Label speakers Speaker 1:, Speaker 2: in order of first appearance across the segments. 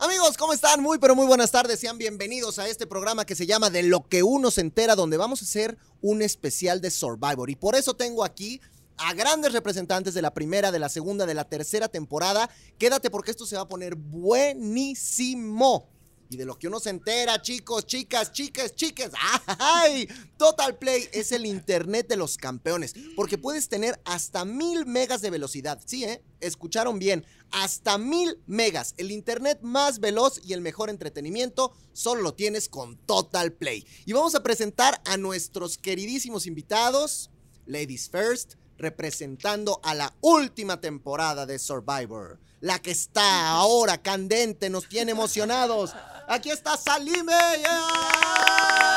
Speaker 1: Amigos, ¿cómo están? Muy, pero muy buenas tardes. Sean bienvenidos a este programa que se llama De lo que uno se entera, donde vamos a hacer un especial de Survivor. Y por eso tengo aquí a grandes representantes de la primera, de la segunda, de la tercera temporada. Quédate porque esto se va a poner buenísimo. Y de lo que uno se entera, chicos, chicas, chicas, chicas. ¡Ay! Total Play es el internet de los campeones. Porque puedes tener hasta mil megas de velocidad. Sí, ¿eh? Escucharon bien. Hasta mil megas. El internet más veloz y el mejor entretenimiento solo lo tienes con Total Play. Y vamos a presentar a nuestros queridísimos invitados. Ladies First, representando a la última temporada de Survivor. La que está ahora candente, nos tiene emocionados. Aquí está Salime. ¡Yeah!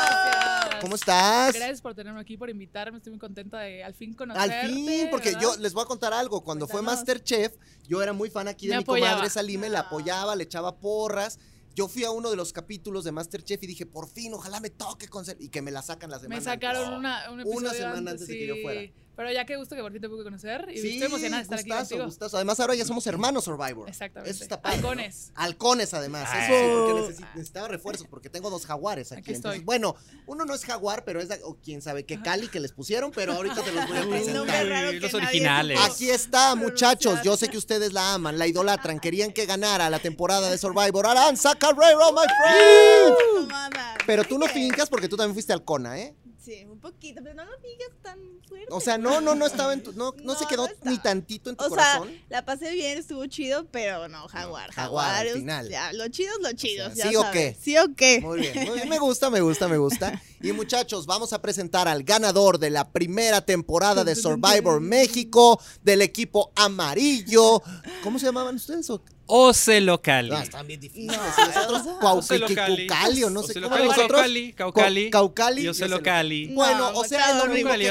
Speaker 2: Gracias.
Speaker 1: ¿Cómo estás?
Speaker 2: Gracias por tenerme aquí, por invitarme. Estoy muy contenta de al fin
Speaker 1: Al
Speaker 2: conocerte.
Speaker 1: fin, porque
Speaker 2: ¿verdad?
Speaker 1: yo les voy a contar algo. Cuando fue
Speaker 2: Cuéntanos.
Speaker 1: Masterchef, yo era muy fan aquí de
Speaker 2: Me
Speaker 1: mi comadre
Speaker 2: apoyaba.
Speaker 1: Salime, la apoyaba, le echaba porras. Yo fui a uno de los capítulos de Masterchef y dije, por fin, ojalá me toque con Sel. Y que me la sacan la semana.
Speaker 2: me
Speaker 1: antes.
Speaker 2: sacaron una, un
Speaker 1: Una
Speaker 2: episodio
Speaker 1: semana antes de que yo fuera.
Speaker 2: Pero ya qué gusto que por fin te pude conocer y estoy emocionada de estar
Speaker 1: gustazo,
Speaker 2: aquí contigo.
Speaker 1: gustazo. Además, ahora ya somos hermanos Survivor.
Speaker 2: Exactamente.
Speaker 1: Eso está padre. ¿no?
Speaker 2: Halcones.
Speaker 1: Halcones, además. Ah, Eso,
Speaker 3: Ay.
Speaker 1: porque necesi- necesitaba refuerzos, porque tengo dos jaguares aquí.
Speaker 2: Aquí
Speaker 1: Entonces,
Speaker 2: estoy.
Speaker 1: bueno, uno no es jaguar, pero es la- o quién sabe qué cali que les pusieron, pero ahorita te los voy a
Speaker 3: El
Speaker 1: presentar.
Speaker 3: nombre raro que
Speaker 4: Los
Speaker 3: nadie
Speaker 4: originales.
Speaker 3: supo.
Speaker 1: Aquí está, muchachos. Yo sé que ustedes la aman, la idolatran. Querían que ganara la temporada de Survivor. Aranza Carrero, my friend.
Speaker 3: Tomada.
Speaker 1: Pero tú no fincas porque tú también fuiste halcona, ¿eh?
Speaker 3: Sí, un poquito, pero no lo digas tan fuerte.
Speaker 1: O sea, no, no, no estaba en tu- no, no, se
Speaker 3: No,
Speaker 1: quedó
Speaker 3: no estaba.
Speaker 1: ni tantito en tu
Speaker 3: O sea,
Speaker 1: corazón.
Speaker 3: la pasé bien, estuvo chido, pero no, jaguar,
Speaker 1: No, jaguar,
Speaker 3: jaguar.
Speaker 1: al
Speaker 3: es-
Speaker 1: final.
Speaker 3: ya, lo chido es lo chido.
Speaker 1: sea,
Speaker 3: ya
Speaker 1: ¿sí o
Speaker 3: sabes.
Speaker 1: qué?
Speaker 3: Sí o qué.
Speaker 1: Muy bien, muy bien. Me gusta, me gusta, me gusta. Y muchachos, vamos a presentar al ganador de la primera temporada de Survivor México del equipo amarillo. ¿Cómo se llamaban ustedes? ¿O-
Speaker 4: Ocelocali.
Speaker 1: Ah, están bien difíciles.
Speaker 3: No,
Speaker 1: Nosotros,
Speaker 4: Ocelocali.
Speaker 1: Cuauhticucali, o no sé cómo
Speaker 4: Ocelocali,
Speaker 1: nosotros.
Speaker 4: Caucali, Caucali.
Speaker 1: Caucali
Speaker 4: Y Ocelocali.
Speaker 1: Bueno,
Speaker 3: No,
Speaker 1: o sea, es lo
Speaker 3: está
Speaker 1: mismo
Speaker 4: horrible,
Speaker 1: que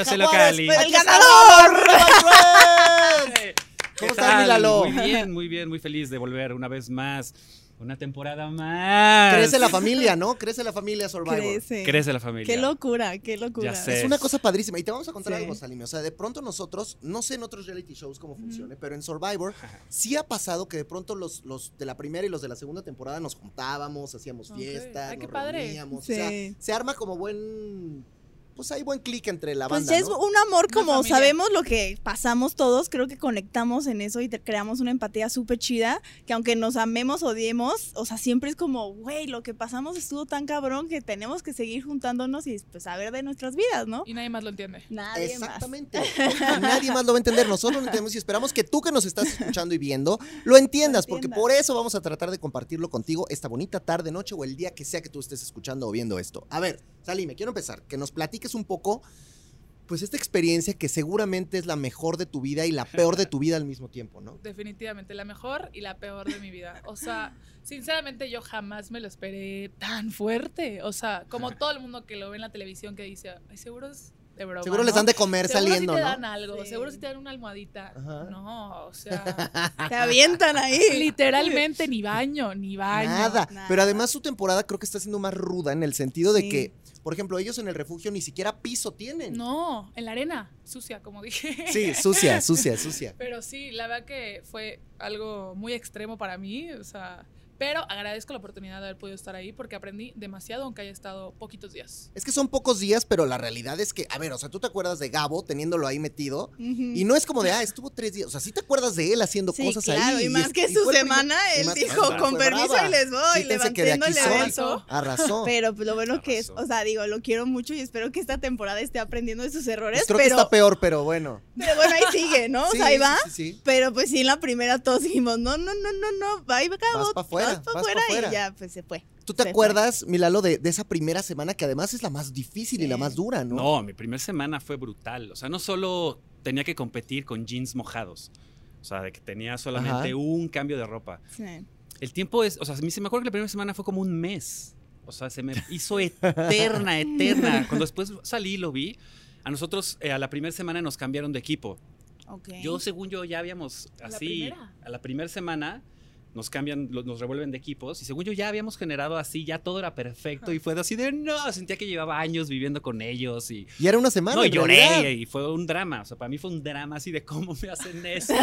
Speaker 1: Jaguares,
Speaker 4: Ocelocali.
Speaker 1: pero el
Speaker 3: Aquí está.
Speaker 1: ganador. my friend.
Speaker 4: Eh, ¿Qué
Speaker 1: ¿Cómo estás,
Speaker 4: tal?
Speaker 1: Milalo?
Speaker 4: Muy bien, muy bien, muy feliz de volver una vez más. Una temporada más.
Speaker 1: Crece la familia, ¿no? Crece la familia Survivor.
Speaker 3: Crece.
Speaker 4: Crece la familia.
Speaker 3: Qué locura, qué locura.
Speaker 4: Ya sé.
Speaker 1: Es una cosa padrísima. Y te vamos a contar
Speaker 3: Sí.
Speaker 1: algo, Salime. O sea, de pronto nosotros, no sé en otros reality shows cómo funcione, pero en Survivor sí ha pasado que de pronto los, los de la primera y los de la segunda temporada nos juntábamos, hacíamos
Speaker 2: Ok.
Speaker 1: fiestas,
Speaker 2: Ay, qué
Speaker 1: nos
Speaker 2: padre.
Speaker 1: reuníamos.
Speaker 3: Sí.
Speaker 1: O sea, se arma como buen. Pues hay buen clic entre la
Speaker 3: Pues
Speaker 1: banda.
Speaker 3: ya es
Speaker 1: ¿no?
Speaker 3: un amor
Speaker 2: Una
Speaker 3: como
Speaker 2: familia.
Speaker 3: sabemos lo que pasamos todos, creo que conectamos en eso y te- creamos una empatía súper chida, que aunque nos amemos, odiemos, o sea, siempre es como, güey, lo que pasamos estuvo tan cabrón que tenemos que seguir juntándonos y pues saber de nuestras vidas, ¿no?
Speaker 2: Y nadie más lo entiende.
Speaker 3: Nadie más.
Speaker 1: Exactamente. Nadie más lo va a entender. Nosotros lo entendemos y esperamos que tú que nos estás escuchando y viendo lo entiendas, porque
Speaker 3: entiendas.
Speaker 1: por eso vamos a tratar de compartirlo contigo esta bonita tarde, noche o el día que sea que tú estés escuchando o viendo esto. A ver, Salime, quiero empezar. Que nos platiques un poco, pues, esta experiencia que seguramente es la mejor de tu vida y la peor de tu vida al mismo tiempo, ¿no?
Speaker 2: Definitivamente la mejor y la peor de mi vida. O sea, sinceramente yo jamás me lo esperé tan fuerte. O sea, como todo el mundo que lo ve en la televisión que dice, ay, seguro es de broma.
Speaker 1: Seguro les
Speaker 2: ¿no?
Speaker 1: han de comer
Speaker 2: Seguro
Speaker 1: saliendo,
Speaker 2: sí te dan
Speaker 1: ¿no?
Speaker 2: algo,
Speaker 3: Sí.
Speaker 2: seguro si te dan una almohadita.
Speaker 1: Ajá.
Speaker 2: No, o sea,
Speaker 3: Te avientan ahí.
Speaker 2: literalmente ni baño, ni baño.
Speaker 1: Nada.
Speaker 3: nada.
Speaker 1: Pero además su temporada creo que está siendo más ruda en el sentido de
Speaker 3: Sí.
Speaker 1: que, por ejemplo, ellos en el refugio ni siquiera piso tienen.
Speaker 2: No, en la arena, sucia, como dije.
Speaker 1: Sí, sucia, sucia, sucia.
Speaker 2: Pero sí, la verdad que fue algo muy extremo para mí, o sea, pero agradezco la oportunidad de haber podido estar ahí porque aprendí demasiado aunque haya estado poquitos días.
Speaker 1: Es que son pocos días, pero la realidad es que, a ver, o sea, tú te acuerdas de Gabo teniéndolo ahí metido.
Speaker 3: Ujú.
Speaker 1: Y no es como de, ah, estuvo tres días. O sea, sí te acuerdas de él haciendo
Speaker 3: Mm. Sí,
Speaker 1: cosas
Speaker 3: claro,
Speaker 1: ahí.
Speaker 3: y más
Speaker 1: es-
Speaker 3: que
Speaker 1: y
Speaker 3: su
Speaker 1: fue el primer-
Speaker 3: semana,
Speaker 1: y
Speaker 3: él
Speaker 1: más que
Speaker 3: dijo,
Speaker 1: fue
Speaker 3: con
Speaker 1: brava.
Speaker 3: permiso y les voy,
Speaker 1: Quítense que de aquí
Speaker 3: levantando el
Speaker 1: soy.
Speaker 3: brazo.
Speaker 1: Arrasó.
Speaker 3: Pero pues, lo bueno que es,
Speaker 4: Arrasó.
Speaker 3: o sea, digo, lo quiero mucho y espero que esta temporada esté aprendiendo de sus errores,
Speaker 1: Pues creo que
Speaker 3: pero,
Speaker 1: está peor, pero bueno.
Speaker 3: pero bueno, ahí sigue, ¿no? O
Speaker 1: Sí,
Speaker 3: sea, ahí va.
Speaker 1: Sí, sí, sí.
Speaker 3: Pero pues sí, en la primera todos dijimos, no, no, no, no, no, ahí va Gabo,
Speaker 1: Vas pa' afuera,
Speaker 3: vas pa'
Speaker 1: vas pa'
Speaker 3: afuera",
Speaker 1: afuera.
Speaker 3: y ya, pues se fue.
Speaker 1: ¿Tú te
Speaker 3: Se fue.
Speaker 1: acuerdas, Milalo, de, de esa primera semana que además es la más difícil y la más dura, ¿no?
Speaker 4: No, mi primera semana fue brutal. O sea, no solo tenía que competir con jeans mojados. O sea, de que tenía solamente
Speaker 1: Ajá.
Speaker 4: un cambio de ropa.
Speaker 3: Sí.
Speaker 4: El tiempo es, o sea, a mí se me acuerda que la primera semana fue como un mes. O sea, se me hizo eterna, eterna. Cuando después salí y lo vi, a nosotros eh, a la primera semana nos cambiaron de equipo.
Speaker 3: Ok.
Speaker 4: Yo, según yo, ya habíamos
Speaker 2: la
Speaker 4: así,
Speaker 2: primera?
Speaker 4: a la primera semana, nos cambian, lo- nos revuelven de equipos. Y según yo ya habíamos generado así, ya todo era perfecto. Y fue así de no, sentía que llevaba años viviendo con ellos. Y
Speaker 1: Y era una semana.
Speaker 4: no, y
Speaker 1: en
Speaker 4: lloré
Speaker 1: realidad.
Speaker 4: y fue un drama. O sea, para mí fue un drama así de cómo me hacen esto.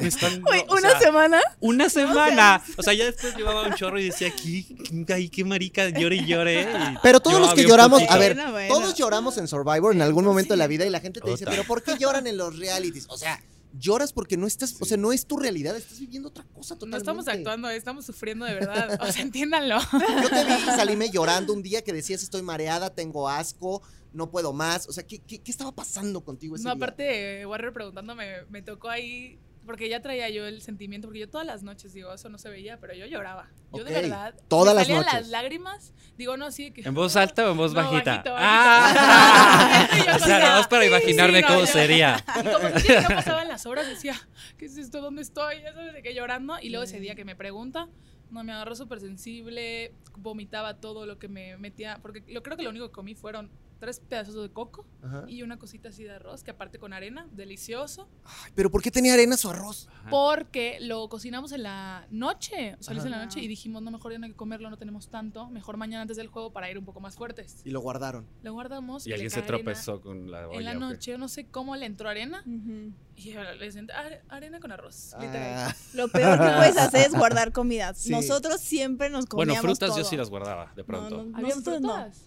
Speaker 4: Me están-
Speaker 3: Güey,
Speaker 4: o
Speaker 3: una
Speaker 4: sea,
Speaker 3: semana.
Speaker 4: una semana. O sea, ya después llevaba un chorro y decía, aquí, ay, qué marica, llore y llore. y
Speaker 1: Pero todos los
Speaker 4: lloraba
Speaker 1: que
Speaker 4: bien
Speaker 1: lloramos,
Speaker 4: poquito.
Speaker 1: a ver,
Speaker 3: Bueno, bueno.
Speaker 1: todos lloramos en Survivor en algún momento de la vida y la gente te dice,
Speaker 5: Puta.
Speaker 1: pero ¿por qué lloran en los realities? O sea, lloras porque no estás, o sea, no es tu realidad, estás viviendo otra cosa totalmente.
Speaker 2: No estamos actuando, estamos sufriendo de verdad. O sea, entiéndanlo.
Speaker 1: Yo te vi salirme llorando un día que decías, estoy mareada, tengo asco, no puedo más. O sea, ¿qué, qué- qué estaba pasando contigo ese
Speaker 2: No,
Speaker 1: día?
Speaker 2: aparte, eh, Warrior preguntándome, me tocó ahí, porque ya traía yo el sentimiento, porque yo todas las noches, digo, eso no se veía, pero yo lloraba. Yo
Speaker 1: Ok,
Speaker 2: de verdad.
Speaker 1: todas
Speaker 2: me
Speaker 1: las
Speaker 2: salían
Speaker 1: noches.
Speaker 2: las lágrimas, digo, no, sí. Que,
Speaker 4: ¿En voz alta o en voz
Speaker 2: No,
Speaker 4: bajita?
Speaker 2: bajito, bajito. Y yo
Speaker 4: Ah, o sea,
Speaker 2: decía,
Speaker 4: nada más para
Speaker 2: sí,
Speaker 4: imaginarme
Speaker 2: sí, no,
Speaker 4: cómo
Speaker 2: yo-
Speaker 4: sería.
Speaker 2: Y como no sé qué pasaba en las horas, decía, ¿qué es esto? ¿Dónde estoy? Ya sabes de qué llorando. Y luego ese día que me pregunta, no, me agarró súper sensible, vomitaba todo lo que me metía, porque yo creo que lo único que comí fueron tres pedazos de coco
Speaker 1: Ajá.
Speaker 2: y una cosita así de arroz, que aparte con arena, delicioso.
Speaker 1: Ay, Pero ¿por qué tenía arena su arroz?
Speaker 2: Porque lo cocinamos en la noche, o sea, lo hice en la
Speaker 3: Ajá.
Speaker 2: noche y dijimos, no, mejor ya no hay que comerlo, no tenemos tanto, mejor mañana antes del juego para ir un poco más fuertes.
Speaker 1: Y lo guardaron.
Speaker 2: Lo guardamos.
Speaker 4: Y
Speaker 2: le
Speaker 4: alguien se
Speaker 2: cae arena
Speaker 4: tropezó con la olla.
Speaker 2: En la
Speaker 4: ¿o qué?
Speaker 2: noche, yo no sé cómo le entró arena
Speaker 3: Ujú.
Speaker 2: y yo le senté "Are- arena con arroz. literal.
Speaker 1: Ah,
Speaker 3: Lo peor que puedes hacer es guardar comida.
Speaker 1: Sí.
Speaker 3: Nosotros siempre nos
Speaker 4: Bueno,
Speaker 3: comíamos
Speaker 4: frutas yo
Speaker 3: todo.
Speaker 4: sí las guardaba de pronto.
Speaker 3: No, no,
Speaker 2: Había
Speaker 3: nosotros no.
Speaker 2: frutas.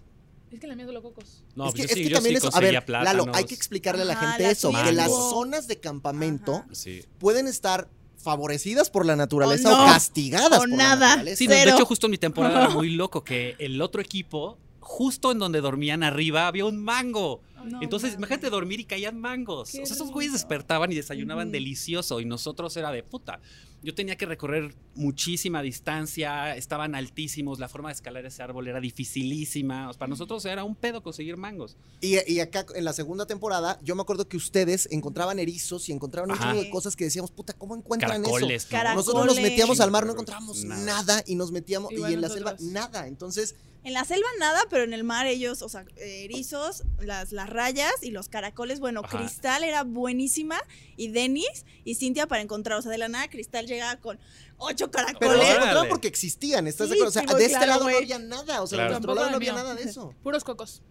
Speaker 2: Es que la mía es solo cocos.
Speaker 4: No,
Speaker 1: es
Speaker 4: pues
Speaker 1: que,
Speaker 4: yo
Speaker 1: es
Speaker 4: sí,
Speaker 1: que
Speaker 4: yo
Speaker 1: también
Speaker 4: sí
Speaker 1: eso, a ver,
Speaker 4: conseguía plátanos.
Speaker 1: Lalo, hay que explicarle a la
Speaker 3: Ajá,
Speaker 1: gente
Speaker 3: la
Speaker 1: eso, que las
Speaker 4: mango.
Speaker 1: zonas de campamento
Speaker 3: Ajá.
Speaker 4: Sí.
Speaker 1: pueden estar favorecidas por la naturaleza
Speaker 3: O
Speaker 1: o,
Speaker 3: no.
Speaker 1: castigadas
Speaker 3: O
Speaker 1: por la
Speaker 3: nada.
Speaker 1: naturaleza.
Speaker 4: Sí, no, de
Speaker 3: Cero.
Speaker 4: hecho, justo en mi temporada era muy loco que el otro equipo, justo en donde dormían arriba, había un mango. Entonces, imagínate dormir y caían mangos.
Speaker 2: Qué
Speaker 4: o sea, esos güeyes
Speaker 2: rico.
Speaker 4: despertaban y desayunaban
Speaker 3: Ujú.
Speaker 4: delicioso y nosotros era de puta. Yo tenía que recorrer muchísima distancia, estaban altísimos, la forma de escalar ese árbol era dificilísima. O sea, para nosotros era un pedo conseguir mangos.
Speaker 1: Y, y acá en la segunda temporada, yo me acuerdo que ustedes encontraban erizos y encontraban un
Speaker 4: Ajá.
Speaker 1: chingo de cosas que decíamos, puta, ¿cómo encuentran
Speaker 4: Caracoles. ¿no?
Speaker 1: eso?
Speaker 3: Caracoles.
Speaker 1: Nosotros nos metíamos al mar, no
Speaker 4: Chingo,
Speaker 1: encontrábamos
Speaker 4: nada.
Speaker 1: nada. y nos metíamos,
Speaker 2: Igual
Speaker 1: y en la
Speaker 2: nosotros.
Speaker 1: selva, nada. Entonces,
Speaker 3: En la selva nada, pero en el mar ellos, o sea, eh, erizos, las, las rayas y los caracoles. Bueno,
Speaker 4: Ajá.
Speaker 3: Cristal era buenísima y Denis y Cintia para encontrar. O sea, de la nada Cristal llegaba con ocho
Speaker 1: pero los
Speaker 4: Órale.
Speaker 3: caracoles.
Speaker 1: encontraban porque existían, ¿estás
Speaker 3: Sí,
Speaker 1: de acuerdo? O sea,
Speaker 3: digo,
Speaker 1: de este
Speaker 3: claro,
Speaker 1: lado no
Speaker 3: güey.
Speaker 1: había nada, o sea,
Speaker 4: Claro.
Speaker 1: de nuestro
Speaker 2: Tampoco
Speaker 1: lado no
Speaker 2: del
Speaker 1: había
Speaker 2: mío.
Speaker 1: nada de eso.
Speaker 2: Puros cocos.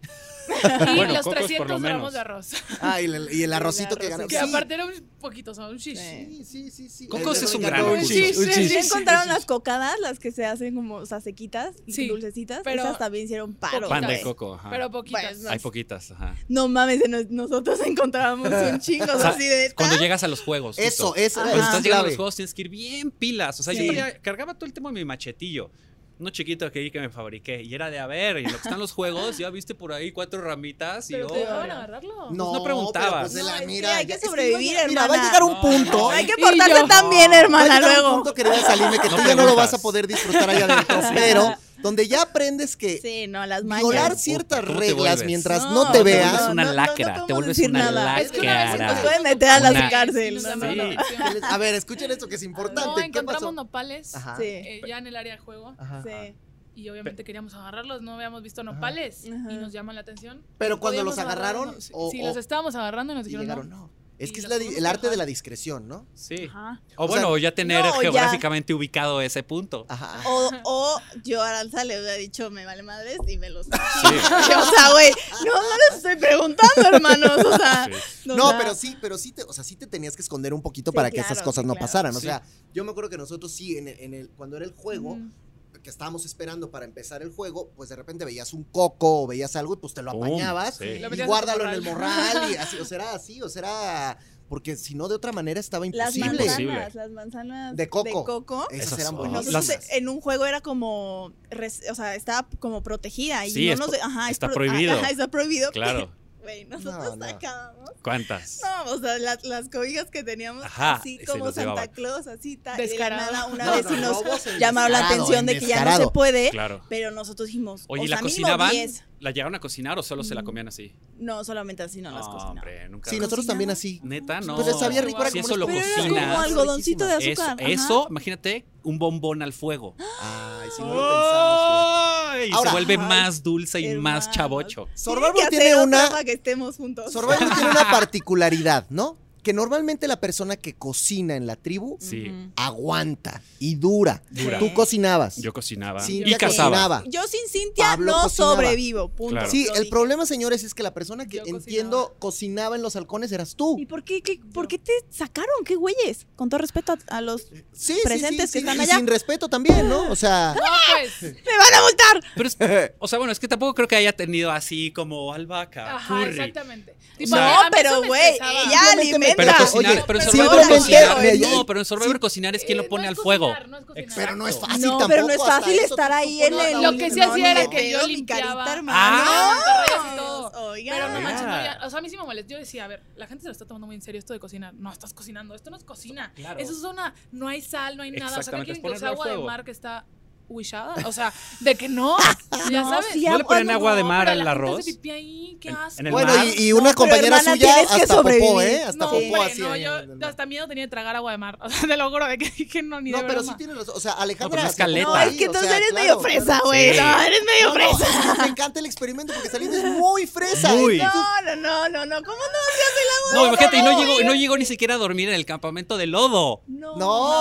Speaker 2: y
Speaker 4: Bueno,
Speaker 2: los
Speaker 4: cocos por lo
Speaker 2: 300 gramos
Speaker 4: menos.
Speaker 2: de arroz.
Speaker 1: Ah, y el, y el arrocito que ganaba.
Speaker 3: arrocito.
Speaker 2: Que
Speaker 1: Sí,
Speaker 2: aparte era un poquito, o sea, un shish.
Speaker 1: Sí, sí, sí, sí.
Speaker 4: Cocos
Speaker 1: El-
Speaker 4: es
Speaker 1: el-
Speaker 4: un
Speaker 1: el-
Speaker 4: gran
Speaker 1: el-
Speaker 4: concurso.
Speaker 1: sí, sí, sí.
Speaker 3: ¿Ya encontraron las cocadas, las que se hacen como, o sea, sequitas,
Speaker 2: Sí,
Speaker 3: dulcecitas?
Speaker 2: pero-
Speaker 3: Esas también hicieron paro.
Speaker 4: Pan de
Speaker 3: güey.
Speaker 4: coco. ajá.
Speaker 2: Pero pues, poquitas.
Speaker 3: Bueno,
Speaker 4: Hay poquitas. ajá.
Speaker 3: No mames, nos- nosotros encontrábamos un chingo
Speaker 4: sea,
Speaker 3: así de...
Speaker 4: Cuando llegas a los juegos. justo.
Speaker 1: Eso, eso.
Speaker 4: Cuando
Speaker 3: Ajá.
Speaker 1: eso
Speaker 4: Pues estás
Speaker 1: es
Speaker 4: llegando a los
Speaker 1: clave.
Speaker 4: juegos tienes que ir bien pilas. O sea,
Speaker 1: Ah, Sí.
Speaker 4: yo traía- cargaba todo el tema de mi machetillo. Uno chiquito que ahí que me fabriqué. Y era de, a ver, y en lo que están los juegos, ya viste por ahí cuatro ramitas y
Speaker 2: Pero
Speaker 4: oh,
Speaker 2: te dejaban agarrarlo.
Speaker 1: No,
Speaker 4: no
Speaker 1: preguntaba.
Speaker 4: preguntabas.
Speaker 3: No, es que hay que sobrevivir,
Speaker 1: Mira, va a
Speaker 3: hermana.
Speaker 1: llegar un
Speaker 4: No,
Speaker 1: punto.
Speaker 4: no,
Speaker 3: Hay que
Speaker 2: Y
Speaker 3: portarse
Speaker 2: yo-
Speaker 3: tan bien,
Speaker 1: Va a
Speaker 3: hermana,
Speaker 1: llegar un
Speaker 3: luego.
Speaker 1: punto, querida Salime, que
Speaker 4: No
Speaker 1: tú ya no lo vas
Speaker 4: preguntas.
Speaker 1: a poder disfrutar allá adentro, pero donde ya aprendes que
Speaker 3: Sí, no, las
Speaker 1: violar
Speaker 3: mañas.
Speaker 4: Puta,
Speaker 1: ciertas
Speaker 4: ¿cómo te
Speaker 1: reglas
Speaker 4: vuelves?
Speaker 1: mientras
Speaker 3: No,
Speaker 1: no,
Speaker 3: no,
Speaker 1: te
Speaker 3: no,
Speaker 1: veas,
Speaker 4: una lacra,
Speaker 3: podemos
Speaker 4: te vuelves
Speaker 3: decir
Speaker 4: una lacra.
Speaker 2: Es que una vez sí
Speaker 4: Cara.
Speaker 2: nos
Speaker 3: Nos pueden meter a la
Speaker 4: Una-
Speaker 3: cárcel.
Speaker 2: Sí,
Speaker 3: no, no,
Speaker 4: Sí.
Speaker 3: no.
Speaker 1: que les- A ver, escuchen esto que es
Speaker 2: No,
Speaker 1: importante. ¿Qué
Speaker 2: encontramos
Speaker 1: pasó?
Speaker 2: nopales
Speaker 1: Ajá.
Speaker 3: Sí.
Speaker 2: eh, ya en el área de juego
Speaker 1: Ajá.
Speaker 3: Sí.
Speaker 2: y obviamente queríamos agarrarlos, no habíamos visto nopales
Speaker 3: Ajá.
Speaker 2: y nos llaman la atención.
Speaker 1: Pero
Speaker 2: No
Speaker 1: cuando
Speaker 2: podíamos
Speaker 1: los agarraron,
Speaker 2: agarrarlos. Sí,
Speaker 1: o-
Speaker 2: sí,
Speaker 1: o-
Speaker 2: los estábamos agarrando y nos
Speaker 1: Y
Speaker 2: dijeron
Speaker 1: llegaron,
Speaker 2: no.
Speaker 1: no. Es
Speaker 2: Y
Speaker 1: que es
Speaker 2: los
Speaker 1: la di-
Speaker 2: podemos
Speaker 1: el arte
Speaker 2: dejar.
Speaker 1: de la discreción, ¿no?
Speaker 4: Sí.
Speaker 2: Ajá.
Speaker 4: O,
Speaker 1: O
Speaker 4: bueno,
Speaker 1: sea, Ah,
Speaker 4: o ya tener
Speaker 3: no, ya.
Speaker 4: geográficamente ubicado ese punto.
Speaker 1: Ajá.
Speaker 3: O, o yo a Aranza le hubiera dicho, me vale madres y me los.
Speaker 4: Sí,
Speaker 3: o sea, güey, no no les estoy preguntando, hermanos. O sea,
Speaker 4: sí.
Speaker 1: No,
Speaker 3: o sea,
Speaker 1: pero sí, pero sí te, o sea, sí te tenías que esconder un poquito
Speaker 3: Sí,
Speaker 1: para que
Speaker 3: claro,
Speaker 1: esas cosas
Speaker 3: sí,
Speaker 1: no
Speaker 3: claro.
Speaker 1: pasaran. O
Speaker 4: Sí.
Speaker 1: sea, yo me acuerdo que nosotros sí, en el, en el- cuando era el juego,
Speaker 2: Ujú.
Speaker 1: que estábamos esperando para empezar el juego, pues de repente veías un coco o veías algo y pues te lo
Speaker 4: Pum,
Speaker 1: apañabas
Speaker 4: sí.
Speaker 2: Lo
Speaker 1: y
Speaker 2: metías
Speaker 1: guárdalo en
Speaker 2: en
Speaker 1: el
Speaker 2: tu
Speaker 1: morral y así, o será así, o será porque si no de otra manera estaba
Speaker 3: Las
Speaker 1: imposible.
Speaker 4: Imposible.
Speaker 3: manzanas, las manzanas
Speaker 1: De coco. Eh,
Speaker 3: coco.
Speaker 1: Esas
Speaker 4: Esas ah,
Speaker 1: eran
Speaker 4: son-
Speaker 1: buenísimas.
Speaker 3: Nosotros en un juego era como, res- o sea, estaba como protegida y
Speaker 4: Sí,
Speaker 3: no
Speaker 4: es
Speaker 3: nos,
Speaker 4: pro-
Speaker 3: ajá, es
Speaker 4: está
Speaker 3: pro-
Speaker 4: prohibido.
Speaker 3: ajá, está prohibido.
Speaker 4: claro.
Speaker 3: Güey,
Speaker 1: No,
Speaker 3: nosotros
Speaker 1: no.
Speaker 3: sacábamos.
Speaker 4: ¿Cuántas?
Speaker 3: No, o sea, las, las cobijas que teníamos
Speaker 4: Ajá,
Speaker 3: así
Speaker 4: y se
Speaker 3: como
Speaker 4: los
Speaker 3: Santa
Speaker 4: llevaban.
Speaker 3: Claus, así tal.
Speaker 2: Descarado.
Speaker 3: una
Speaker 1: No,
Speaker 3: vez
Speaker 1: no,
Speaker 3: sí nos
Speaker 1: robos en
Speaker 3: llamaron la
Speaker 1: descarado,
Speaker 3: atención
Speaker 1: en
Speaker 3: de que ya no se
Speaker 1: descarado.
Speaker 3: puede,
Speaker 4: Claro.
Speaker 3: pero nosotros dijimos,
Speaker 4: Oye,
Speaker 3: ¿eh? o
Speaker 4: ¿y la
Speaker 3: sea, mínimo
Speaker 4: cocinaban?
Speaker 3: 10.
Speaker 4: ¿La llegaron a cocinar o solo se la comían así?
Speaker 3: No, solamente así no las
Speaker 4: No,
Speaker 3: cosas.
Speaker 4: hombre, nunca.
Speaker 1: Sí, nosotros también así.
Speaker 4: Neta, no.
Speaker 1: Pues les sabía rico, era
Speaker 4: Si
Speaker 1: como
Speaker 4: eso
Speaker 1: una
Speaker 4: lo
Speaker 3: Pero
Speaker 1: especie
Speaker 3: era
Speaker 1: de-
Speaker 3: como
Speaker 4: cocinas.
Speaker 3: algodoncito de
Speaker 4: Eso,
Speaker 3: azúcar. ajá.
Speaker 4: eso, imagínate, un bombón al fuego.
Speaker 1: Ay, si no lo pensamos.
Speaker 4: ¡Ay! Y
Speaker 1: Ahora-
Speaker 4: se vuelve
Speaker 3: Ay,
Speaker 4: más dulce y más
Speaker 3: hermanos.
Speaker 4: chavocho.
Speaker 1: Survivor
Speaker 3: que hacer
Speaker 1: tiene
Speaker 3: otra
Speaker 1: una
Speaker 3: para que estemos juntos.
Speaker 1: Survivor tiene una particularidad, ¿no? que normalmente la persona que cocina en la tribu
Speaker 4: Sí,
Speaker 5: Ujú.
Speaker 1: aguanta y dura.
Speaker 4: dura.
Speaker 1: Tú cocinabas.
Speaker 4: Yo cocinaba
Speaker 1: Sí,
Speaker 4: y
Speaker 1: ya
Speaker 4: cazaba.
Speaker 1: cocinaba.
Speaker 3: Yo sin Cintia
Speaker 1: Pablo
Speaker 3: no
Speaker 1: cocinaba.
Speaker 3: sobrevivo, punto.
Speaker 4: Claro.
Speaker 1: Sí,
Speaker 3: Lo
Speaker 1: el
Speaker 3: dije.
Speaker 1: problema, señores, es que la persona que
Speaker 2: Yo cocinaba.
Speaker 1: entiendo cocinaba en los halcones eras
Speaker 3: ¿Y
Speaker 1: tú.
Speaker 3: por qué, qué- por qué te sacaron? ¿Qué güeyes? Con todo respeto a, a los... ¡Me
Speaker 1: Sí, sí,
Speaker 3: presentes
Speaker 1: sí,
Speaker 3: que
Speaker 1: sí,
Speaker 3: están
Speaker 1: y
Speaker 3: allá.
Speaker 1: sin respeto también, ¿no? O sea,
Speaker 2: No, pues.
Speaker 3: van a multar!
Speaker 4: Pero es- o sea, bueno, es que tampoco creo que haya tenido así como albaca,
Speaker 2: Ajá,
Speaker 4: curry.
Speaker 2: exactamente.
Speaker 4: O sea,
Speaker 2: a mí- a mí
Speaker 3: no, pero,
Speaker 2: eso me
Speaker 3: güey,
Speaker 2: estresaba.
Speaker 3: ella-
Speaker 1: simplemente
Speaker 4: Pero
Speaker 3: Oye,
Speaker 4: cocinar,
Speaker 2: no,
Speaker 4: pero
Speaker 2: pero
Speaker 4: en Survivor
Speaker 2: simplemente-
Speaker 4: cocinar.
Speaker 1: mira,
Speaker 4: No, pero en Survivor cocinar es quien
Speaker 2: Eh,
Speaker 4: lo pone
Speaker 2: no
Speaker 4: al
Speaker 2: es
Speaker 4: fuego.
Speaker 2: cocinar, no es cocinar.
Speaker 1: Pero no es
Speaker 4: Exacto.
Speaker 1: fácil
Speaker 3: no,
Speaker 1: Ah, tampoco.
Speaker 3: pero no es
Speaker 1: hasta
Speaker 3: fácil
Speaker 1: eso
Speaker 3: estar
Speaker 1: tú
Speaker 3: ahí en
Speaker 1: pones-
Speaker 3: el...
Speaker 2: Lo que sí hacía
Speaker 3: ni
Speaker 2: era
Speaker 3: de
Speaker 2: que yo
Speaker 3: pedo, ni
Speaker 2: limpiaba.
Speaker 3: carita,
Speaker 2: Ah,
Speaker 3: hermano.
Speaker 2: Monterrey y todo.
Speaker 3: Oigan.
Speaker 2: Pero no manches, no,
Speaker 4: Mira.
Speaker 2: ya- o sea, a mí sí me molestó. Yo decía, a ver, la gente se lo está tomando muy en serio esto de cocinar. No, estás cocinando, esto no es cocina.
Speaker 4: Claro.
Speaker 2: Eso es una, no hay sal, no hay nada. O sea, ¿qué
Speaker 4: Exactamente,
Speaker 2: quieren
Speaker 4: es
Speaker 2: que use
Speaker 4: ponerlo al
Speaker 2: agua de
Speaker 4: fuego.
Speaker 2: mar que está huishada? O sea, de que no, ya
Speaker 3: No,
Speaker 2: sabes.
Speaker 3: sí,
Speaker 4: ¿No le ponen
Speaker 3: no,
Speaker 4: agua de
Speaker 2: No,
Speaker 4: mar
Speaker 2: pero
Speaker 4: al
Speaker 2: la gente
Speaker 4: arroz?
Speaker 2: hace pipí ahí, qué
Speaker 4: En-
Speaker 2: asco.
Speaker 4: en el
Speaker 1: Bueno,
Speaker 4: mar.
Speaker 1: y, y una
Speaker 3: No, pero
Speaker 1: compañera
Speaker 3: hermana,
Speaker 1: suya
Speaker 3: tienes que
Speaker 1: hasta popó,
Speaker 3: sobrevivir.
Speaker 1: ¿eh? Hasta
Speaker 3: No,
Speaker 1: popó
Speaker 2: hombre,
Speaker 1: así.
Speaker 2: no,
Speaker 1: en
Speaker 2: yo
Speaker 1: el-
Speaker 2: hasta miedo tenía de tragar agua de mar. O sea, te lo juro de que dije, no, ni
Speaker 1: No,
Speaker 2: de
Speaker 1: pero
Speaker 2: broma.
Speaker 1: sí tienes razón. O sea, Alejandra.
Speaker 4: No, pues, pero es
Speaker 1: se popó
Speaker 4: caleta.
Speaker 3: No, es
Speaker 1: ahí,
Speaker 3: que
Speaker 1: o
Speaker 3: entonces
Speaker 1: sea,
Speaker 3: eres
Speaker 1: claro,
Speaker 3: medio
Speaker 1: claro.
Speaker 3: fresa, güey.
Speaker 4: Sí.
Speaker 3: No, eres medio
Speaker 1: No, no,
Speaker 3: fresa.
Speaker 1: es que me encanta el experimento porque saliste muy fresa.
Speaker 4: Muy.
Speaker 1: ¿eh?
Speaker 3: No, no, no, no, no. ¿Cómo no?
Speaker 4: No, imagínate, y no llegó, y no llegó ni siquiera a dormir en el campamento de lodo.
Speaker 1: No,
Speaker 3: No,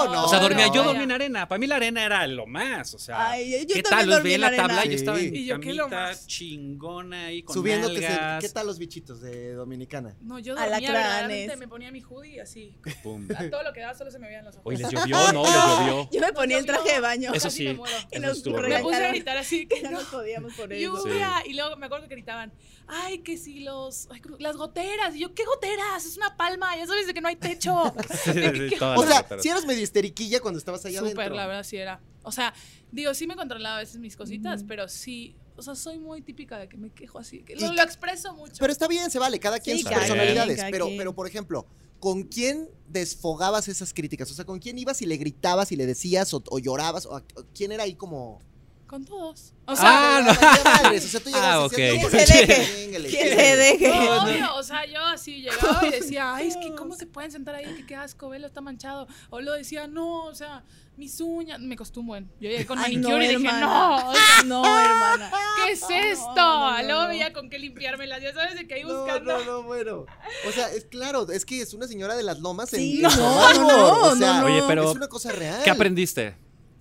Speaker 1: no.
Speaker 4: O sea,
Speaker 2: Oh,
Speaker 1: No,
Speaker 4: dormía,
Speaker 1: no.
Speaker 4: yo dormía en arena. Para mí la arena era lo más. O sea,
Speaker 3: Ay, yo
Speaker 4: ¿qué
Speaker 3: también
Speaker 4: tal? Los
Speaker 3: dormí
Speaker 4: veía en la
Speaker 3: arena.
Speaker 4: tabla y yo
Speaker 1: Sí.
Speaker 4: estaba en
Speaker 2: Y
Speaker 4: mi
Speaker 2: yo, ¿qué es lo
Speaker 4: camita
Speaker 2: más?
Speaker 4: chingona ahí con
Speaker 1: Subiéndote. se-
Speaker 4: nalgas.
Speaker 1: ¿Qué tal los bichitos de Dominicana?
Speaker 2: No, yo dormía,
Speaker 3: Alacranes.
Speaker 2: verdaderamente, me ponía mi hoodie así.
Speaker 4: Pum.
Speaker 2: A todo lo que daba solo se me veían los ojos.
Speaker 4: Oye, les llovió, no, les llovió.
Speaker 3: Yo me ponía el traje de baño.
Speaker 4: Eso
Speaker 2: Casi
Speaker 4: sí.
Speaker 2: me muero.
Speaker 3: Y
Speaker 4: eso
Speaker 3: nos
Speaker 4: estuvo
Speaker 3: Me
Speaker 4: raro.
Speaker 2: Me puse a
Speaker 3: regalaron.
Speaker 2: gritar así que
Speaker 3: No
Speaker 2: no.
Speaker 3: nos podíamos poner eso.
Speaker 2: Lluvia. Y luego me acuerdo que gritaban, ay, que si los, ay, como- las goteras. Y yo, ¿qué goteras? Es una palma, ya sabes de que no hay techo. De que- que-
Speaker 4: Todas
Speaker 1: O
Speaker 4: las
Speaker 1: sea,
Speaker 4: letras.
Speaker 1: si eras medio histeriquilla cuando estabas allá
Speaker 2: Súper,
Speaker 1: adentro.
Speaker 2: la verdad, sí era. O sea, digo, sí me controlaba a veces mis cositas, pero sí, o sea, soy muy típica de que me quejo así. que lo,
Speaker 1: Y-
Speaker 2: lo expreso mucho.
Speaker 1: Pero está bien, se vale, cada quien
Speaker 3: Sí,
Speaker 1: sus
Speaker 4: cada
Speaker 1: personalidades.
Speaker 3: quien, cada
Speaker 1: pero,
Speaker 3: quien.
Speaker 1: pero, por ejemplo, ¿con quién desfogabas esas críticas? O sea, ¿con quién ibas y le gritabas y le decías o, o llorabas? O, a- o ¿Quién era ahí como.?
Speaker 2: Con todos. O sea,
Speaker 4: Ah,
Speaker 1: le
Speaker 4: no.
Speaker 1: valía madres, O sea, tú llegas
Speaker 4: Ah,
Speaker 1: y decías,
Speaker 4: ok.
Speaker 1: "No, pues,
Speaker 3: Que se deje,
Speaker 1: chinguele,
Speaker 3: Que
Speaker 1: chinguele".
Speaker 3: se deje.
Speaker 2: No, obvio, o sea, yo así llegaba y decía, ay, es que cómo se pueden sentar ahí, que qué asco, velo, está manchado. O lo decía, no, o sea, mis uñas, me costó un buen. Yo llegué con
Speaker 3: Ay,
Speaker 2: manicure
Speaker 3: no,
Speaker 2: y dije,
Speaker 3: hermana.
Speaker 2: no, o sea,
Speaker 3: No, hermana.
Speaker 2: ¿qué es
Speaker 3: No,
Speaker 2: esto?
Speaker 3: no, no,
Speaker 2: Luego
Speaker 3: no.
Speaker 2: veía con qué limpiármelas, ya sabes de que ahí
Speaker 1: No,
Speaker 2: buscando.
Speaker 1: no, no, bueno. O sea, es claro, es que es una señora de las lomas en-
Speaker 3: Sí,
Speaker 1: en
Speaker 3: no,
Speaker 1: Survivor,
Speaker 3: no,
Speaker 1: o sea,
Speaker 3: no, no.
Speaker 4: Oye, pero-
Speaker 1: es una cosa real.
Speaker 4: ¿Qué aprendiste?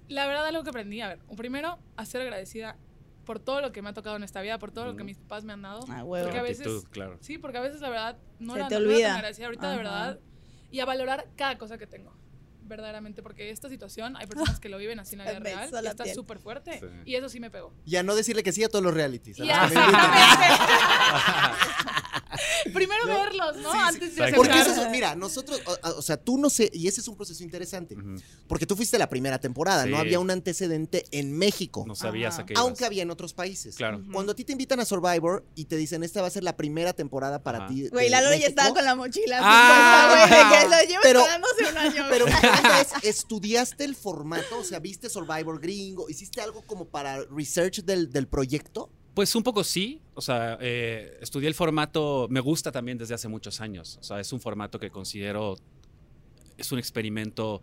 Speaker 2: La verdad, algo que aprendí, a ver, primero, a ser agradecida por todo lo que me ha tocado en esta vida, por todo lo que
Speaker 4: Ujú.
Speaker 2: mis papás me han dado. Porque
Speaker 3: Ah,
Speaker 2: a
Speaker 3: huevo.
Speaker 2: veces-
Speaker 4: Gratitud, claro.
Speaker 2: Sí, porque a veces la verdad no
Speaker 3: Se
Speaker 2: la
Speaker 3: te
Speaker 2: no la
Speaker 3: olvida.
Speaker 2: tan agradecida ahorita de
Speaker 3: Ajá.
Speaker 2: verdad y a valorar cada cosa que tengo. Verdaderamente, porque esta situación hay personas que lo viven así en la vida
Speaker 3: Me
Speaker 2: real,
Speaker 3: hizo
Speaker 2: y
Speaker 3: la
Speaker 2: está
Speaker 3: piel.
Speaker 2: súper fuerte
Speaker 4: Sí.
Speaker 2: y eso sí me pegó.
Speaker 1: Y a no decirle que sí a todos los realities. a
Speaker 2: Y
Speaker 1: los que me
Speaker 2: así- Primero verlos, ¿no? Antes de
Speaker 4: exacto.
Speaker 1: Porque eso
Speaker 2: aceptar.
Speaker 1: es, mira, nosotros, o, o sea, tú no sé, y ese es un proceso interesante,
Speaker 4: Ujú.
Speaker 1: porque tú fuiste la primera temporada,
Speaker 4: Sí.
Speaker 1: no había un antecedente en México,
Speaker 4: No sabías
Speaker 3: Ajá.
Speaker 4: a qué ibas.
Speaker 1: aunque había en otros países.
Speaker 4: Claro.
Speaker 1: Cuando a ti te invitan a Survivor y te dicen, esta va a ser la primera temporada para
Speaker 4: Ajá.
Speaker 1: ti. de
Speaker 3: Güey, la Lore ya
Speaker 1: México",
Speaker 3: estaba con la mochila.
Speaker 4: Ah.
Speaker 3: así, puesta, güey, de que lo llevo
Speaker 1: Pero-
Speaker 3: esperándose un año.
Speaker 1: Pero una pregunta es, ¿estudiaste el formato? O sea, ¿viste Survivor gringo? ¿Hiciste algo como para research del, del proyecto?
Speaker 4: Pues un poco sí, o sea, eh, estudié el formato, me gusta también desde hace muchos años, o sea, es un formato que considero, es un experimento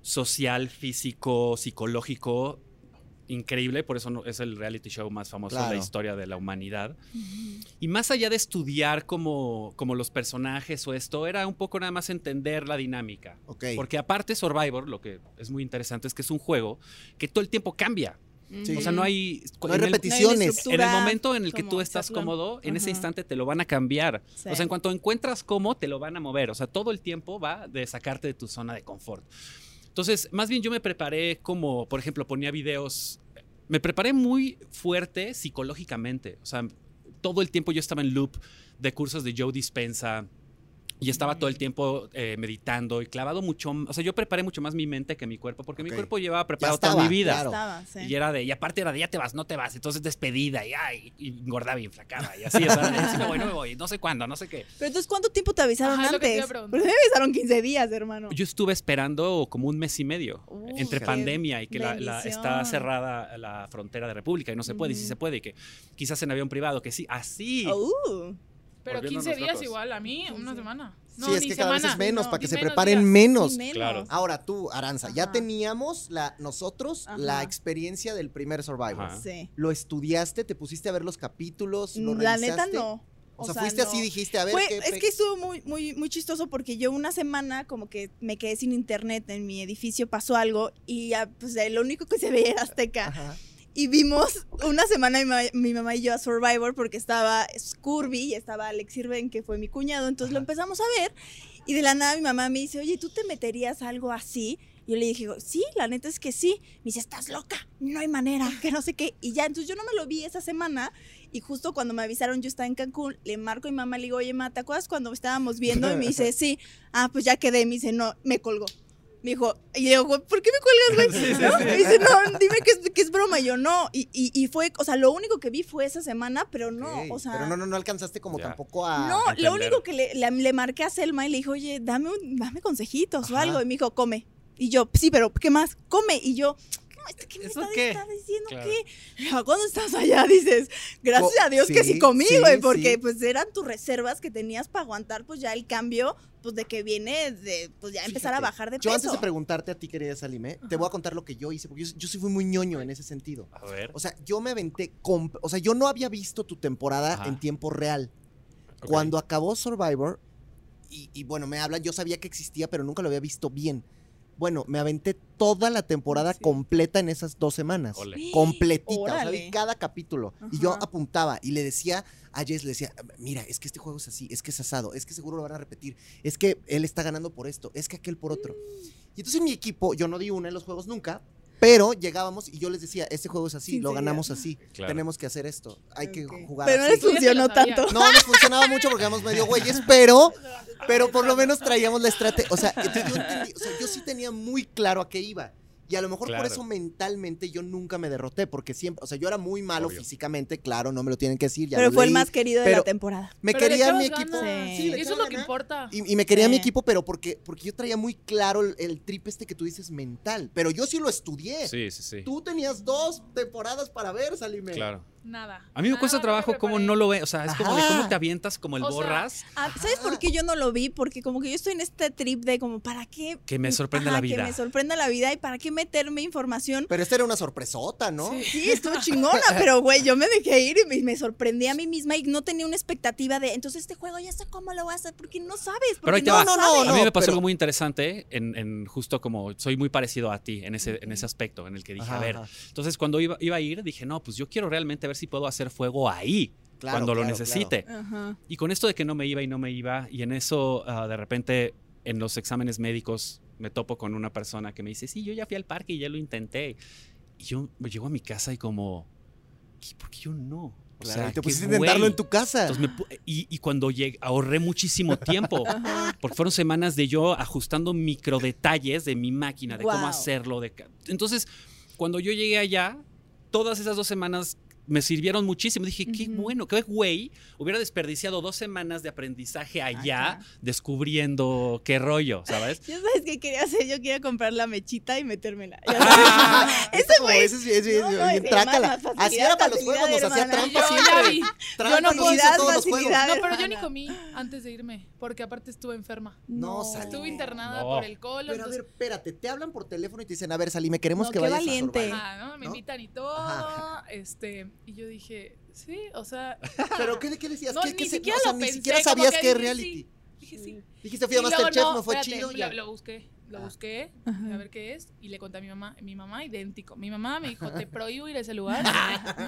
Speaker 4: social, físico, psicológico, increíble, por eso no- es el reality show más famoso de
Speaker 1: Claro.
Speaker 4: la historia de la humanidad. Y más allá de estudiar como, como los personajes o esto, era un poco nada más entender la dinámica.
Speaker 1: Ok.
Speaker 4: Porque aparte Survivor, lo que es muy interesante es que es un juego que todo el tiempo cambia.
Speaker 1: Sí.
Speaker 4: O sea, no hay...
Speaker 1: no hay
Speaker 4: en el-
Speaker 1: repeticiones.
Speaker 3: estructura.
Speaker 4: en el momento en el que
Speaker 3: como
Speaker 4: tú estás
Speaker 3: exacto.
Speaker 4: cómodo, en
Speaker 3: Ajá.
Speaker 4: ese instante te lo van a cambiar.
Speaker 3: Sí.
Speaker 4: O sea, en cuanto encuentras cómo, te lo van a mover. O sea, todo el tiempo va de sacarte de tu zona de confort. Entonces, más bien yo me preparé como, por ejemplo, ponía videos. Me preparé muy fuerte psicológicamente. O sea, todo el tiempo yo estaba en loop de cursos de Joe Dispensa. Y estaba todo el tiempo eh, meditando y clavado mucho. O sea, yo preparé mucho más mi mente que mi cuerpo, porque mi
Speaker 1: Ok.
Speaker 4: cuerpo llevaba preparado
Speaker 1: estaba,
Speaker 4: toda mi vida.
Speaker 1: claro.
Speaker 3: Estaba, sí.
Speaker 4: Y era de, y aparte era de, ya te vas, no te vas. Entonces despedida, y, ay, y engordaba y inflacaba, y así, o sea, y así, no voy, no me voy, no sé cuándo, no sé qué.
Speaker 3: Pero entonces, ¿cuánto tiempo te avisaron
Speaker 2: Ajá, es lo que te iba
Speaker 3: antes?
Speaker 2: a preguntar.
Speaker 3: Porque me avisaron 15 días, hermano.
Speaker 4: Yo estuve esperando como un mes y medio
Speaker 3: Uh,
Speaker 4: entre
Speaker 3: qué
Speaker 4: pandemia y que la, la-
Speaker 3: bendición.
Speaker 4: está cerrada la frontera de República y no se puede, y si
Speaker 3: Ujú.
Speaker 4: se puede, y que quizás en avión privado, que sí, así.
Speaker 3: Uh,
Speaker 2: Pero
Speaker 4: Volviéndonos
Speaker 2: 15 días
Speaker 4: locos.
Speaker 2: igual, a mí
Speaker 3: Sí,
Speaker 2: una
Speaker 3: sí.
Speaker 2: semana.
Speaker 1: Sí,
Speaker 2: No,
Speaker 1: es
Speaker 2: ni
Speaker 1: que cada vez
Speaker 2: semana.
Speaker 1: es menos,
Speaker 2: No,
Speaker 1: para que
Speaker 2: ni
Speaker 1: se
Speaker 2: menos
Speaker 1: preparen
Speaker 2: días.
Speaker 1: menos.
Speaker 3: ni menos.
Speaker 4: Claro.
Speaker 1: Ahora tú, Aranza, ya
Speaker 3: Ajá.
Speaker 1: teníamos la, nosotros la
Speaker 3: Ajá.
Speaker 1: experiencia del primer Survivor.
Speaker 4: Ajá.
Speaker 3: Sí.
Speaker 1: ¿Lo estudiaste? ¿Te pusiste a ver los capítulos? ¿Lo
Speaker 3: Mm, La
Speaker 1: revisaste?
Speaker 3: neta no.
Speaker 1: O, sea, fuiste así,
Speaker 3: no.
Speaker 1: dijiste, a ver
Speaker 3: Fue-
Speaker 1: qué
Speaker 3: es
Speaker 1: pe-
Speaker 3: que estuvo muy, muy, muy chistoso porque yo una semana como que me quedé sin internet en mi edificio, pasó algo y ya, pues de ahí lo único que se veía era Azteca.
Speaker 1: Ajá.
Speaker 3: Y vimos una semana mi, ma- mi mamá y yo a Survivor porque estaba Scurvy y estaba Alex Irving, que fue mi cuñado, entonces lo
Speaker 1: Ajá.
Speaker 3: empezamos a ver y de la nada mi mamá me dice, oye, ¿tú te meterías a algo así? Yo le dije, sí, la neta es que sí. Me dice, estás loca, no hay manera, que no sé qué. Y ya, entonces yo no me lo vi esa semana. Y justo cuando me avisaron, yo estaba en Cancún, le marco a mi mamá, le digo, oye, ma, ¿te acuerdas cuando estábamos viendo? Y me dice, sí. Ah, pues ya quedé. Me dice, no, me colgó. Me dijo, y le digo, "Güey, ¿por qué me cuelgas, güey?
Speaker 4: Sí, sí,
Speaker 3: ¿No?
Speaker 4: sí.
Speaker 3: Me dice, no, dime que es, que es broma. Y yo, no. Y, y, y fue, o sea, lo único que vi fue esa semana, pero no,
Speaker 1: Ok,
Speaker 3: o sea.
Speaker 1: Pero no, no, no alcanzaste como
Speaker 4: Ya.
Speaker 1: tampoco a...
Speaker 3: No,
Speaker 4: entender.
Speaker 3: lo único que le, le- le marqué a Selma y le dije, oye, dame, un- dame consejitos o
Speaker 1: Ajá.
Speaker 3: algo. Y me dijo, come. Y yo, sí, pero ¿qué más? Come. Y yo, no, este, ¿qué me
Speaker 4: ¿Eso
Speaker 3: está,
Speaker 4: qué?
Speaker 3: está diciendo?
Speaker 4: Claro.
Speaker 3: ¿Qué? Ya, Cuando estás allá dices, gracias
Speaker 1: Co-
Speaker 3: a Dios que
Speaker 1: sí,
Speaker 3: sí comí,
Speaker 1: sí,
Speaker 3: güey,
Speaker 1: sí.
Speaker 3: porque pues eran tus reservas que tenías para aguantar pues ya el cambio, pues de que viene de, pues ya empezar a
Speaker 1: Fíjate,
Speaker 3: bajar de
Speaker 1: Yo
Speaker 3: peso.
Speaker 1: antes de preguntarte a ti, querida Salime, te voy a contar lo que yo hice, porque yo, yo sí fui muy ñoño en ese sentido.
Speaker 4: A ver.
Speaker 1: O sea, yo me aventé, comp- o sea, yo no había visto tu temporada
Speaker 4: Ajá.
Speaker 1: en tiempo real.
Speaker 4: ok.
Speaker 1: Cuando acabó Survivor, y, y bueno, me hablan, yo sabía que existía, pero nunca lo había visto bien. Bueno, me aventé toda la temporada
Speaker 2: Sí.
Speaker 1: completa en esas dos semanas.
Speaker 4: Ole.
Speaker 1: Completita, o sea, vi
Speaker 3: Órale.
Speaker 1: cada capítulo. Y yo
Speaker 3: Ajá.
Speaker 1: apuntaba y le decía a Jess, le decía, mira, es que este juego es así, es que es asado, es que seguro lo van a repetir, es que él está ganando por esto, es que aquel por otro. Y entonces en mi equipo, yo no di una en los juegos nunca, pero llegábamos y yo les decía, este juego es así, lo
Speaker 3: Sinceridad.
Speaker 1: ganamos así,
Speaker 4: Claro.
Speaker 1: tenemos que hacer esto, hay que
Speaker 3: Ok.
Speaker 1: jugar
Speaker 3: Pero no
Speaker 1: así.
Speaker 3: les
Speaker 2: Tú ya te
Speaker 3: funcionó
Speaker 2: lo sabías.
Speaker 3: tanto.
Speaker 1: No nos funcionaba mucho porque éramos medio güeyes, pero, pero por lo menos traíamos la estrategia. O sea, entonces yo entendí- o sea, yo sí tenía muy claro a qué iba. Y a lo mejor
Speaker 4: Claro.
Speaker 1: por eso mentalmente yo nunca me derroté, porque siempre, o sea, yo era muy malo
Speaker 4: Obvio.
Speaker 1: físicamente, claro, no me lo tienen que decir. Ya
Speaker 3: Pero
Speaker 1: lo
Speaker 3: fue el
Speaker 1: leí.
Speaker 3: más querido de
Speaker 1: pero-
Speaker 3: la temporada.
Speaker 1: Me
Speaker 2: Pero le
Speaker 1: quería mi
Speaker 2: echabas
Speaker 1: equipo.
Speaker 2: ganas.
Speaker 3: Sí.
Speaker 1: Sí, le
Speaker 2: Eso es lo
Speaker 1: echaba
Speaker 2: que
Speaker 1: ganas.
Speaker 2: importa.
Speaker 1: Y, y me quería mi
Speaker 3: Sí.
Speaker 1: equipo, pero porque, porque yo traía muy claro el, el trip este que tú dices mental. Pero yo sí lo estudié.
Speaker 4: Sí, sí, sí.
Speaker 1: Tú tenías dos temporadas para ver, Salime.
Speaker 4: Claro.
Speaker 2: Nada.
Speaker 4: A mí me
Speaker 2: Nada,
Speaker 4: cuesta
Speaker 2: no
Speaker 4: trabajo
Speaker 2: Ah, me
Speaker 4: cómo
Speaker 2: preparé.
Speaker 4: no lo ve. O sea, es como de
Speaker 1: Ajá.
Speaker 4: cómo te avientas como el
Speaker 2: O sea,
Speaker 4: borras.
Speaker 3: Ah, ¿Sabes por qué yo no lo vi? Porque como que yo estoy en este trip de como, ¿para qué?
Speaker 4: Que me sorprenda
Speaker 3: Ajá,
Speaker 4: la vida.
Speaker 3: Que me sorprenda la vida y para qué meterme información.
Speaker 1: Pero esta era una sorpresota, ¿no?
Speaker 2: Sí.
Speaker 3: Sí, estuvo chingona, pero güey, yo me dejé ir y me, me sorprendí a mí misma y no tenía una expectativa de, entonces este juego ya sé cómo lo vas a hacer, porque no sabes,
Speaker 4: Pero ahí
Speaker 3: porque
Speaker 4: te
Speaker 3: no,
Speaker 4: va.
Speaker 1: no,
Speaker 3: no, no,
Speaker 4: a mí me
Speaker 1: no,
Speaker 4: pasó
Speaker 1: pero-
Speaker 4: algo muy interesante ¿eh? en, en justo como soy muy parecido a ti en ese, en ese aspecto en el que dije,
Speaker 1: Ajá,
Speaker 4: a ver,
Speaker 1: ajá.
Speaker 4: entonces cuando iba, iba a ir dije, no, pues yo quiero realmente ver si puedo hacer fuego ahí
Speaker 1: Claro,
Speaker 4: cuando lo
Speaker 1: claro,
Speaker 4: necesite.
Speaker 3: Ajá.
Speaker 4: Y con esto de que no me iba y no me iba, y en eso ah, de repente en los exámenes médicos me topo con una persona que me dice, sí, yo ya fui al parque y ya lo intenté. Y yo llego a mi casa y como, "¿Qué- ¿por qué yo no? O
Speaker 1: Claro,
Speaker 4: sea,
Speaker 1: y te
Speaker 4: qué
Speaker 1: pusiste a
Speaker 4: güey.
Speaker 1: intentarlo en tu casa.
Speaker 4: Entonces me pu- y, y cuando llegué, ahorré muchísimo tiempo, porque fueron semanas de yo ajustando micro detalles de mi máquina, de cómo
Speaker 3: Guau.
Speaker 4: hacerlo. De... ca- Entonces, cuando yo llegué allá, todas esas dos semanas me sirvieron muchísimo. Dije, qué
Speaker 3: Ujú.
Speaker 4: bueno, qué güey, hubiera desperdiciado dos semanas de aprendizaje allá descubriendo qué rollo, ¿sabes?
Speaker 3: Yo sabes qué quería hacer, yo quería comprar la mechita y metérmela. Ya
Speaker 1: Ese
Speaker 3: güey.
Speaker 1: Ah, Ese es, es- es-
Speaker 3: No, no,
Speaker 1: bien
Speaker 3: es-
Speaker 1: trácala.
Speaker 3: hermana,
Speaker 1: Así era para los
Speaker 3: facilidad,
Speaker 1: juegos, nos hacía
Speaker 3: hermana.
Speaker 2: Yo
Speaker 1: trampa
Speaker 2: ya
Speaker 1: siempre.
Speaker 2: vi.
Speaker 1: Trampa
Speaker 3: Yo no
Speaker 1: nos hizo
Speaker 3: puedo.
Speaker 1: todos los juegos.
Speaker 3: Facilidad.
Speaker 2: No, pero yo ni
Speaker 3: Hermana.
Speaker 2: comí antes de irme, porque aparte estuve enferma.
Speaker 1: No, Salí.
Speaker 2: Estuve internada
Speaker 4: No.
Speaker 2: por el colo.
Speaker 1: Pero a
Speaker 2: entonces-
Speaker 1: ver, espérate, te hablan por teléfono y te dicen, a ver, Salime, queremos
Speaker 3: No,
Speaker 1: que
Speaker 3: qué
Speaker 1: vayas
Speaker 3: valiente.
Speaker 1: a Survivor.
Speaker 2: Ah, ¿no? Me
Speaker 1: ¿No?
Speaker 2: invitan y todo.
Speaker 1: Ajá.
Speaker 2: Este, y yo dije, sí, o sea,
Speaker 1: Pero ¿qué, qué decías?
Speaker 2: No,
Speaker 1: ¿Qué,
Speaker 2: ni
Speaker 1: qué se-
Speaker 2: siquiera
Speaker 1: o sea,
Speaker 2: lo
Speaker 1: ni
Speaker 2: pensé,
Speaker 1: siquiera
Speaker 2: como
Speaker 1: sabías
Speaker 2: que
Speaker 1: qué
Speaker 2: dije,
Speaker 1: reality.
Speaker 2: dije sí.
Speaker 1: Dijiste, fui
Speaker 2: Y
Speaker 1: a
Speaker 2: luego,
Speaker 1: Masterchef, no,
Speaker 2: no,
Speaker 1: fue
Speaker 2: espérate,
Speaker 1: chido.
Speaker 2: lo-
Speaker 1: ya. Ah.
Speaker 2: Lo busqué, lo
Speaker 1: Ajá.
Speaker 2: busqué,
Speaker 3: Ajá.
Speaker 2: a ver qué es, y le conté a mi mamá. Mi mamá, idéntico. Mi mamá me dijo, te prohíbo ir a ese lugar,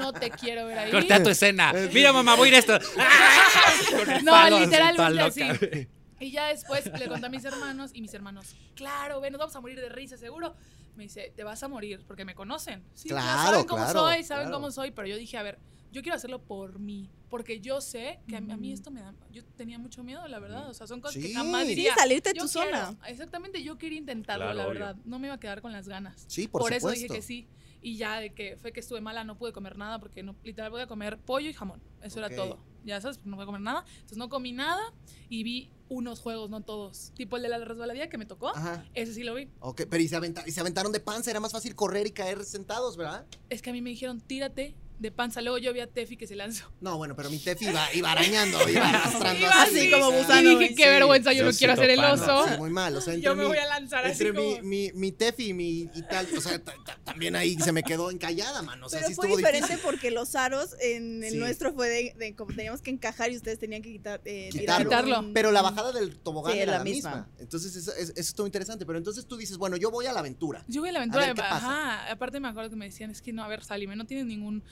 Speaker 2: no te quiero ver ahí.
Speaker 4: Corta tu escena. Mira, mamá, voy a ir a esto. Con el
Speaker 2: No,
Speaker 4: palo, así,
Speaker 2: literalmente
Speaker 4: toda loca.
Speaker 2: Y ya después le conté a mis hermanos y mis hermanos, claro, ven, nos vamos a morir de risa, seguro. Me dice, te vas a morir porque me conocen. Sí, ya
Speaker 1: Claro,
Speaker 2: saben cómo
Speaker 1: claro,
Speaker 2: soy, saben
Speaker 1: claro.
Speaker 2: cómo soy, pero yo dije, a ver, yo quiero hacerlo por mí, porque yo sé que a, mí- a mí
Speaker 3: Mm.
Speaker 2: esto me da, yo tenía mucho miedo, la verdad, o sea, son cosas
Speaker 1: Sí.
Speaker 2: que jamás
Speaker 1: Sí,
Speaker 3: Sí,
Speaker 2: diría.
Speaker 3: salirte de
Speaker 2: yo
Speaker 3: tu
Speaker 2: quiero.
Speaker 3: zona.
Speaker 2: Exactamente, yo quería intentarlo,
Speaker 4: Claro,
Speaker 2: la
Speaker 4: obvio.
Speaker 2: verdad, no me iba a quedar con las ganas.
Speaker 1: Sí, por,
Speaker 2: Por, eso
Speaker 1: supuesto.
Speaker 2: dije que sí. Y ya de que fue que estuve mala, no pude comer nada porque no, literal voy a comer pollo y jamón. Eso
Speaker 1: Ok.
Speaker 2: era todo. Ya sabes, no voy a comer nada. Entonces no comí nada y vi unos juegos, no todos. Tipo el de la resbaladilla que me tocó.
Speaker 1: Ajá.
Speaker 2: Ese sí lo vi.
Speaker 1: Ok, pero y se, aventa- y se aventaron de panza, era más fácil correr y caer sentados, ¿verdad?
Speaker 2: Es que a mí me dijeron, tírate de panza. Luego yo vi a Tefi que se lanzó.
Speaker 1: No, bueno, pero mi Tefi iba, iba arañando, iba arrastrando
Speaker 2: Iba
Speaker 1: así.
Speaker 3: así como
Speaker 1: o sea,
Speaker 3: gusano.
Speaker 2: Y dije, qué
Speaker 1: sí.
Speaker 2: vergüenza, yo no
Speaker 5: Diosito
Speaker 2: quiero hacer el
Speaker 5: Panda.
Speaker 2: oso.
Speaker 1: Sí, muy mal, o sea, entre
Speaker 2: Yo me
Speaker 1: mi-
Speaker 2: voy a lanzar así
Speaker 1: Entre mi,
Speaker 2: como-
Speaker 1: mi, mi Tefi y mi y tal, o sea, ta- ta- también ahí se me quedó encallada, mano. O sea,
Speaker 3: Pero
Speaker 1: sí
Speaker 3: fue
Speaker 1: estuvo
Speaker 3: diferente
Speaker 1: difícil.
Speaker 3: porque los aros en el
Speaker 1: Sí.
Speaker 3: nuestro fue de, de como teníamos que encajar y ustedes tenían que quitar, eh,
Speaker 1: Quitarlo.
Speaker 3: tirar
Speaker 2: Quitarlo.
Speaker 3: un-
Speaker 1: Pero la bajada del tobogán
Speaker 3: Sí,
Speaker 1: era
Speaker 3: la
Speaker 1: la misma.
Speaker 3: misma.
Speaker 1: Entonces, eso, es- eso estuvo interesante. Pero entonces tú dices, bueno, yo voy a la aventura.
Speaker 2: Yo voy a la aventura.
Speaker 1: A ver,
Speaker 2: de-
Speaker 1: ¿qué pasa?
Speaker 2: Ajá. Aparte me acuerdo que me decían, es que no, a ver, Salime, no tienes ningún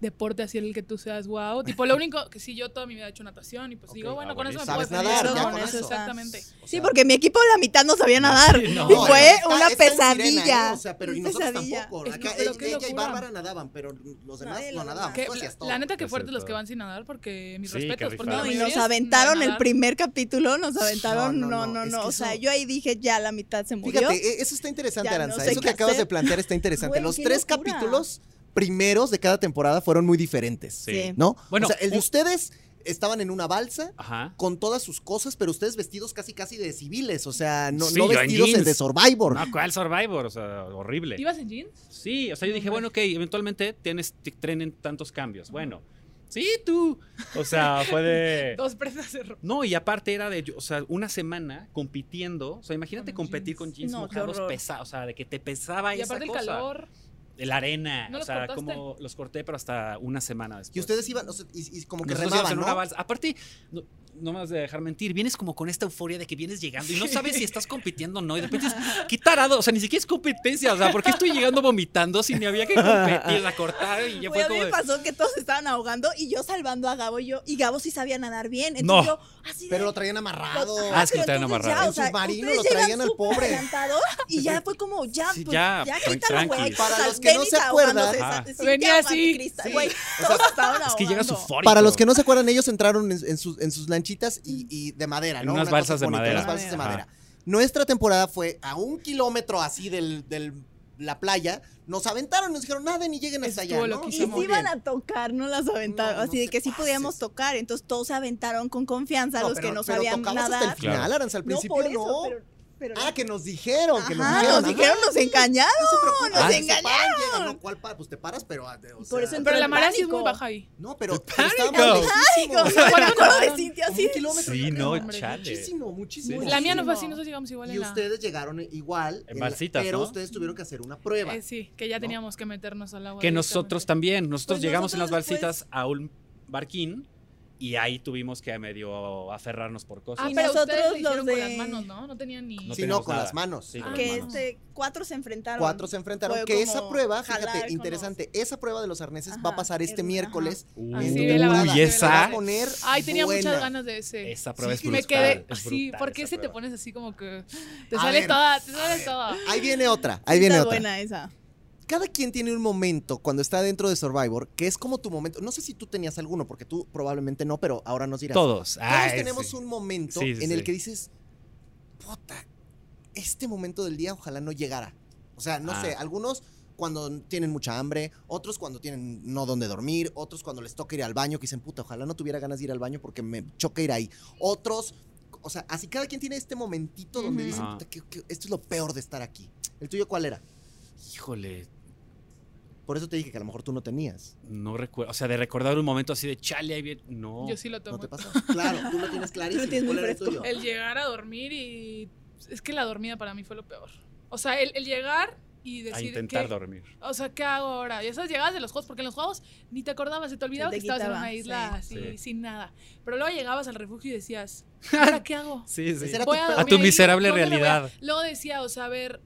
Speaker 2: deporte así en el que tú seas wow. Tipo, lo único que sí, yo toda mi vida he hecho natación y pues
Speaker 1: Ok.
Speaker 2: digo, bueno,
Speaker 5: Ah,
Speaker 2: con eso me
Speaker 1: Sabes
Speaker 2: puedo defender,
Speaker 1: nadar,
Speaker 3: ¿no?
Speaker 1: ya
Speaker 2: con
Speaker 1: con
Speaker 3: Eso
Speaker 1: eso.
Speaker 3: está-
Speaker 2: Exactamente.
Speaker 1: O
Speaker 3: Sí,
Speaker 1: sea,
Speaker 3: porque mi equipo la mitad no sabía nadar.
Speaker 4: no.
Speaker 3: y
Speaker 1: bueno,
Speaker 3: fue
Speaker 1: está-
Speaker 3: una
Speaker 1: está en sirena,
Speaker 3: pesadilla.
Speaker 1: ¿eh? O sea, pero y
Speaker 3: Una
Speaker 1: nosotros
Speaker 3: pesadilla.
Speaker 1: tampoco.
Speaker 3: Es
Speaker 1: Acá
Speaker 2: que- pero qué
Speaker 1: ella y
Speaker 2: locura.
Speaker 1: Bárbara nadaban, pero los demás
Speaker 3: Nadie
Speaker 1: no
Speaker 3: lo
Speaker 1: nadaban.
Speaker 3: nadaba.
Speaker 2: Que-
Speaker 1: Tú hacías todo.
Speaker 2: la neta que
Speaker 5: Yo
Speaker 2: fuerte
Speaker 5: sé
Speaker 2: los que
Speaker 5: todo.
Speaker 2: van sin nadar porque mis
Speaker 5: Sí,
Speaker 2: respetos
Speaker 5: qué
Speaker 2: porque la
Speaker 5: rifado.
Speaker 3: No, y
Speaker 2: mayoría es
Speaker 3: nos aventaron el
Speaker 2: nadar.
Speaker 3: primer capítulo, nos aventaron,
Speaker 1: No, no,
Speaker 3: no,
Speaker 1: no,
Speaker 3: no, no.
Speaker 1: es que
Speaker 3: o sea,
Speaker 1: eso-
Speaker 3: yo ahí dije, ya la mitad se murió.
Speaker 1: Fíjate, e- eso está interesante,
Speaker 3: Ya no
Speaker 1: Aranza.
Speaker 3: sé
Speaker 1: eso
Speaker 3: qué
Speaker 1: que acabas de
Speaker 3: hacer.
Speaker 1: plantear está interesante.
Speaker 3: Güey,
Speaker 1: los
Speaker 3: qué
Speaker 1: tres
Speaker 3: locura.
Speaker 1: capítulos primeros de cada temporada fueron muy diferentes,
Speaker 4: Sí.
Speaker 3: Sí.
Speaker 1: ¿no?
Speaker 4: Bueno,
Speaker 1: o sea, el de
Speaker 4: un-
Speaker 1: ustedes estaban en una balsa
Speaker 4: Ajá.
Speaker 1: con todas sus cosas, pero ustedes vestidos casi casi de civiles, o sea, no,
Speaker 4: Sí,
Speaker 1: no
Speaker 4: yo en
Speaker 1: vestidos
Speaker 4: jeans.
Speaker 1: de Survivor.
Speaker 4: No, ¿cuál Survivor? O sea, horrible.
Speaker 2: ¿Ibas en jeans?
Speaker 4: Sí, o sea, yo
Speaker 2: pues.
Speaker 4: dije, bueno, ok, eventualmente tienes, te trenen tantos cambios. Bueno, sí, tú. O sea, fue de...
Speaker 2: Dos prendas de ropa.
Speaker 4: No, y aparte era de, o sea, una semana compitiendo. O sea, imagínate
Speaker 2: Con
Speaker 4: competir
Speaker 2: jeans.
Speaker 4: con jeans
Speaker 3: No, qué
Speaker 4: mojados
Speaker 3: horror.
Speaker 4: pesados. O sea, de que te pesaba
Speaker 2: Y
Speaker 4: esa
Speaker 2: aparte el
Speaker 4: cosa.
Speaker 2: calor.
Speaker 4: La arena.
Speaker 2: ¿No
Speaker 4: o
Speaker 2: los
Speaker 4: sea,
Speaker 2: cortaste?
Speaker 4: como los corté, pero hasta una semana después.
Speaker 1: Y ustedes iban, o sea, y, y como que
Speaker 4: Nosotros íbamos
Speaker 1: remaban,
Speaker 4: en
Speaker 1: ¿no?
Speaker 4: una balsa. Aparte, no, no me vas a dejar mentir, vienes como con esta euforia de que vienes llegando y no sabes si estás compitiendo o no. Y de repente es, qué tarado, o sea, ni siquiera es competencia. O sea, ¿por qué estoy llegando vomitando si ni había que competir? La cortaron y ya fue
Speaker 3: Güey, a mí
Speaker 4: como.
Speaker 3: me
Speaker 4: de-
Speaker 3: pasó que todos estaban ahogando y yo salvando a Gabo y yo, y Gabo sí sabía nadar bien.
Speaker 4: No.
Speaker 3: Entonces yo, así de-
Speaker 1: Pero lo traían amarrado.
Speaker 4: Ah, es que lo
Speaker 3: pero
Speaker 4: traían
Speaker 3: entonces
Speaker 4: amarrado.
Speaker 3: ya,
Speaker 1: El submarino
Speaker 3: ustedes
Speaker 1: lo
Speaker 3: llegan
Speaker 1: traían al
Speaker 3: súper
Speaker 1: pobre.
Speaker 3: adelantados Y ya fue como, ya,
Speaker 4: Sí,
Speaker 3: pues,
Speaker 4: ya,
Speaker 3: ya,
Speaker 4: tran-
Speaker 3: quítalo, güey.
Speaker 4: tranquis.
Speaker 1: Para
Speaker 3: O sea,
Speaker 1: los que no
Speaker 3: Dennis
Speaker 1: se acuerdan-
Speaker 3: ahogándose,
Speaker 4: Ajá.
Speaker 3: sí,
Speaker 2: Venía
Speaker 3: ya,
Speaker 2: así.
Speaker 3: Crista,
Speaker 1: Sí.
Speaker 3: güey,
Speaker 1: O
Speaker 3: todos estaban
Speaker 4: Es que llega su
Speaker 3: ahogando.
Speaker 4: fórico.
Speaker 1: Para los que no se acuerdan, ellos entraron en, en sus, en sus lanchitas y, y de madera,
Speaker 4: En
Speaker 1: ¿no?
Speaker 4: unas
Speaker 1: Una
Speaker 4: balsas
Speaker 1: cosa
Speaker 4: de
Speaker 1: bonita,
Speaker 4: madera.
Speaker 1: unas balsas de
Speaker 4: Ajá.
Speaker 1: madera. Nuestra temporada fue a un kilómetro así del, del la playa. Nos aventaron, nos dijeron, nada, ni lleguen hasta allá.
Speaker 2: Estuvo
Speaker 1: ¿no?
Speaker 2: loquísimo.
Speaker 3: Y
Speaker 2: Está
Speaker 3: sí
Speaker 2: muy
Speaker 3: iban a tocar, no las aventaron.
Speaker 1: No, no
Speaker 3: así de
Speaker 1: te
Speaker 3: que sí podíamos
Speaker 1: pases.
Speaker 3: tocar. Entonces todos se aventaron con confianza, los que
Speaker 1: pero
Speaker 3: no sabían
Speaker 1: tocamos
Speaker 3: nadar.
Speaker 1: hasta el final,
Speaker 4: Claro.
Speaker 1: Aranza, al
Speaker 3: No,
Speaker 1: principio
Speaker 3: por
Speaker 1: no.
Speaker 3: eso, pero, pero
Speaker 1: Ah, que nos dijeron, que nos
Speaker 3: Ajá,
Speaker 1: dijeron.
Speaker 3: nos dijeron,
Speaker 1: ajá.
Speaker 3: nos engañaron.
Speaker 1: No se preocupen,
Speaker 3: Ah, nos
Speaker 1: si se paran,
Speaker 3: engañaron.
Speaker 1: llegan, ¿no? ¿Cuál pa- Pues te paras, pero. ah, de- o
Speaker 3: Por
Speaker 1: sea,
Speaker 3: eso entró
Speaker 2: Pero la
Speaker 3: el
Speaker 2: marea sí es muy
Speaker 3: pánico.
Speaker 2: baja ahí.
Speaker 1: No, pero. pero
Speaker 4: ¡Pánico!
Speaker 1: estábamos lejísimos, o
Speaker 3: Ay,
Speaker 1: sea,
Speaker 3: me acuerdo de
Speaker 2: Como
Speaker 3: Cintia
Speaker 1: como
Speaker 3: así.
Speaker 1: un kilómetro.
Speaker 4: Sí,
Speaker 1: yo
Speaker 4: no,
Speaker 1: creo.
Speaker 4: chale.
Speaker 1: Muchísimo, muchísimo.
Speaker 2: La mía no fue así,
Speaker 3: Muchísimo.
Speaker 2: nosotros llegamos igual
Speaker 1: Y
Speaker 2: en la...
Speaker 1: ustedes llegaron igual.
Speaker 4: En
Speaker 1: la-
Speaker 4: balsitas,
Speaker 1: Pero
Speaker 4: ¿no?
Speaker 1: ustedes tuvieron que hacer una prueba.
Speaker 2: Eh, sí, que ya
Speaker 1: ¿no?
Speaker 2: teníamos que meternos al agua.
Speaker 4: Que nosotros
Speaker 2: directamente.
Speaker 4: también. Nosotros
Speaker 3: Pues
Speaker 4: llegamos en las
Speaker 3: nosotros después-
Speaker 4: balsitas a un barquín y ahí tuvimos que medio aferrarnos por cosas.
Speaker 2: Ah,
Speaker 3: Y
Speaker 2: pero
Speaker 3: nosotros
Speaker 2: ustedes lo hicieron
Speaker 3: los
Speaker 2: con las
Speaker 3: de-
Speaker 2: manos, ¿no? No tenían ni...
Speaker 4: No
Speaker 1: Sí,
Speaker 4: teníamos
Speaker 1: no, con
Speaker 4: nada.
Speaker 1: las manos.
Speaker 4: Sí,
Speaker 2: Ah,
Speaker 4: con
Speaker 3: que
Speaker 4: las manos.
Speaker 3: este, cuatro se enfrentaron.
Speaker 1: Cuatro se enfrentaron.
Speaker 3: Fue
Speaker 1: que
Speaker 3: como
Speaker 1: esa prueba,
Speaker 3: jalar
Speaker 1: fíjate,
Speaker 3: con
Speaker 1: interesante, esa prueba de los arneses
Speaker 3: Ajá,
Speaker 1: va a pasar este
Speaker 3: el-
Speaker 1: miércoles.
Speaker 2: Ah, sí,
Speaker 4: Uy,
Speaker 2: ve la barra, ve la
Speaker 1: Se va a
Speaker 4: esa,
Speaker 2: barra.
Speaker 1: poner
Speaker 2: Ay, tenía muchas
Speaker 1: buena.
Speaker 2: ganas de ese.
Speaker 4: esa prueba
Speaker 1: Sí,
Speaker 4: es
Speaker 2: me
Speaker 4: brutal.
Speaker 2: quedé
Speaker 4: es
Speaker 2: así,
Speaker 4: brutal
Speaker 2: ¿por qué
Speaker 4: esa
Speaker 2: se te
Speaker 4: prueba.
Speaker 2: pones así como que te
Speaker 1: A
Speaker 2: sale
Speaker 1: ver,
Speaker 2: toda, te
Speaker 1: a
Speaker 2: sale
Speaker 1: ver.
Speaker 2: toda?
Speaker 1: Ahí viene otra, ahí
Speaker 3: Ahí
Speaker 1: viene
Speaker 3: viene
Speaker 1: otra.
Speaker 3: buena esa.
Speaker 1: Cada quien tiene un momento cuando está dentro de Survivor que es como tu momento. No sé si tú tenías alguno, porque tú probablemente no, pero ahora nos dirás.
Speaker 4: Todos.
Speaker 1: Todos
Speaker 4: Ay,
Speaker 1: tenemos
Speaker 4: sí.
Speaker 1: un momento
Speaker 4: Sí, sí,
Speaker 1: en el
Speaker 4: sí.
Speaker 1: que dices, puta, este momento del día ojalá no llegara. O sea, no
Speaker 4: Ah.
Speaker 1: sé, algunos cuando tienen mucha hambre, otros cuando tienen no donde dormir, otros cuando les toca ir al baño, que dicen, puta, ojalá no tuviera ganas de ir al baño porque me choca ir ahí. Otros, o sea, así cada quien tiene este momentito donde
Speaker 3: Ujú.
Speaker 1: dicen,
Speaker 4: Ajá.
Speaker 1: puta, que- que esto es lo peor de estar aquí. ¿El tuyo cuál era?
Speaker 4: Híjole,
Speaker 1: Por eso te dije que a lo mejor tú no tenías.
Speaker 4: no recuerdo. O sea, de recordar un momento así de chale, ahí viene. No.
Speaker 2: Yo sí lo tomo.
Speaker 1: ¿No te pasó? Claro, tú lo tienes clarísimo.
Speaker 3: Tú lo tienes
Speaker 1: ¿Cuál
Speaker 3: muy
Speaker 1: era el
Speaker 3: fresco.
Speaker 1: tuyo?
Speaker 2: El llegar a dormir y... Es que la dormida para mí fue lo peor. O sea, el, el llegar y
Speaker 4: a
Speaker 2: decir
Speaker 4: intentar
Speaker 2: que-
Speaker 4: dormir.
Speaker 2: O sea, ¿qué hago ahora? Y esas llegadas de los juegos, porque en los juegos ni te acordabas, se te olvidaba
Speaker 3: Se
Speaker 2: que
Speaker 3: te
Speaker 2: estabas en
Speaker 3: quitaba,
Speaker 2: una isla así,
Speaker 4: Sí.
Speaker 2: sin nada. Pero luego llegabas al refugio y decías, ¿ahora qué hago?
Speaker 4: Sí,
Speaker 1: Ese era-
Speaker 2: Voy
Speaker 1: tu
Speaker 2: a,
Speaker 1: peor-
Speaker 2: dormir
Speaker 4: A tu
Speaker 2: ahí,
Speaker 4: miserable
Speaker 2: ¿dónde me voy a-
Speaker 4: realidad.
Speaker 2: Luego decía, o sea, a ver,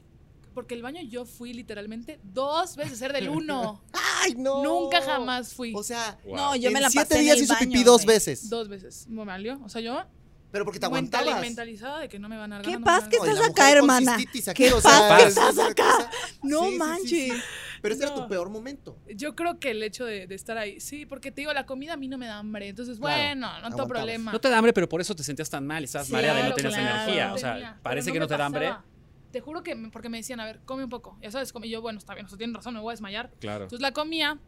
Speaker 2: porque el baño yo fui literalmente dos veces ser del uno.
Speaker 1: ¡Ay, no!
Speaker 2: Nunca jamás fui.
Speaker 1: O sea,
Speaker 4: Wow.
Speaker 3: No, yo
Speaker 1: en
Speaker 3: me la
Speaker 1: siete
Speaker 3: pasé en
Speaker 1: días
Speaker 3: el
Speaker 1: hizo
Speaker 3: baño,
Speaker 1: pipí dos
Speaker 3: güey.
Speaker 1: veces.
Speaker 2: dos veces. Me valió. O sea, yo
Speaker 1: Pero porque te
Speaker 2: mental-
Speaker 1: aguantabas.
Speaker 2: mentalizada de que no me van a dar
Speaker 3: Qué
Speaker 2: ganas, no me
Speaker 3: paz
Speaker 2: van a
Speaker 3: que
Speaker 2: dar
Speaker 1: No, y
Speaker 3: estás
Speaker 1: la
Speaker 3: acá,
Speaker 1: mujer con
Speaker 3: hermana.
Speaker 1: cistitis aquí,
Speaker 3: Qué
Speaker 1: o sea,
Speaker 3: paz que
Speaker 1: es una
Speaker 3: estás acá.
Speaker 1: cosa-
Speaker 3: No
Speaker 1: Sí, sí, sí,
Speaker 3: manches.
Speaker 1: sí. Pero ese era tu
Speaker 2: No.
Speaker 1: peor momento.
Speaker 2: ganas. Yo creo que el hecho de, de estar ahí, sí, porque te digo, la comida a mí no me da hambre. Entonces,
Speaker 1: Claro,
Speaker 2: bueno, no tengo
Speaker 1: aguantabas.
Speaker 2: problema.
Speaker 4: No te da hambre, pero por eso te sentías tan mal. Estabas
Speaker 3: Sí,
Speaker 4: mareada y no
Speaker 2: Claro,
Speaker 4: tenías
Speaker 2: claro,
Speaker 4: energía.
Speaker 2: no
Speaker 4: O sea,
Speaker 2: tenía.
Speaker 4: parece
Speaker 2: Pero
Speaker 4: que no
Speaker 2: me
Speaker 4: te da hambre.
Speaker 2: pasaba. Te juro que me- porque me decían, a ver, come un poco. Ya sabes, come. Y yo, bueno, está bien, o sea, tienen razón, me voy a desmayar.
Speaker 4: Claro.
Speaker 2: Entonces la comía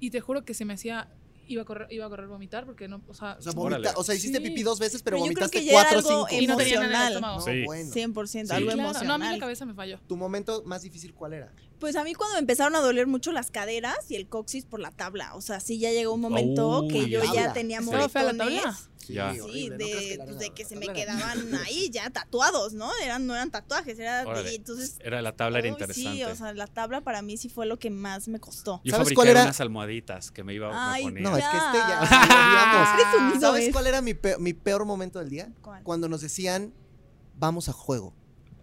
Speaker 2: y te juro que se me hacía. Iba a correr, iba a correr vomitar porque no. O sea,
Speaker 1: O sea,
Speaker 4: Órale.
Speaker 1: vomita- o sea hiciste
Speaker 2: Sí.
Speaker 1: pipí dos veces, pero,
Speaker 3: Pero yo creo
Speaker 1: vomitaste
Speaker 3: que ya era
Speaker 1: cuatro o
Speaker 3: algo
Speaker 1: cinco.
Speaker 2: y no tenía nada en el
Speaker 3: emocional.
Speaker 2: estómago.
Speaker 1: No,
Speaker 4: Sí.
Speaker 1: bueno.
Speaker 3: 100%,
Speaker 4: Sí.
Speaker 3: algo
Speaker 2: Claro,
Speaker 3: emocional.
Speaker 2: No, a mí la cabeza me falló.
Speaker 1: ¿Tu momento más difícil cuál era?
Speaker 3: Pues a mí cuando me empezaron a doler mucho las caderas y el coxis por la tabla, o sea, sí ya llegó un momento
Speaker 4: Uy,
Speaker 3: que yo
Speaker 1: tabla.
Speaker 3: ya tenía
Speaker 2: ¿Estaba fea la
Speaker 3: moretones.
Speaker 2: tabla?
Speaker 1: Sí,
Speaker 4: Ya.
Speaker 3: Sí,
Speaker 1: horrible, ¿no crees
Speaker 3: de,
Speaker 1: la
Speaker 3: pues,
Speaker 1: arena-
Speaker 3: de que se
Speaker 1: la
Speaker 3: me
Speaker 1: arena-
Speaker 3: quedaban ahí ya tatuados, ¿no? Eran, no eran tatuajes, era
Speaker 4: Órale.
Speaker 3: de, entonces...
Speaker 4: Era la tabla, era
Speaker 3: uy,
Speaker 4: interesante.
Speaker 3: Sí, o sea, la tabla para mí sí fue lo que más me costó.
Speaker 4: Yo
Speaker 1: ¿Sabes
Speaker 4: fabriqué
Speaker 1: cuál era?
Speaker 4: unas almohaditas que me iba a
Speaker 3: Ay,
Speaker 4: poner.
Speaker 1: No, es que este ya.
Speaker 4: Ah.
Speaker 1: digamos.
Speaker 3: Presumido
Speaker 1: ¿Sabes
Speaker 3: es.
Speaker 1: cuál era mi peor, mi peor momento del día?
Speaker 3: ¿Cuál?
Speaker 1: Cuando nos decían, vamos a juego.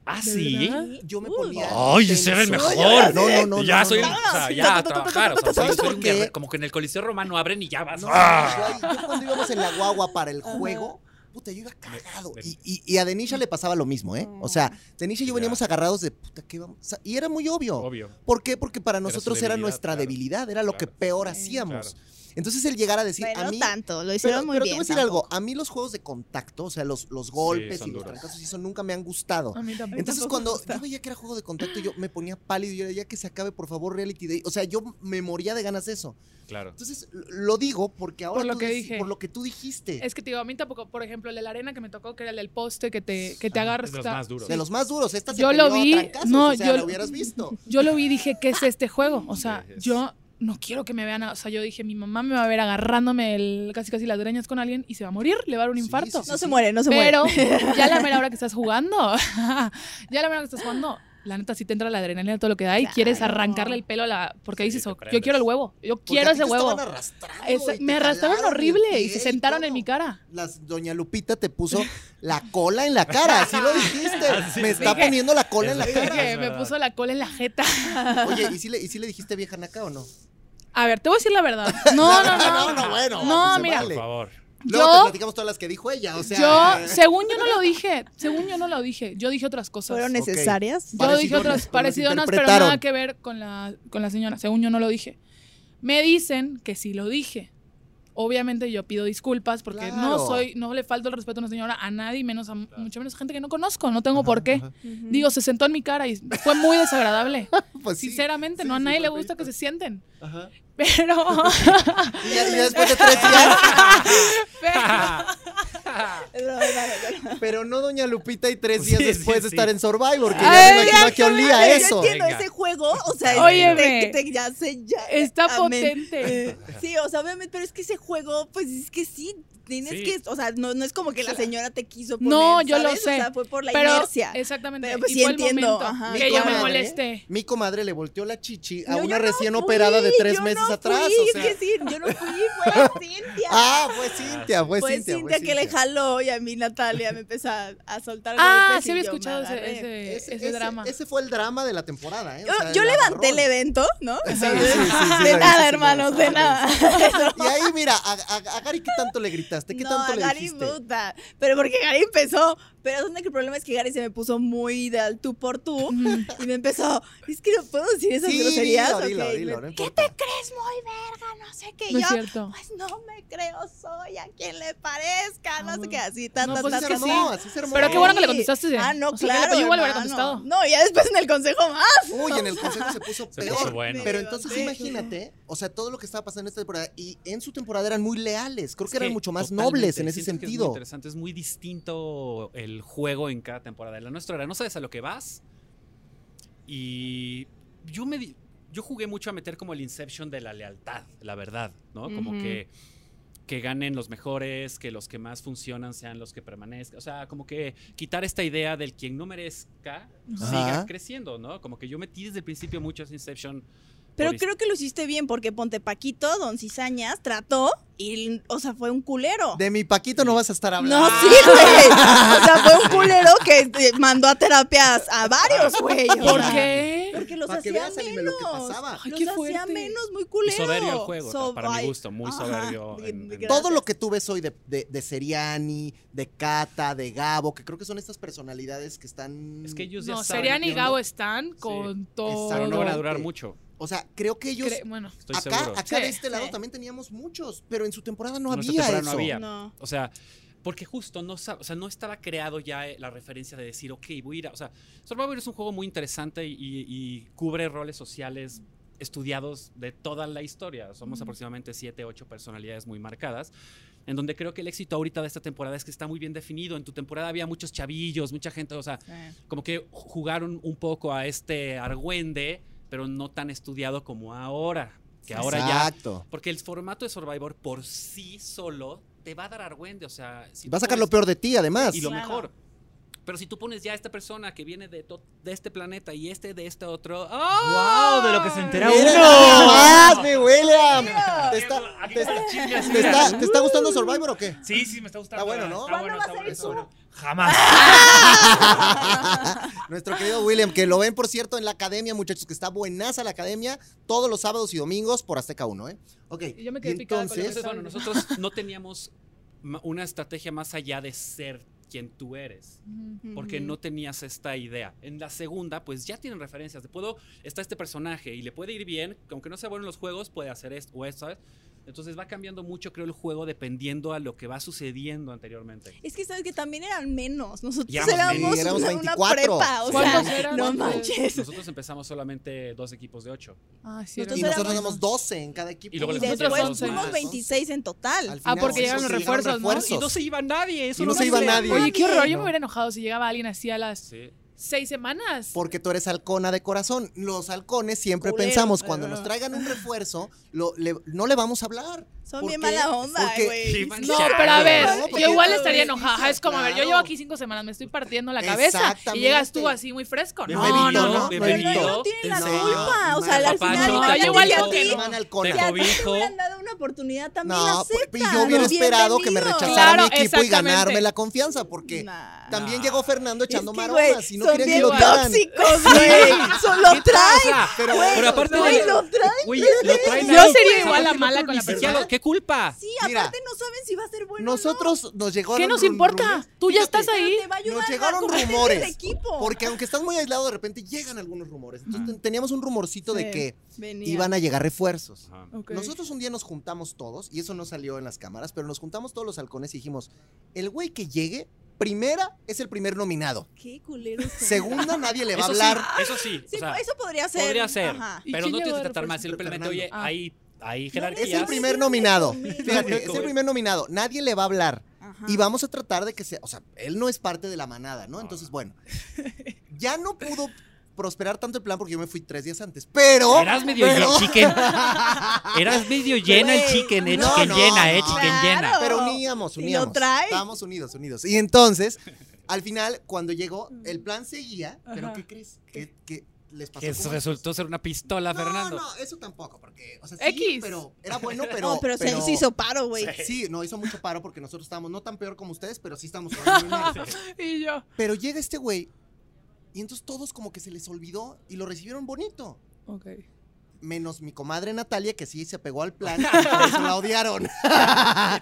Speaker 4: ah,
Speaker 2: ¿De
Speaker 4: sí. Ah.
Speaker 2: verdad?
Speaker 1: Yo me
Speaker 3: Uy.
Speaker 1: ponía.
Speaker 4: Ay, ese era el
Speaker 1: tenis.
Speaker 4: mejor.
Speaker 1: No, no, no.
Speaker 4: ya
Speaker 1: no,
Speaker 4: soy,
Speaker 1: no.
Speaker 4: o sea,
Speaker 3: Sí,
Speaker 4: ya a
Speaker 3: ta, ta, ta, ta,
Speaker 4: trabajar, o sea, soy,
Speaker 1: ¿Sabes
Speaker 4: soy
Speaker 1: por
Speaker 4: un
Speaker 1: qué?
Speaker 4: guerrero, como que en el coliseo romano abren y ya vas.
Speaker 1: No,
Speaker 4: ¡Ah!
Speaker 1: yo, yo cuando íbamos en la guagua para el juego, puta, yo iba cagado.
Speaker 4: Me-
Speaker 1: Y, y- y a Denisha le pasaba lo mismo, ¿eh? O sea, Denisha y yo
Speaker 4: Ya.
Speaker 1: veníamos agarrados de puta, ¿qué vamos? O sea, y era muy obvio.
Speaker 4: Obvio.
Speaker 1: ¿Por qué? Porque para
Speaker 4: Era su
Speaker 1: nosotros era,
Speaker 4: debilidad,
Speaker 1: nuestra
Speaker 4: claro.
Speaker 1: debilidad, era lo que
Speaker 4: Claro.
Speaker 1: peor
Speaker 3: Sí,
Speaker 1: hacíamos.
Speaker 4: claro.
Speaker 1: Entonces él llegar a decir,
Speaker 3: Pero
Speaker 1: a
Speaker 3: no
Speaker 1: mí
Speaker 3: tanto, lo hicieron muy
Speaker 1: pero
Speaker 3: bien.
Speaker 1: te voy a decir
Speaker 3: tampoco.
Speaker 1: algo. A mí los juegos de contacto, o sea, los, los golpes
Speaker 4: son
Speaker 1: y los
Speaker 4: duros.
Speaker 1: trancazos, eso nunca me han gustado.
Speaker 2: A mí tampoco.
Speaker 1: Entonces,
Speaker 3: tampoco me
Speaker 1: cuando
Speaker 3: gusta.
Speaker 1: yo veía que era juego de contacto, yo me ponía pálido y yo era ya que se acabe, por favor, Reality Day. O sea, yo me moría de ganas de eso.
Speaker 4: Claro.
Speaker 1: Entonces, l- lo digo porque ahora.
Speaker 2: Por lo
Speaker 1: tú
Speaker 2: que
Speaker 1: deci-
Speaker 2: dije.
Speaker 1: Por lo que tú dijiste.
Speaker 2: Es que te digo, a mí tampoco, por ejemplo, el de la arena que me tocó, que era el del poste que te, que te agarras.
Speaker 4: Es de los
Speaker 2: ta-
Speaker 4: más duros.
Speaker 1: Ah, de los más duros. Esta se
Speaker 2: Yo lo
Speaker 1: peleó a
Speaker 2: vi,
Speaker 1: trancazos,
Speaker 2: no,
Speaker 1: o sea,
Speaker 2: yo
Speaker 1: lo
Speaker 2: lo-
Speaker 1: hubieras visto.
Speaker 2: Yo lo vi y dije, ¿qué es este juego? O sea,
Speaker 4: Sí, es-
Speaker 2: yo no quiero que me vean. a- O sea, yo dije, mi mamá me va a ver agarrándome el, casi casi las greñas con alguien y se va a morir, le va a dar un
Speaker 1: Sí,
Speaker 2: infarto.
Speaker 1: sí,
Speaker 3: No
Speaker 1: sí.
Speaker 3: se muere, no se
Speaker 2: Pero
Speaker 3: muere.
Speaker 2: ya la mera hora que estás jugando, ya la mera hora que estás jugando, la neta sí te entra la adrenalina todo lo que da y
Speaker 3: Claro.
Speaker 2: quieres arrancarle el pelo a la. Porque
Speaker 4: Sí,
Speaker 2: dices,
Speaker 4: te
Speaker 2: "Oh, yo
Speaker 4: prendes.
Speaker 2: quiero el huevo, yo
Speaker 1: Porque
Speaker 2: quiero
Speaker 1: a ti
Speaker 2: ese
Speaker 1: te
Speaker 2: huevo.
Speaker 1: estaban arrastrando
Speaker 2: Esa-
Speaker 1: y te
Speaker 2: me arrastraron
Speaker 1: jalaron el
Speaker 2: horrible
Speaker 1: pie
Speaker 2: y se sentaron
Speaker 1: todo.
Speaker 2: en mi cara.
Speaker 1: Las, doña Lupita te puso la cola en la cara, así lo dijiste.
Speaker 4: Así
Speaker 1: me
Speaker 4: es.
Speaker 1: está
Speaker 4: Dije-
Speaker 1: poniendo la cola en la
Speaker 4: Es
Speaker 1: cara.
Speaker 2: Dije, me
Speaker 4: verdad.
Speaker 2: puso la cola en la jeta.
Speaker 1: Oye, ¿y si le, y si le dijiste vieja naca o no?
Speaker 2: A ver, te voy a decir la verdad. No, no, no.
Speaker 1: no, bueno.
Speaker 2: No,
Speaker 1: pues se
Speaker 2: mira.
Speaker 1: vale.
Speaker 4: Por favor.
Speaker 1: Luego
Speaker 2: Yo-
Speaker 1: te platicamos todas las que dijo ella, o sea.
Speaker 2: yo, según yo no lo dije, según yo no lo dije, yo dije otras cosas.
Speaker 3: ¿Fueron necesarias?
Speaker 2: Yo
Speaker 1: Parecidonas,
Speaker 2: dije otras
Speaker 1: nos
Speaker 2: parecidonas, pero
Speaker 1: interpretaron.
Speaker 2: nada que ver con la, con la señora. Según yo no lo dije. Me dicen que sí lo dije. Obviamente yo pido disculpas porque
Speaker 1: Claro.
Speaker 2: no soy, no le falto el respeto a una señora, a nadie, menos a
Speaker 4: Claro.
Speaker 2: mucho menos gente que no conozco, no tengo por qué.
Speaker 3: Ujú.
Speaker 2: Digo, se sentó en mi cara y fue muy desagradable.
Speaker 1: Pues sí.
Speaker 2: Sinceramente,
Speaker 1: Sí,
Speaker 2: no a
Speaker 1: sí,
Speaker 2: nadie le
Speaker 1: perfecto.
Speaker 2: gusta que se sienten.
Speaker 1: Ajá.
Speaker 2: Pero,
Speaker 1: Y ya, y ya después de tres días.
Speaker 2: pero-
Speaker 3: No, no, no, no.
Speaker 1: Pero no Doña Lupita y tres
Speaker 4: Pues
Speaker 1: días
Speaker 4: sí,
Speaker 1: después
Speaker 4: sí,
Speaker 1: de
Speaker 4: sí.
Speaker 1: estar en Survivor, que
Speaker 2: Ay,
Speaker 1: ya me imagino
Speaker 3: ya,
Speaker 1: a que olía
Speaker 3: Yo
Speaker 1: eso.
Speaker 3: entiendo
Speaker 4: Venga.
Speaker 3: ese juego, o sea,
Speaker 2: Óyeme.
Speaker 3: te- te- ya sé, ya.
Speaker 2: está
Speaker 3: amén.
Speaker 2: potente.
Speaker 3: Eh, Sí, o sea, obviamente, pero es que ese juego, pues es que sí, tienes
Speaker 4: Sí.
Speaker 3: que, o sea, no, no es como que la señora te quiso poner,
Speaker 2: No, yo lo
Speaker 3: ¿sabes?
Speaker 2: sé,
Speaker 3: O sea, fue por la
Speaker 2: Pero,
Speaker 3: inercia.
Speaker 2: exactamente.
Speaker 3: Pero, pues,
Speaker 2: y
Speaker 3: sí
Speaker 2: fue
Speaker 3: entiendo,
Speaker 2: el momento
Speaker 3: ajá.
Speaker 2: que
Speaker 1: Mi
Speaker 2: yo me
Speaker 1: comadre.
Speaker 2: molesté.
Speaker 1: Mi comadre le volteó la chichi a
Speaker 3: No, yo
Speaker 1: una
Speaker 3: no
Speaker 1: recién
Speaker 3: fui,
Speaker 1: operada de tres
Speaker 3: yo
Speaker 1: meses
Speaker 3: no
Speaker 1: atrás.
Speaker 3: fui,
Speaker 1: o sea.
Speaker 3: es que sí, yo no fui, fue Cintia.
Speaker 1: Ah, fue Cintia, fue,
Speaker 3: fue
Speaker 1: Cintia.
Speaker 3: Cintia,
Speaker 1: fue
Speaker 3: que le
Speaker 1: Cintia.
Speaker 3: jaló y a mí Natalia me empezó a, a soltar
Speaker 2: Ah,
Speaker 3: golpes
Speaker 2: sí
Speaker 3: y
Speaker 2: había
Speaker 3: yo me
Speaker 2: escuchado
Speaker 3: agarré.
Speaker 2: ese, ese, ese drama.
Speaker 1: Ese fue el drama de la temporada, ¿eh? O
Speaker 3: Yo,
Speaker 1: sea,
Speaker 3: yo
Speaker 1: el
Speaker 3: levanté
Speaker 1: agarrón.
Speaker 3: el evento, ¿no?
Speaker 1: Sí, sí, sí, sí,
Speaker 3: de
Speaker 1: lo
Speaker 3: nada,
Speaker 1: hizo,
Speaker 3: hermanos,
Speaker 1: sí,
Speaker 3: de
Speaker 1: lo
Speaker 3: nada.
Speaker 1: Y ahí, mira, a, a- a Gary, ¿qué tanto le gritaste? ¿Qué
Speaker 3: no,
Speaker 1: tanto
Speaker 3: a
Speaker 1: le
Speaker 3: Gary,
Speaker 1: dijiste?
Speaker 3: puta. Pero porque Gary empezó. Pero donde que el problema es que Gary se me puso muy de al tú por tú
Speaker 2: Ujú.
Speaker 3: y me empezó. Es que no puedo decir esas
Speaker 1: Sí,
Speaker 3: groserías.
Speaker 1: dilo,
Speaker 3: ¿o
Speaker 1: dilo,
Speaker 3: qué?" Y
Speaker 1: dilo,
Speaker 3: me-
Speaker 1: no
Speaker 3: ¿Qué
Speaker 1: importa.
Speaker 3: te crees muy verga? No sé qué.
Speaker 2: No
Speaker 3: yo,
Speaker 2: es cierto.
Speaker 3: pues no me creo, soy a quien le parezca.
Speaker 2: Ah,
Speaker 3: no sé
Speaker 2: bueno.
Speaker 3: qué, así, tan,
Speaker 2: No,
Speaker 3: tan,
Speaker 2: pues
Speaker 3: tan,
Speaker 1: así
Speaker 2: es
Speaker 1: se
Speaker 2: que
Speaker 3: tan,
Speaker 2: sí.
Speaker 1: armó, así se armó.
Speaker 2: Pero qué bueno que le
Speaker 3: Sí.
Speaker 2: contestaste.
Speaker 3: Ah, no,
Speaker 2: O sea,
Speaker 3: claro.
Speaker 2: Yo igual hubiera
Speaker 3: hermano.
Speaker 2: contestado.
Speaker 3: No, ya después en el consejo ah, más.
Speaker 1: Uy, en el consejo se puso
Speaker 4: Se
Speaker 1: peor.
Speaker 4: puso bueno.
Speaker 1: Pero entonces
Speaker 3: Sí.
Speaker 1: imagínate, o sea, todo lo que estaba pasando en esta temporada, y en su temporada eran muy leales, creo que
Speaker 4: Es
Speaker 1: eran mucho más
Speaker 4: totalmente,
Speaker 1: nobles en ese
Speaker 4: siento que Es muy
Speaker 1: sentido.
Speaker 4: interesante, es muy distinto el juego en cada temporada. En La nuestra era, no sabes a lo que vas. Y yo me di- yo jugué mucho a meter como el Inception de la lealtad, la verdad, ¿no? Como
Speaker 2: Ujú.
Speaker 4: que que ganen los mejores, que los que más funcionan sean los que permanezcan. O sea, como que quitar esta idea del quien no merezca
Speaker 1: Ajá.
Speaker 4: siga creciendo, ¿no? Como que yo metí desde el principio mucho ese Inception.
Speaker 3: Pero
Speaker 4: por
Speaker 3: creo que lo hiciste bien porque Ponte Paquito, Don Cizañas, trató y, o sea, fue un culero.
Speaker 1: De mi Paquito no vas a estar hablando.
Speaker 3: No, sí, güey. O sea, fue un culero que eh, mandó a terapias a varios, güey. o
Speaker 2: ¿Por
Speaker 3: sea,
Speaker 2: qué?
Speaker 3: Porque los
Speaker 1: Para que
Speaker 3: hacía
Speaker 1: veas,
Speaker 3: menos.
Speaker 1: anime, lo que pasaba.
Speaker 2: Ay,
Speaker 3: los
Speaker 2: qué
Speaker 3: hacía
Speaker 2: fuerte.
Speaker 3: menos, muy
Speaker 4: Y
Speaker 3: culero.
Speaker 4: soberbio el juego,
Speaker 3: So-
Speaker 4: para mi
Speaker 3: ay,
Speaker 4: gusto, muy
Speaker 3: ajá.
Speaker 4: soberbio.
Speaker 3: De-
Speaker 4: en-
Speaker 3: de
Speaker 4: en-
Speaker 3: gran-
Speaker 1: Todo
Speaker 3: Gracias.
Speaker 1: lo que tú ves hoy de, de, de Seriani, de Cata, de Gabo, que creo que son estas personalidades que están.
Speaker 4: Es que ellos ya
Speaker 2: No,
Speaker 4: saben
Speaker 2: Serian y
Speaker 4: que no-
Speaker 2: Gabo están con todo.
Speaker 4: Pero no van a durar
Speaker 1: Totalmente.
Speaker 4: mucho,
Speaker 1: O sea, creo que ellos.
Speaker 2: Cre- bueno,
Speaker 4: estoy
Speaker 1: acá
Speaker 4: seguro.
Speaker 1: acá de
Speaker 2: Sí,
Speaker 1: este lado
Speaker 3: sí.
Speaker 1: también teníamos muchos, pero en su temporada no
Speaker 4: En nuestra
Speaker 1: había
Speaker 4: temporada no
Speaker 1: eso.
Speaker 4: había.
Speaker 3: No.
Speaker 4: O sea, porque justo no, sa- o sea, no estaba creado ya eh, la referencia de decir, ok, voy a ir a. O sea, Survivor es un juego muy interesante y, y cubre roles sociales estudiados de toda la historia. Somos
Speaker 2: Ujú.
Speaker 4: aproximadamente siete, ocho personalidades muy marcadas. En donde creo que el éxito ahorita de esta temporada es que está muy bien definido. En tu temporada había muchos chavillos, mucha gente, o sea, como que jugaron un poco a este argüende pero no tan estudiado como ahora. Que ahora ya.
Speaker 1: Exacto.
Speaker 4: Porque el formato de Survivor por sí solo te va a dar argüende. O sea, si
Speaker 1: Va a
Speaker 4: tú
Speaker 1: sacar
Speaker 4: pones-
Speaker 1: lo peor de ti, además.
Speaker 4: pues. y lo
Speaker 3: Claro.
Speaker 4: mejor. Pero si tú pones ya a esta persona que viene de, to- de este planeta y este de este otro. ¡ah!
Speaker 5: ¡Wow! De lo que se entera
Speaker 1: Mira
Speaker 5: uno.
Speaker 1: nada más, mi William! ¿Te está,
Speaker 5: Aquí
Speaker 1: te
Speaker 5: está el chisme así,
Speaker 1: te
Speaker 5: mira.
Speaker 1: está- te está gustando Survivor o qué?
Speaker 5: Sí, sí, me está
Speaker 1: Está
Speaker 5: gustando.
Speaker 1: bueno, ¿no?
Speaker 5: Está
Speaker 3: ¿Cuándo
Speaker 5: bueno,
Speaker 3: va a
Speaker 5: está
Speaker 3: ser
Speaker 5: bueno,
Speaker 3: el
Speaker 5: está
Speaker 3: tour?
Speaker 5: bueno. Jamás.
Speaker 1: Nuestro querido William, que lo ven, por cierto, en la academia, muchachos, que está buenaza la academia todos los sábados y domingos por Azteca 1, ¿eh? Ok.
Speaker 2: Y yo me quedé picada con lo que
Speaker 4: Entonces,
Speaker 1: entonces,
Speaker 4: bueno, nosotros no teníamos ma- una estrategia más allá de ser quien tú eres.
Speaker 2: Ujú.
Speaker 4: Porque
Speaker 3: Ujú.
Speaker 4: no tenías esta idea. En la segunda, pues ya tienen referencias. De puedo, está este personaje y le puede ir bien. que Aunque no sea bueno en los juegos, puede hacer esto o esto, ¿sabes? Entonces va cambiando mucho, creo, el juego dependiendo a lo que va sucediendo anteriormente.
Speaker 3: Es que sabes que también eran menos. Nosotros
Speaker 4: Y éramos
Speaker 3: éramos,
Speaker 4: menos. Sí,
Speaker 1: éramos
Speaker 3: una- una
Speaker 1: 24.
Speaker 3: prepa. O
Speaker 2: ¿Cuántos
Speaker 3: sea,
Speaker 2: eran
Speaker 3: no
Speaker 2: antes?
Speaker 3: manches.
Speaker 4: Nosotros empezamos solamente dos equipos de ocho.
Speaker 2: Ah, sí,
Speaker 3: Nosotros
Speaker 1: y
Speaker 2: era-
Speaker 3: éramos-
Speaker 1: nosotros somos 12 en cada equipo.
Speaker 4: Y luego
Speaker 3: Y
Speaker 4: les nosotros
Speaker 3: después
Speaker 4: éramos
Speaker 3: fuimos
Speaker 4: más.
Speaker 3: 26 en total.
Speaker 1: Al
Speaker 2: Ah, porque
Speaker 1: llegaron
Speaker 2: llegaron los refuerzos, ¿no?
Speaker 4: Y no se iba nadie. Eso
Speaker 1: Y no se
Speaker 4: lo
Speaker 1: iba
Speaker 4: sé.
Speaker 1: nadie.
Speaker 2: Oye, qué horror. Yo
Speaker 1: No.
Speaker 2: me hubiera enojado si llegaba alguien así a las
Speaker 4: Sí.
Speaker 2: seis semanas.
Speaker 1: Porque tú eres halcona de corazón. Los halcones siempre
Speaker 3: Culero.
Speaker 1: pensamos, cuando nos traigan un refuerzo, lo- le- no le vamos a hablar.
Speaker 3: Son
Speaker 1: ¿Por
Speaker 3: bien
Speaker 1: qué?
Speaker 3: mala onda,
Speaker 1: Porque-
Speaker 3: güey.
Speaker 4: Sí,
Speaker 2: No,
Speaker 4: Chale,
Speaker 2: pero a
Speaker 1: no,
Speaker 2: ver,
Speaker 1: porque
Speaker 2: yo igual
Speaker 1: todo
Speaker 2: estaría
Speaker 1: es
Speaker 2: enojada.
Speaker 1: difícil,
Speaker 2: Es como, a ver, yo
Speaker 1: claro.
Speaker 2: llevo aquí cinco semanas, me estoy partiendo la cabeza. Y
Speaker 1: Exactamente.
Speaker 2: llegas tú así muy fresco. No,
Speaker 1: Bienvenido,
Speaker 2: no,
Speaker 1: ¿no?
Speaker 3: Pero no, ellos
Speaker 4: Bienvenido.
Speaker 3: no tienen
Speaker 4: Te
Speaker 3: la
Speaker 1: enseño.
Speaker 3: culpa. O sea,
Speaker 1: Mal
Speaker 3: al final,
Speaker 4: apapacho,
Speaker 3: imagínate
Speaker 2: igual
Speaker 3: que a
Speaker 2: yo que
Speaker 3: ti.
Speaker 1: Hermana
Speaker 3: Si
Speaker 1: halcona.
Speaker 3: a ti te
Speaker 4: cobijo.
Speaker 3: hubieran dado una oportunidad, también la
Speaker 1: No, pues,
Speaker 3: aceptan.
Speaker 1: yo hubiera esperado que me
Speaker 3: Bienvenido.
Speaker 1: rechazara
Speaker 2: Claro,
Speaker 1: mi equipo y
Speaker 2: exactamente.
Speaker 1: ganarme la confianza, porque
Speaker 3: Nah.
Speaker 1: también
Speaker 4: Nah.
Speaker 1: llegó Fernando
Speaker 3: Es
Speaker 1: echando
Speaker 3: que, güey,
Speaker 1: maromas y no
Speaker 3: son
Speaker 1: quería que
Speaker 3: bien
Speaker 1: lo vieran.
Speaker 3: tóxicos, güey. Son- Lo traen.
Speaker 1: Pero,
Speaker 3: Güey,
Speaker 4: Pero aparte
Speaker 3: güey,
Speaker 4: de-
Speaker 3: lo traen.
Speaker 4: Güey, lo traen
Speaker 2: Yo
Speaker 4: ahí,
Speaker 2: sería
Speaker 4: güey.
Speaker 2: igual la
Speaker 4: Ni
Speaker 2: mala con la
Speaker 4: siquiera
Speaker 2: persona.
Speaker 4: lo- ¿Qué culpa?
Speaker 3: Sí,
Speaker 1: Mira.
Speaker 3: aparte no saben si va a ser bueno o no.
Speaker 1: Nosotros nos llegó
Speaker 2: ¿Qué nos importa? Tú ya estás ahí.
Speaker 3: Te va a ayudar
Speaker 1: Nos
Speaker 3: a
Speaker 1: llegaron
Speaker 3: convertirte en
Speaker 1: rumores,
Speaker 3: el equipo.
Speaker 1: Porque aunque estás muy aislado, de repente llegan algunos rumores. Entonces ten- teníamos un rumorcito de
Speaker 3: Sí.
Speaker 1: que
Speaker 3: Venía.
Speaker 1: iban a llegar refuerzos.
Speaker 4: Ajá.
Speaker 2: Ok.
Speaker 1: Nosotros un día nos juntamos todos, y eso no salió en las cámaras, pero nos juntamos todos los halcones y dijimos, el güey que llegue, primera es el primer nominado.
Speaker 3: Qué culeros son.
Speaker 1: Segunda, nadie le va a
Speaker 4: Eso sí,
Speaker 1: hablar.
Speaker 4: eso sí.
Speaker 3: Sí,
Speaker 4: o sea,
Speaker 3: eso podría ser.
Speaker 4: podría ser.
Speaker 3: Ajá.
Speaker 2: ¿Y
Speaker 4: Pero
Speaker 2: quién
Speaker 4: no tienes
Speaker 2: llegó
Speaker 4: que
Speaker 2: de
Speaker 4: tratar mal.
Speaker 2: refuerzo?
Speaker 4: Siempre el
Speaker 1: Fernando.
Speaker 4: oye,
Speaker 2: Ah.
Speaker 4: hay, hay
Speaker 1: Es
Speaker 4: jerarquías.
Speaker 1: el primer nominado. Fíjate, es
Speaker 4: Exacto.
Speaker 1: el primer nominado. Nadie le va a hablar.
Speaker 3: Ajá.
Speaker 1: Y vamos a tratar de que sea. O sea, él no es parte de la manada, ¿no?
Speaker 4: No,
Speaker 1: Entonces,
Speaker 4: no.
Speaker 1: bueno. Ya no pudo prosperar tanto el plan porque yo me fui tres días antes. Pero.
Speaker 4: Eras medio
Speaker 1: pero-
Speaker 4: ye- chicken. Eras medio llena el
Speaker 3: Güey,
Speaker 4: chicken, eh,
Speaker 1: no,
Speaker 4: chicken
Speaker 1: no,
Speaker 4: llena, eh,
Speaker 1: no.
Speaker 4: chicken llena.
Speaker 3: Claro.
Speaker 1: Pero uníamos,
Speaker 3: Y lo
Speaker 1: uníamos.
Speaker 3: trae.
Speaker 1: Estábamos unidos, unidos. Y entonces, al final, cuando llegó, el plan seguía. Pero,
Speaker 2: Ajá.
Speaker 1: ¿qué crees? ¿Qué, qué les pasó?
Speaker 4: Que
Speaker 1: como-
Speaker 4: resultó ser una pistola,
Speaker 1: No,
Speaker 4: Fernando.
Speaker 1: no, eso tampoco. Porque, o sea, sí,
Speaker 2: X.
Speaker 1: pero era bueno, pero.
Speaker 3: No, pero, se nos hizo paro, güey.
Speaker 1: Sí, no, hizo mucho paro porque nosotros estábamos no tan peor como ustedes, pero sí estamos jugando muy mal.
Speaker 2: Y yo.
Speaker 1: Pero llega este güey y entonces todos como que se les olvidó y lo recibieron bonito.
Speaker 2: Ok.
Speaker 1: Menos mi comadre Natalia, que sí se apegó al plan, y por eso la odiaron.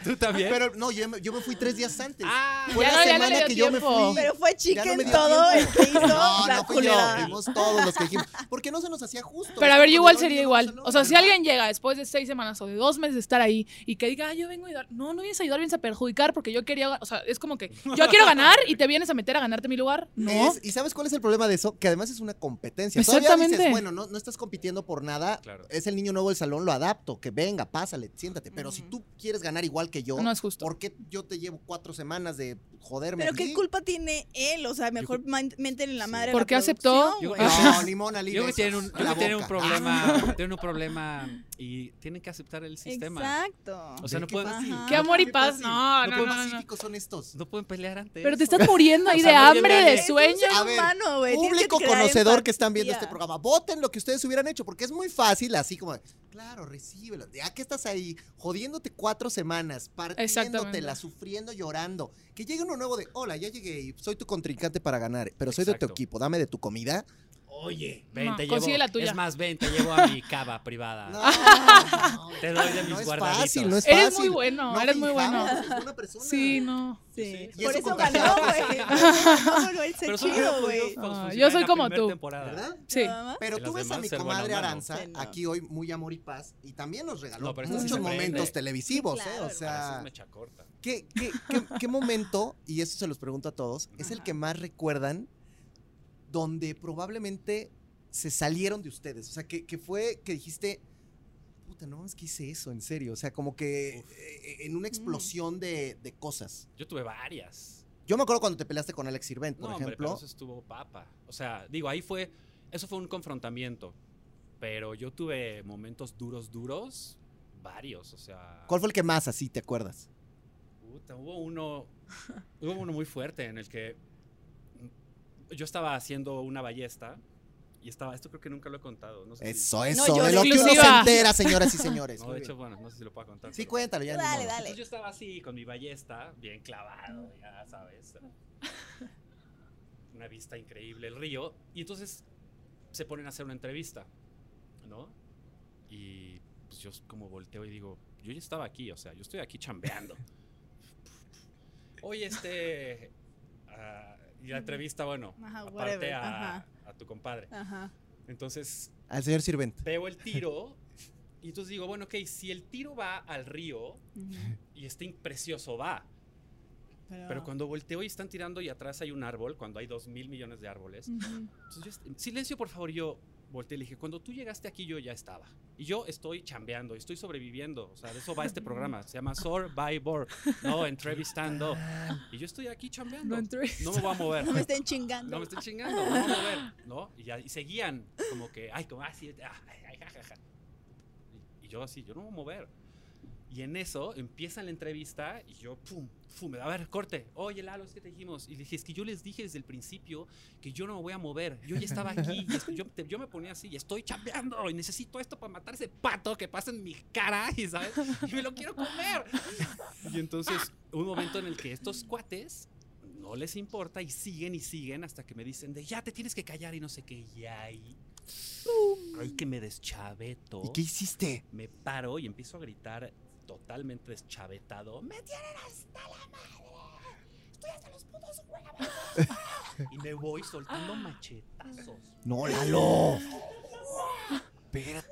Speaker 4: ¿Tú también?
Speaker 1: Pero no, yo me, yo me fui tres días antes.
Speaker 4: ah,
Speaker 1: Fue
Speaker 2: Ya
Speaker 1: la
Speaker 2: no- ya no le
Speaker 1: semana
Speaker 2: dio
Speaker 1: que yo me
Speaker 2: tiempo.
Speaker 1: fui.
Speaker 3: Pero fue
Speaker 1: Ya no
Speaker 3: chicken
Speaker 1: me dio
Speaker 3: todo el
Speaker 1: tiempo.
Speaker 3: que hizo
Speaker 1: No,
Speaker 3: la
Speaker 1: no fui yo,
Speaker 3: culera.
Speaker 1: fuimos todos los que dijimos. Porque no se nos hacía justo.
Speaker 2: Pero a ver, yo
Speaker 1: Con el
Speaker 2: igual
Speaker 1: hoy
Speaker 2: sería
Speaker 1: no
Speaker 2: igual.
Speaker 1: pasó
Speaker 2: O sea,
Speaker 1: nada.
Speaker 2: si alguien llega después de seis semanas o de dos meses de estar ahí y que diga, "Ah, yo vengo a ayudar. No, no vienes a ayudar, vienes a perjudicar porque yo quería. O sea, es como que yo quiero ganar y te vienes a meter a ganarte mi lugar. No.
Speaker 1: Es- ¿Y sabes cuál es el problema de eso? Que además es una competencia. Todavía dices,
Speaker 2: Exactamente.
Speaker 1: bueno, no, no estás compitiendo por nada.
Speaker 4: Claro.
Speaker 1: Es el niño nuevo del salón, lo adapto, que venga, pásale, siéntate. Pero si
Speaker 3: Ujú.
Speaker 1: tú quieres ganar igual que yo,
Speaker 2: No es justo.
Speaker 1: ¿por qué yo te llevo cuatro semanas de joderme?
Speaker 3: Pero
Speaker 1: aquí?
Speaker 3: qué culpa tiene él, o sea, mejor man- méntele la madre. a la
Speaker 2: ¿Por qué aceptó?
Speaker 3: producción, güey.
Speaker 4: Yo-
Speaker 1: No, limón, Ali,
Speaker 4: Yo creo que Ah.
Speaker 1: besos,
Speaker 4: tienen un, yo
Speaker 1: la
Speaker 4: creo que tienen un
Speaker 1: boca.
Speaker 4: problema. tienen un problema y tienen que aceptar el sistema.
Speaker 3: Exacto.
Speaker 4: O sea, no
Speaker 1: Ah, Qué
Speaker 4: pueden,
Speaker 1: fácil.
Speaker 3: Ajá.
Speaker 2: Qué amor y paz.
Speaker 1: fácil.
Speaker 2: No, no,
Speaker 1: Qué
Speaker 2: no, no, no.
Speaker 1: pacíficos son estos.
Speaker 4: no pueden pelear antes.
Speaker 2: Pero te estás muriendo ahí de
Speaker 4: sea, no
Speaker 2: hambre,
Speaker 4: llegan
Speaker 2: de
Speaker 4: a-
Speaker 2: sueño.
Speaker 3: Es un
Speaker 1: A ver,
Speaker 3: humano, güey, Pues, tienes
Speaker 1: Público
Speaker 3: crear
Speaker 1: conocedor que están viendo este
Speaker 3: empatía.
Speaker 1: programa, voten lo que ustedes hubieran hecho, porque es muy fácil, así como, claro, recíbelo. Ya que estás ahí, jodiéndote cuatro semanas, partiéndotela,
Speaker 2: Exactamente.
Speaker 1: sufriendo, llorando. Que llegue uno nuevo de, hola, ya llegué y soy tu contrincante para ganar, pero soy de tu
Speaker 4: Exacto.
Speaker 1: equipo, dame de tu comida.
Speaker 4: Oye, ven,
Speaker 2: No,
Speaker 4: te llevo.
Speaker 2: consigue la tuya. Ah,
Speaker 4: Es más, ven, te llevo a mi cava privada.
Speaker 1: No,
Speaker 4: Ah. Te doy de mis
Speaker 1: no es
Speaker 4: guardaditos.
Speaker 1: fácil, no es fácil.
Speaker 2: Eres muy bueno,
Speaker 1: No
Speaker 2: eres muy bueno.
Speaker 1: fijamos en una persona.
Speaker 2: Sí, no.
Speaker 3: Sí.
Speaker 1: Y
Speaker 3: Por
Speaker 1: eso
Speaker 3: eso
Speaker 1: con
Speaker 3: ganó, güey. Por eso ganó
Speaker 4: Pero
Speaker 3: el
Speaker 4: solo
Speaker 3: chido,
Speaker 4: hubiera
Speaker 3: güey.
Speaker 4: podido
Speaker 2: Ah,
Speaker 4: funcionar
Speaker 2: yo soy
Speaker 4: en la
Speaker 2: como
Speaker 4: primera
Speaker 2: tú.
Speaker 4: temporada. Ah,
Speaker 1: ¿Verdad?
Speaker 2: Sí.
Speaker 3: ¿Nada más?
Speaker 1: Pero
Speaker 4: Y las
Speaker 1: tú ves a
Speaker 4: demás,
Speaker 1: mi
Speaker 4: ser buena
Speaker 1: comadre
Speaker 4: mano.
Speaker 1: Aranza
Speaker 3: Sí, no.
Speaker 1: aquí hoy muy amor y paz y también nos regaló
Speaker 4: No, pero esto
Speaker 1: muchos
Speaker 4: se prende.
Speaker 1: momentos televisivos,
Speaker 3: Sí, claro,
Speaker 1: ¿eh? O
Speaker 3: hermano.
Speaker 4: Esa
Speaker 1: sea,
Speaker 4: es mecha corta.
Speaker 1: ¿Qué, qué, qué- qué momento, y eso se los pregunto a todos, es el
Speaker 3: Ajá.
Speaker 1: que más recuerdan donde probablemente se salieron de ustedes? O sea, que, que fue que dijiste, puta, no mames que hice eso, en serio. O sea, como que eh, en
Speaker 4: Mm.
Speaker 1: una explosión de, de cosas.
Speaker 4: Yo tuve varias.
Speaker 1: Yo me acuerdo cuando te peleaste con Alex Sirvent, por
Speaker 4: no, hombre,
Speaker 1: ejemplo.
Speaker 4: pero eso estuvo papa. O sea, digo, ahí fue. Eso fue un confrontamiento. Pero yo tuve momentos duros, duros, varios, o sea...
Speaker 1: ¿Cuál fue el que más así te acuerdas?
Speaker 4: Puta, hubo uno, hubo uno muy fuerte en el que yo estaba haciendo una ballesta y estaba, esto creo que nunca lo he contado, no sé si-
Speaker 1: Eso, eso,
Speaker 3: yo
Speaker 1: de
Speaker 3: de
Speaker 1: lo que uno se
Speaker 2: exclusiva.
Speaker 1: entera, señoras y señores.
Speaker 4: No,
Speaker 1: Muy
Speaker 4: de
Speaker 1: bien.
Speaker 4: hecho, bueno, no sé si lo puedo contar.
Speaker 1: sí,
Speaker 4: pero-
Speaker 1: cuéntalo ya. ni
Speaker 3: Dale,
Speaker 1: modo.
Speaker 3: dale.
Speaker 4: Entonces yo estaba así con mi ballesta, bien clavado, ya sabes. Una vista increíble, el río. Y entonces se ponen a hacer una entrevista, ¿no? Y pues yo como volteo y digo, yo ya estaba aquí, o sea, yo estoy aquí chambeando. Oye, este... ah, y la entrevista, bueno,
Speaker 3: Ajá,
Speaker 4: aparte ah.
Speaker 3: whatever,
Speaker 4: a,
Speaker 3: ajá.
Speaker 4: a tu compadre.
Speaker 3: Ajá.
Speaker 4: Entonces
Speaker 1: Al señor sirvente.
Speaker 4: veo el tiro y entonces digo, bueno, ok, si el tiro va al río,
Speaker 3: Ujú.
Speaker 4: y este in- precioso va. Pero cuando volteo y están tirando y atrás hay un árbol, cuando hay dos mil millones de árboles.
Speaker 3: Ujú.
Speaker 4: Entonces yo est- silencio, por favor, yo volteé y le dije, cuando tú llegaste aquí yo ya estaba. Y yo estoy chambeando, estoy sobreviviendo. O sea, de eso va este programa. Se llama Survivor, no entrevistando. Y yo estoy aquí
Speaker 2: No
Speaker 4: chambeando. No,
Speaker 2: entré.
Speaker 4: me voy a mover.
Speaker 3: Ah. No me estén chingando.
Speaker 4: No me estoy chingando, no me voy a mover, ¿no? Y, ya- y seguían, como que, ay, como así, ah, ay, ay, ja, ja, ja. Y, y yo así, yo no me voy a mover. Y en eso empieza la entrevista y yo, pum, pum, a ver, corte. Oye, Lalo, es que te dijimos. Y le dije, es que yo les dije desde el principio que yo no me voy a mover. Yo ya estaba aquí, y esto- yo, te- yo me ponía así y estoy chambeando y necesito esto para matar ese pato que pasa en mi cara y, ¿sabes? y me lo quiero comer. Y entonces, un momento en el que estos cuates no les importa y siguen y siguen hasta que me dicen de ya te tienes que callar y no sé qué. Y ahí, ahí que me deschaveto
Speaker 1: ¿Y qué hiciste?
Speaker 4: me paro y empiezo a gritar totalmente deschavetado. ¡Me tienen hasta la madre! ¡Estoy hasta los putos huevos! y me voy soltando machetazos.
Speaker 1: No, Lalo. Espérate.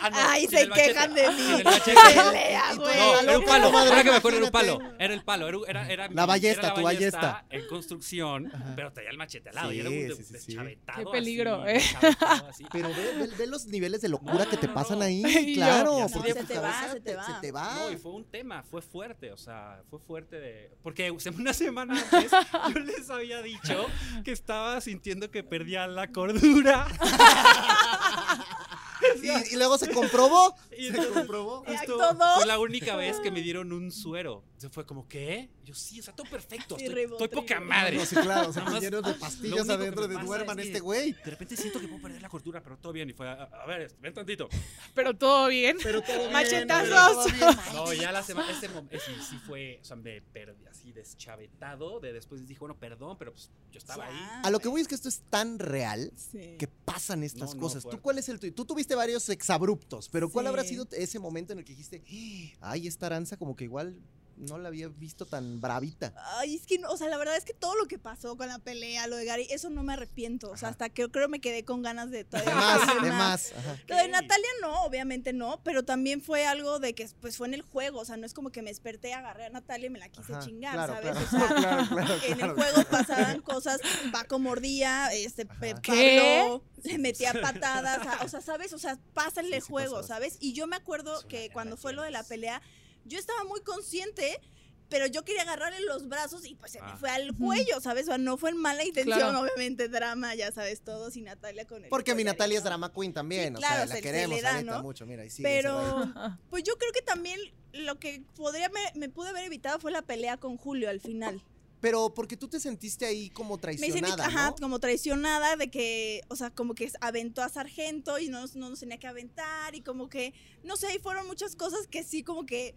Speaker 4: Ah, no,
Speaker 3: Ay,
Speaker 4: sin
Speaker 3: se
Speaker 4: el machete.
Speaker 3: quejan de
Speaker 4: Sin
Speaker 3: mí.
Speaker 4: el machete.
Speaker 3: Pelea,
Speaker 1: Pues,
Speaker 3: güey.
Speaker 4: No, era un palo.
Speaker 1: madre,
Speaker 4: Ahora que me acuerdo, era un
Speaker 1: imagínate.
Speaker 4: palo. Era el palo. Era, era, era mi-
Speaker 1: La ballesta,
Speaker 4: era
Speaker 1: tu ballesta.
Speaker 4: En construcción, pero traía el machete al lado. y era un
Speaker 1: Sí,
Speaker 4: de-
Speaker 1: sí, sí, sí.
Speaker 4: deschavetado.
Speaker 2: Qué peligro,
Speaker 4: así,
Speaker 2: ¿eh?
Speaker 4: deschavetado así.
Speaker 1: Pero ve, ve- ve los niveles de locura
Speaker 4: No,
Speaker 1: que te
Speaker 4: no,
Speaker 1: pasan
Speaker 4: no.
Speaker 1: ahí.
Speaker 2: Y yo-
Speaker 1: Claro,
Speaker 4: No,
Speaker 1: porque
Speaker 4: se
Speaker 1: tu
Speaker 4: te va,
Speaker 1: cabeza
Speaker 3: se te va.
Speaker 1: Se te va.
Speaker 4: No, y fue un tema, fue fuerte, o sea, fue fuerte de... Porque se- una semana antes yo les había dicho que estaba sintiendo que perdía la cordura.
Speaker 1: Y, y luego se comprobó.
Speaker 4: Y
Speaker 1: Se
Speaker 4: entonces,
Speaker 1: comprobó.
Speaker 4: justo
Speaker 3: Acto dos.
Speaker 4: fue la única vez que me dieron un suero. Se fue como, ¿qué? Yo sí, o sea, todo perfecto,
Speaker 3: Sí,
Speaker 4: estoy, estoy
Speaker 3: ribotril.
Speaker 4: poca madre.
Speaker 1: No, sí, claro, se
Speaker 4: Nada más,
Speaker 1: llenos de
Speaker 4: lo
Speaker 1: pastillas
Speaker 4: único que
Speaker 1: adentro
Speaker 4: me
Speaker 1: de
Speaker 4: pasa
Speaker 1: duerman
Speaker 4: es que-
Speaker 1: este güey.
Speaker 4: De repente siento que puedo perder la cordura, pero todo bien. Y fue, a, a ver, este, ven tantito.
Speaker 2: Pero todo bien.
Speaker 1: Pero todo bien,
Speaker 3: Machetazos.
Speaker 1: pero todo bien.
Speaker 4: No, ya la semana, ese momento, sí, sí fue, o sea, me perdí así deschavetado, de después dije, bueno, perdón, pero pues yo estaba ahí.
Speaker 1: A lo que voy es que esto es tan real
Speaker 3: Sí.
Speaker 1: que pasan estas
Speaker 4: No, no,
Speaker 1: cosas. ¿Tú
Speaker 4: fuerte.
Speaker 1: cuál es el tuyo? Tú tuviste varios exabruptos, pero ¿cuál
Speaker 3: Sí.
Speaker 1: habrá sido ese momento en el que dijiste, "Ah, ay, esta aranza como que igual no la había visto tan bravita?
Speaker 3: Ay, es que, no, o sea, la verdad es que todo lo que pasó con la pelea, lo de Gary, eso no me arrepiento. O sea, hasta que creo me quedé con ganas de
Speaker 1: De
Speaker 3: todavía.
Speaker 1: más,
Speaker 3: hacer
Speaker 1: de más. ajá.
Speaker 3: Lo de
Speaker 4: Ok.
Speaker 3: Natalia no, obviamente no, pero también fue algo de que pues fue en el juego, o sea, no es como que me desperté, agarré a Natalia y me la quise
Speaker 1: Ajá,
Speaker 3: chingar,
Speaker 1: claro,
Speaker 3: ¿sabes?
Speaker 1: claro,
Speaker 3: O sea,
Speaker 1: claro, claro,
Speaker 3: en el
Speaker 1: claro.
Speaker 3: juego pasaban cosas, Paco mordía, este Pe-
Speaker 1: Ajá.
Speaker 2: ¿Qué?
Speaker 3: Pablo le metía patadas, a- o sea, ¿sabes? O sea, pasa en
Speaker 1: Sí,
Speaker 3: el
Speaker 1: sí
Speaker 3: juego,
Speaker 1: pasó.
Speaker 3: ¿sabes? Y yo me acuerdo
Speaker 4: Es una
Speaker 3: que
Speaker 4: guerra
Speaker 3: cuando
Speaker 4: de
Speaker 3: fue lo de la
Speaker 4: ideas.
Speaker 3: pelea, yo estaba muy consciente pero yo quería agarrarle los brazos y pues se me
Speaker 4: Ah.
Speaker 3: fue al cuello, ¿sabes? O sea, no fue en mala intención,
Speaker 2: Claro.
Speaker 3: obviamente drama, ya sabes, todos y Natalia con el
Speaker 1: Porque mi
Speaker 3: collarín,
Speaker 1: Natalia es
Speaker 3: ¿no?
Speaker 1: drama queen también,
Speaker 3: Sí,
Speaker 1: o
Speaker 3: claro,
Speaker 1: sea,
Speaker 3: se-
Speaker 1: la
Speaker 3: se
Speaker 1: queremos
Speaker 3: le da,
Speaker 1: a Neta
Speaker 3: ¿no?
Speaker 1: mucho, mira, y sigue encerradita.
Speaker 3: Pero pues yo creo que también lo que podría me, me pude haber evitado fue la pelea con Julio al final.
Speaker 1: Pero porque tú te sentiste ahí como
Speaker 3: Me sentí
Speaker 1: traicionada,
Speaker 3: ajá,
Speaker 1: ¿no?
Speaker 3: como traicionada de que, o sea, como que aventó a Sargento y no, nos- no nos tenía que aventar y como que, no sé, y fueron muchas cosas que sí como que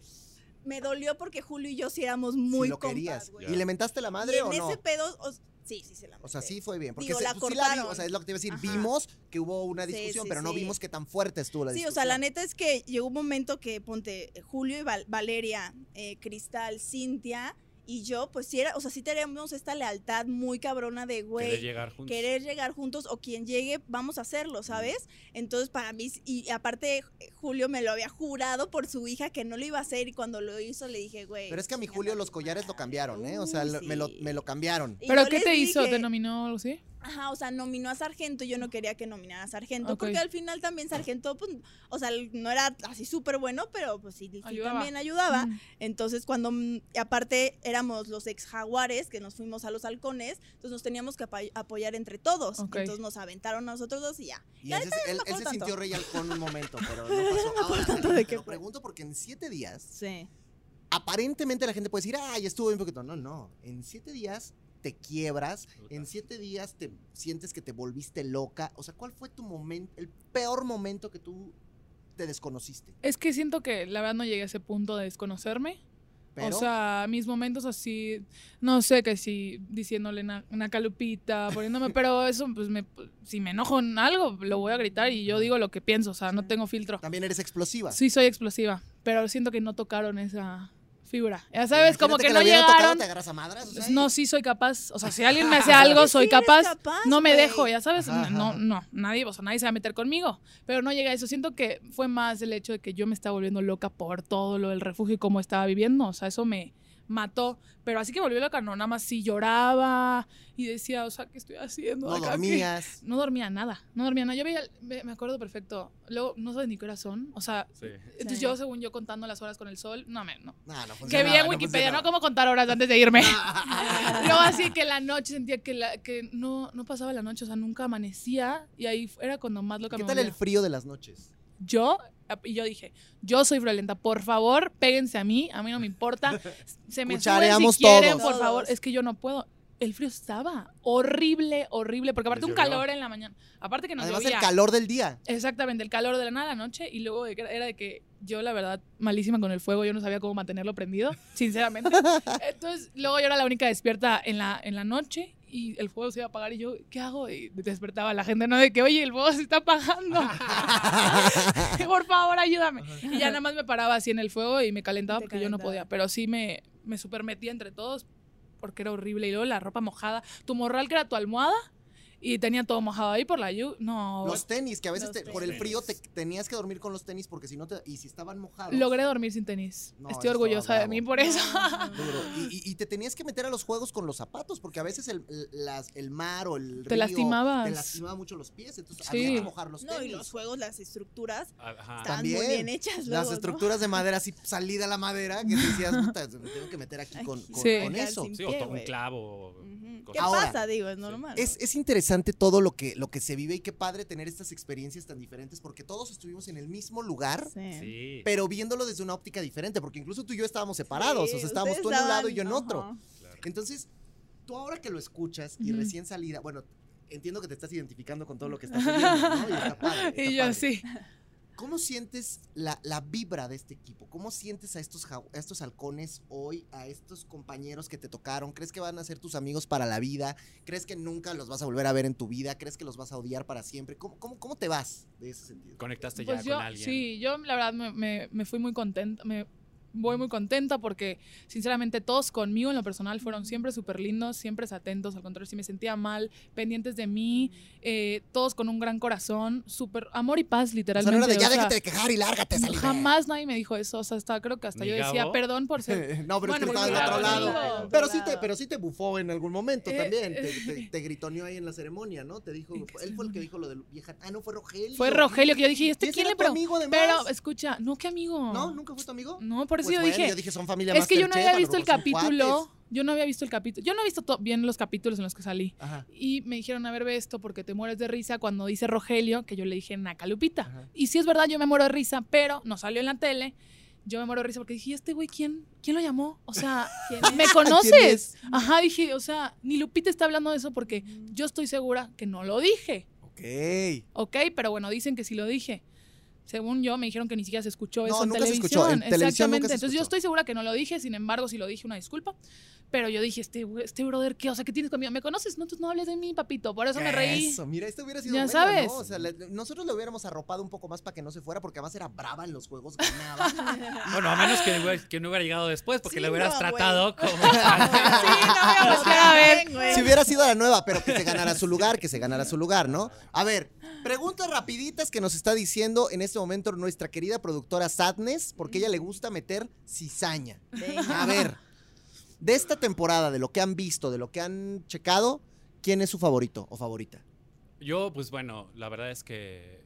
Speaker 3: me dolió porque Julio y yo sí éramos muy
Speaker 1: si lo
Speaker 3: compas,
Speaker 1: querías.
Speaker 3: güey.
Speaker 1: ¿Y le mentaste la madre
Speaker 3: Y en
Speaker 1: o no?
Speaker 3: ese pedo, o- sí, sí se la
Speaker 1: O sea,
Speaker 3: menté.
Speaker 1: sí fue bien. Porque
Speaker 3: Digo,
Speaker 1: se-
Speaker 3: la
Speaker 1: pues sí la vi,
Speaker 3: cortaron.
Speaker 1: o sea, es lo que te iba a decir.
Speaker 3: Ajá.
Speaker 1: Vimos que hubo una
Speaker 3: Sí,
Speaker 1: discusión,
Speaker 3: sí,
Speaker 1: pero no
Speaker 3: sí.
Speaker 1: vimos que tan fuerte estuvo la
Speaker 3: Sí,
Speaker 1: discusión.
Speaker 3: o sea, la neta es que llegó un momento que ponte Julio y Val- Valeria, eh, Cristal, Cintia y yo, pues sí era, o sea, sí teníamos esta lealtad muy cabrona de
Speaker 4: Querer
Speaker 3: güey.
Speaker 4: llegar juntos.
Speaker 3: Querer llegar juntos o quien llegue, vamos a hacerlo, ¿sabes? Entonces, para mí, y aparte, eh, Julio me lo había jurado por su hija que no lo iba a hacer y cuando lo hizo le dije, güey.
Speaker 1: Pero es que a mi
Speaker 3: chinga
Speaker 1: Julio
Speaker 3: tu
Speaker 1: los collares lo
Speaker 3: madre.
Speaker 1: cambiaron, ¿eh? O sea,
Speaker 3: Uy,
Speaker 1: lo- me, lo,
Speaker 3: sí.
Speaker 1: me lo cambiaron.
Speaker 3: Y
Speaker 2: ¿Pero
Speaker 3: yo
Speaker 2: qué
Speaker 3: les
Speaker 2: te hizo?
Speaker 3: dije-
Speaker 2: ¿Te nominó algo así?
Speaker 3: Ajá, o sea, nominó a Sargento, yo no quería que nominara a Sargento,
Speaker 2: Ok.
Speaker 3: porque al final también Sargento, pues, o sea, no era así súper bueno, pero pues sí, sí
Speaker 2: Ayudaba.
Speaker 3: también ayudaba.
Speaker 2: Mm.
Speaker 3: Entonces, cuando, mm, y aparte éramos los ex jaguares, que nos fuimos a los halcones, entonces nos teníamos que apa- apoyar entre todos.
Speaker 2: Ok.
Speaker 3: Entonces nos aventaron a nosotros dos y ya.
Speaker 1: Y él, se- él- él
Speaker 3: acuerdo
Speaker 1: se
Speaker 3: tanto.
Speaker 1: sintió rey halcón un momento, pero no pasó. Ahora,
Speaker 3: tanto de qué
Speaker 1: lo
Speaker 3: fue.
Speaker 1: pregunto porque en siete días,
Speaker 3: Sí.
Speaker 1: aparentemente la gente puede decir, ay, estuvo bien poquito. No, no. En siete días te quiebras,
Speaker 4: Puta.
Speaker 1: en siete días te sientes que te volviste loca. O sea, ¿cuál fue tu momento, el peor momento que tú te desconociste?
Speaker 2: Es que siento que la verdad no llegué a ese punto de desconocerme.
Speaker 1: Pero,
Speaker 2: O sea, mis momentos así, no sé que si diciéndole una, una calupita, poniéndome, pero eso, pues me, si me enojo en algo, lo voy a gritar y yo digo lo que pienso, o sea, no
Speaker 3: Sí.
Speaker 2: tengo filtro.
Speaker 1: también eres explosiva.
Speaker 2: Sí, soy explosiva, pero siento que no tocaron esa fibra. Ya sabes, como
Speaker 1: Imagínate
Speaker 2: que,
Speaker 1: la
Speaker 2: no
Speaker 1: hubieran tocado,
Speaker 2: llegaron. Pues
Speaker 1: te agarras a ¿eh? madras. o sea,
Speaker 2: No, sí soy capaz. O sea, si alguien me hace algo, soy
Speaker 3: Sí eres
Speaker 2: capaz. No me
Speaker 3: güey.
Speaker 2: dejo, ya sabes,
Speaker 1: Ajá, ajá,
Speaker 2: no,
Speaker 1: ajá.
Speaker 2: no, nadie, o sea, nadie se va a meter conmigo, pero no llega a eso, siento que fue más el hecho de que yo me estaba volviendo loca por todo lo del refugio y cómo estaba viviendo, o sea, eso me mató, pero así que volví loca, no, nada más sí lloraba y decía, o sea, ¿qué estoy haciendo?
Speaker 1: no
Speaker 2: acá? ¿Qué?
Speaker 1: dormías.
Speaker 2: No dormía nada, no dormía nada, yo veía, el- me me acuerdo perfecto, luego no sabes ni qué horas son, o sea,
Speaker 4: Sí.
Speaker 2: entonces
Speaker 3: Sí.
Speaker 2: yo según yo contando las horas con el sol, no, me, no.
Speaker 1: No, no
Speaker 2: Que vi
Speaker 1: funcionaba,
Speaker 2: en Wikipedia, no, cómo contar horas antes de irme. Luego así que la noche sentía que, la, que no, no pasaba la noche, o sea, nunca amanecía y ahí fu- era cuando más loca
Speaker 1: ¿Qué
Speaker 2: me
Speaker 1: tal el
Speaker 2: volvía.
Speaker 1: frío de las noches?
Speaker 2: Yo, y yo dije, yo soy violenta, por favor, péguense a mí, a mí no me importa. Se me suben
Speaker 1: Cuchareamos
Speaker 2: si quieren,
Speaker 1: todos.
Speaker 2: por favor.
Speaker 3: Todos.
Speaker 2: Es que yo no puedo. El frío estaba horrible, horrible, porque aparte
Speaker 4: Les
Speaker 2: un
Speaker 4: llovió.
Speaker 2: calor en la mañana. Aparte que nos
Speaker 1: Además,
Speaker 2: llovía.
Speaker 1: el calor del día.
Speaker 2: Exactamente, el calor de la nada a la noche y luego de que- era de que yo la verdad malísima con el fuego, yo no sabía cómo mantenerlo prendido, sinceramente. Entonces luego yo era la única despierta en la, en la noche y el fuego se iba a apagar y yo, ¿qué hago? Y despertaba la gente, ¿no? De que, oye, el fuego se está apagando. Por favor, ayúdame. Y ya nada más me paraba así en el fuego y me calentaba
Speaker 3: Te
Speaker 2: porque yo no
Speaker 3: calentaba.
Speaker 2: podía, pero sí me, me super metía entre todos porque era horrible y luego la ropa mojada, tu morral que era tu almohada. Y tenía todo mojado ahí por la lluvia. No.
Speaker 1: Los tenis, que a veces
Speaker 3: Los
Speaker 1: te- por el
Speaker 4: tenis.
Speaker 1: frío te, tenías que dormir con los tenis porque si no te. Y si estaban mojados.
Speaker 2: Logré dormir sin tenis.
Speaker 1: No,
Speaker 2: Estoy
Speaker 1: eso
Speaker 2: orgullosa
Speaker 1: estaba
Speaker 2: de mí
Speaker 1: bravo.
Speaker 2: por eso.
Speaker 1: duro. Y, y- y te tenías que meter a los juegos con los zapatos porque a veces el, el- las- el mar o el
Speaker 2: Te
Speaker 1: río
Speaker 2: lastimabas.
Speaker 1: te lastimaba mucho los pies. Entonces
Speaker 2: Sí.
Speaker 1: había que mojar los
Speaker 3: No, y
Speaker 1: tenis.
Speaker 3: los juegos, las estructuras
Speaker 4: Ajá.
Speaker 3: estaban muy
Speaker 1: También.
Speaker 3: bien hechas. Luego,
Speaker 1: las
Speaker 3: ¿no?
Speaker 1: estructuras de madera así salida la madera que decías, puta, me tengo que meter aquí con,
Speaker 3: Aquí,
Speaker 1: con-
Speaker 2: Sí.
Speaker 1: con
Speaker 3: acá,
Speaker 1: eso.
Speaker 3: sin
Speaker 4: Sí, o
Speaker 3: pie,
Speaker 4: to- un
Speaker 3: güey.
Speaker 4: clavo.
Speaker 3: Ujú.
Speaker 4: Cosa.
Speaker 3: ¿Qué
Speaker 1: Ahora,
Speaker 3: pasa? Digo, es
Speaker 4: sí.
Speaker 3: normal. ¿no?
Speaker 1: Es, es interesante todo lo que, lo que se vive y qué padre tener estas experiencias tan diferentes porque todos estuvimos en el mismo lugar,
Speaker 3: Sí.
Speaker 4: Sí.
Speaker 1: pero viéndolo desde una óptica diferente, porque incluso tú y yo estábamos separados,
Speaker 3: Sí,
Speaker 1: o sea, estábamos
Speaker 3: ustedes
Speaker 1: tú en un lado y yo en
Speaker 3: estaban-
Speaker 1: otro.
Speaker 3: ajá.
Speaker 1: Entonces, tú ahora que lo escuchas y
Speaker 2: Ujú.
Speaker 1: recién salida, bueno, entiendo que te estás identificando con todo lo que estás viviendo, ¿no? Y está padre, está
Speaker 2: y yo
Speaker 1: padre.
Speaker 2: sí.
Speaker 1: ¿Cómo sientes la, la vibra de este equipo? ¿Cómo sientes a estos, jau- a estos halcones hoy, a estos compañeros que te tocaron? ¿Crees que van a ser tus amigos para la vida? ¿Crees que nunca los vas a volver a ver en tu vida? ¿Crees que los vas a odiar para siempre? ¿Cómo, cómo, cómo te vas de ese sentido?
Speaker 4: Conectaste
Speaker 2: Pues
Speaker 4: ya
Speaker 2: yo,
Speaker 4: con alguien.
Speaker 2: sí, yo la verdad me, me- me fui muy contenta. Me voy muy contenta porque, sinceramente, todos conmigo en lo personal fueron siempre súper lindos, siempre atentos. Al contrario, si me sentía mal, pendientes de mí, eh, todos con un gran corazón, súper amor y paz,
Speaker 1: O sea, no
Speaker 2: literalmente.
Speaker 1: era de, ya
Speaker 2: o sea,
Speaker 1: déjate de quejar y lárgate, salí.
Speaker 2: jamás nadie me dijo eso. O sea, hasta creo que hasta
Speaker 4: Ni
Speaker 2: yo decía,
Speaker 4: Gabo.
Speaker 2: perdón por ser
Speaker 1: No, pero es que estaba
Speaker 2: Bueno,
Speaker 1: del
Speaker 2: porque
Speaker 1: otro
Speaker 2: estaba
Speaker 1: lado.
Speaker 2: contigo, del
Speaker 1: Pero
Speaker 3: otro
Speaker 1: sí, te,
Speaker 3: lado.
Speaker 1: pero sí te bufó en algún momento
Speaker 2: Eh,
Speaker 1: también. Te,
Speaker 2: eh.
Speaker 1: te- te gritoneó ahí en la ceremonia, ¿no? Te dijo,
Speaker 2: ¿En qué
Speaker 1: él fue el que
Speaker 2: ceremonia?
Speaker 1: dijo lo del vieja. Ah, no, fue Rogelio.
Speaker 2: Fue Rogelio que yo dije, ¿y
Speaker 1: ¿Y
Speaker 2: este
Speaker 1: ese
Speaker 2: quién
Speaker 1: era
Speaker 2: le
Speaker 1: tu amigo
Speaker 2: preguntó?
Speaker 1: además?
Speaker 2: Pero escucha, no, ¿qué amigo?
Speaker 1: ¿No? ¿Nunca fue tu amigo?
Speaker 2: No, por eso
Speaker 1: Pues
Speaker 2: yo
Speaker 1: bueno,
Speaker 2: dije,
Speaker 1: yo dije, son familia
Speaker 2: Es que yo no
Speaker 1: Masterchef,
Speaker 2: había
Speaker 1: a lo
Speaker 2: visto el
Speaker 1: mejor son
Speaker 2: capítulo.
Speaker 1: cuates.
Speaker 2: Yo no había visto el capítulo. Yo no he visto to- bien los capítulos en los que salí.
Speaker 1: Ajá.
Speaker 2: Y me dijeron, a ver, ve esto porque te mueres de risa cuando dice Rogelio, que yo le dije Nacalupita.
Speaker 1: Ajá.
Speaker 2: Y sí es verdad, yo me muero de risa, pero no salió en la tele. Yo me muero de risa porque dije, ¿y este güey quién? ¿Quién lo llamó? O sea,
Speaker 3: ¿Quién
Speaker 2: ¿me
Speaker 3: es?
Speaker 2: conoces? Ajá, dije, o sea, ni Lupita está hablando de eso porque yo estoy segura que no lo dije.
Speaker 1: Ok.
Speaker 2: Ok, pero bueno, dicen que sí lo dije. Según yo, me dijeron que ni siquiera se escuchó
Speaker 1: No,
Speaker 2: eso en
Speaker 1: nunca se
Speaker 2: televisión.
Speaker 1: escuchó, en televisión nunca se
Speaker 2: Exactamente. Entonces yo
Speaker 1: escuchó.
Speaker 2: estoy segura que no lo dije, sin embargo, si lo dije, una disculpa. Pero yo dije, este, güey- este brother, ¿qué? O sea, ¿qué tienes conmigo? ¿Me conoces? No, tú no hables de mí, papito. Por eso me reí.
Speaker 1: Eso, mira, esto hubiera sido
Speaker 2: Ya
Speaker 1: bueno,
Speaker 2: sabes.
Speaker 1: ¿no? O sea, le- nosotros le hubiéramos arropado un poco más para que no se fuera, porque además era brava en los juegos, ganaba.
Speaker 4: Bueno, a menos que, hubiera- que no hubiera llegado después, porque
Speaker 3: Ah. Sí,
Speaker 4: le hubieras
Speaker 3: no, güey.
Speaker 4: tratado como.
Speaker 3: Sí, no me
Speaker 2: Los quiero ver.
Speaker 3: Ven, güey.
Speaker 1: si hubiera sido la nueva, pero que se ganara su lugar, que se ganara su lugar, ¿no? A ver, preguntas rapiditas que nos está diciendo en este momento nuestra querida productora Sadness, porque a ella le gusta meter cizaña.
Speaker 3: Venga.
Speaker 1: A ver, de esta temporada, de lo que han visto, de lo que han checado, ¿Quién es su favorito o favorita?
Speaker 4: Yo, pues bueno, la verdad es que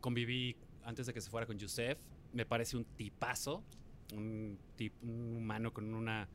Speaker 4: conviví antes de que se fuera con Yusef. Me parece un tipazo, un, tip- un humano con una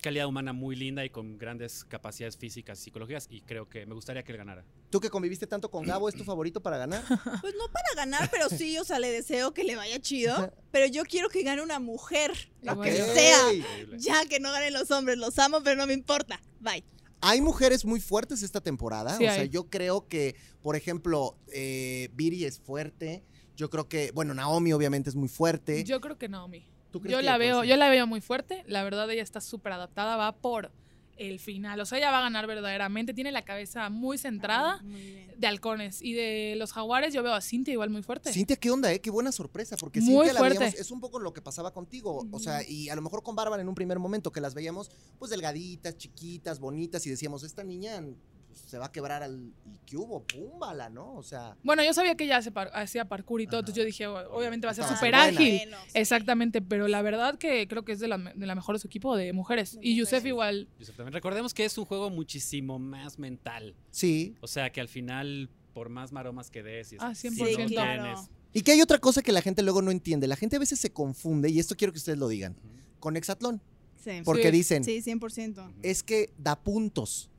Speaker 4: calidad humana muy linda y con grandes capacidades físicas y psicológicas y creo que me gustaría que él ganara.
Speaker 1: ¿Tú que conviviste tanto con Gabo es tu favorito para ganar?
Speaker 3: Pues no para ganar, pero sí, o sea, le deseo que le vaya chido. Pero yo quiero que gane una mujer, lo que
Speaker 2: Igual.
Speaker 3: sea.
Speaker 1: ¡Ey!
Speaker 4: Increíble.
Speaker 3: Ya que no ganen los hombres, los amo, pero no me importa. Bye.
Speaker 1: Hay mujeres muy fuertes esta temporada.
Speaker 2: Sí
Speaker 1: o sea,
Speaker 2: hay.
Speaker 1: yo creo que, por ejemplo, eh, Viri es fuerte. Yo creo que, bueno, Naomi obviamente es muy fuerte.
Speaker 2: Yo creo que Naomi.
Speaker 1: ¿Tú crees
Speaker 2: Yo
Speaker 1: que pues
Speaker 2: la
Speaker 1: puede
Speaker 2: veo,
Speaker 1: ser?
Speaker 2: yo la veo muy fuerte. La verdad, ella está súper adaptada, va por el final. O sea, ella va a ganar verdaderamente. Tiene la cabeza muy centrada
Speaker 3: Ah, Muy bien.
Speaker 2: de halcones. Y de los jaguares, yo veo a Cintia igual muy fuerte.
Speaker 1: Cintia, ¿qué onda, eh? Qué buena sorpresa, porque
Speaker 2: Muy
Speaker 1: Cintia la
Speaker 2: fuerte.
Speaker 1: veíamos, es un poco lo que pasaba contigo, o sea, y a lo mejor con Bárbara en un primer momento, que las veíamos pues delgaditas, chiquitas, bonitas, y decíamos, esta niña pues, se va a quebrar al... ¿Y qué hubo? Púmbala, ¿no? O sea,
Speaker 2: Bueno, yo sabía que ella hace par- hacía parkour y todo,
Speaker 1: Ajá.
Speaker 2: entonces yo dije, "O- obviamente va a ser
Speaker 1: Estaba
Speaker 2: súper
Speaker 1: buena.
Speaker 2: ágil.
Speaker 3: Ah, Bueno, sí.
Speaker 2: Exactamente, pero la verdad que creo que es de la, me- de la mejor de su equipo de mujeres.
Speaker 3: De
Speaker 2: y Yusef
Speaker 3: mujeres.
Speaker 2: igual.
Speaker 4: Yusef también. Recordemos que es un juego muchísimo más mental.
Speaker 1: sí.
Speaker 4: O sea, que al final, por más maromas que des, y
Speaker 2: Ah,
Speaker 4: si
Speaker 2: 100%.
Speaker 4: no
Speaker 2: Sí,
Speaker 3: claro.
Speaker 4: tienes-
Speaker 1: Y que hay otra cosa que la gente luego no entiende, la gente a veces se confunde, y esto quiero que ustedes lo digan, con Hexatlón,
Speaker 3: Sí.
Speaker 1: porque
Speaker 2: Sí.
Speaker 1: dicen,
Speaker 3: Sí, 100%.
Speaker 1: es que da puntos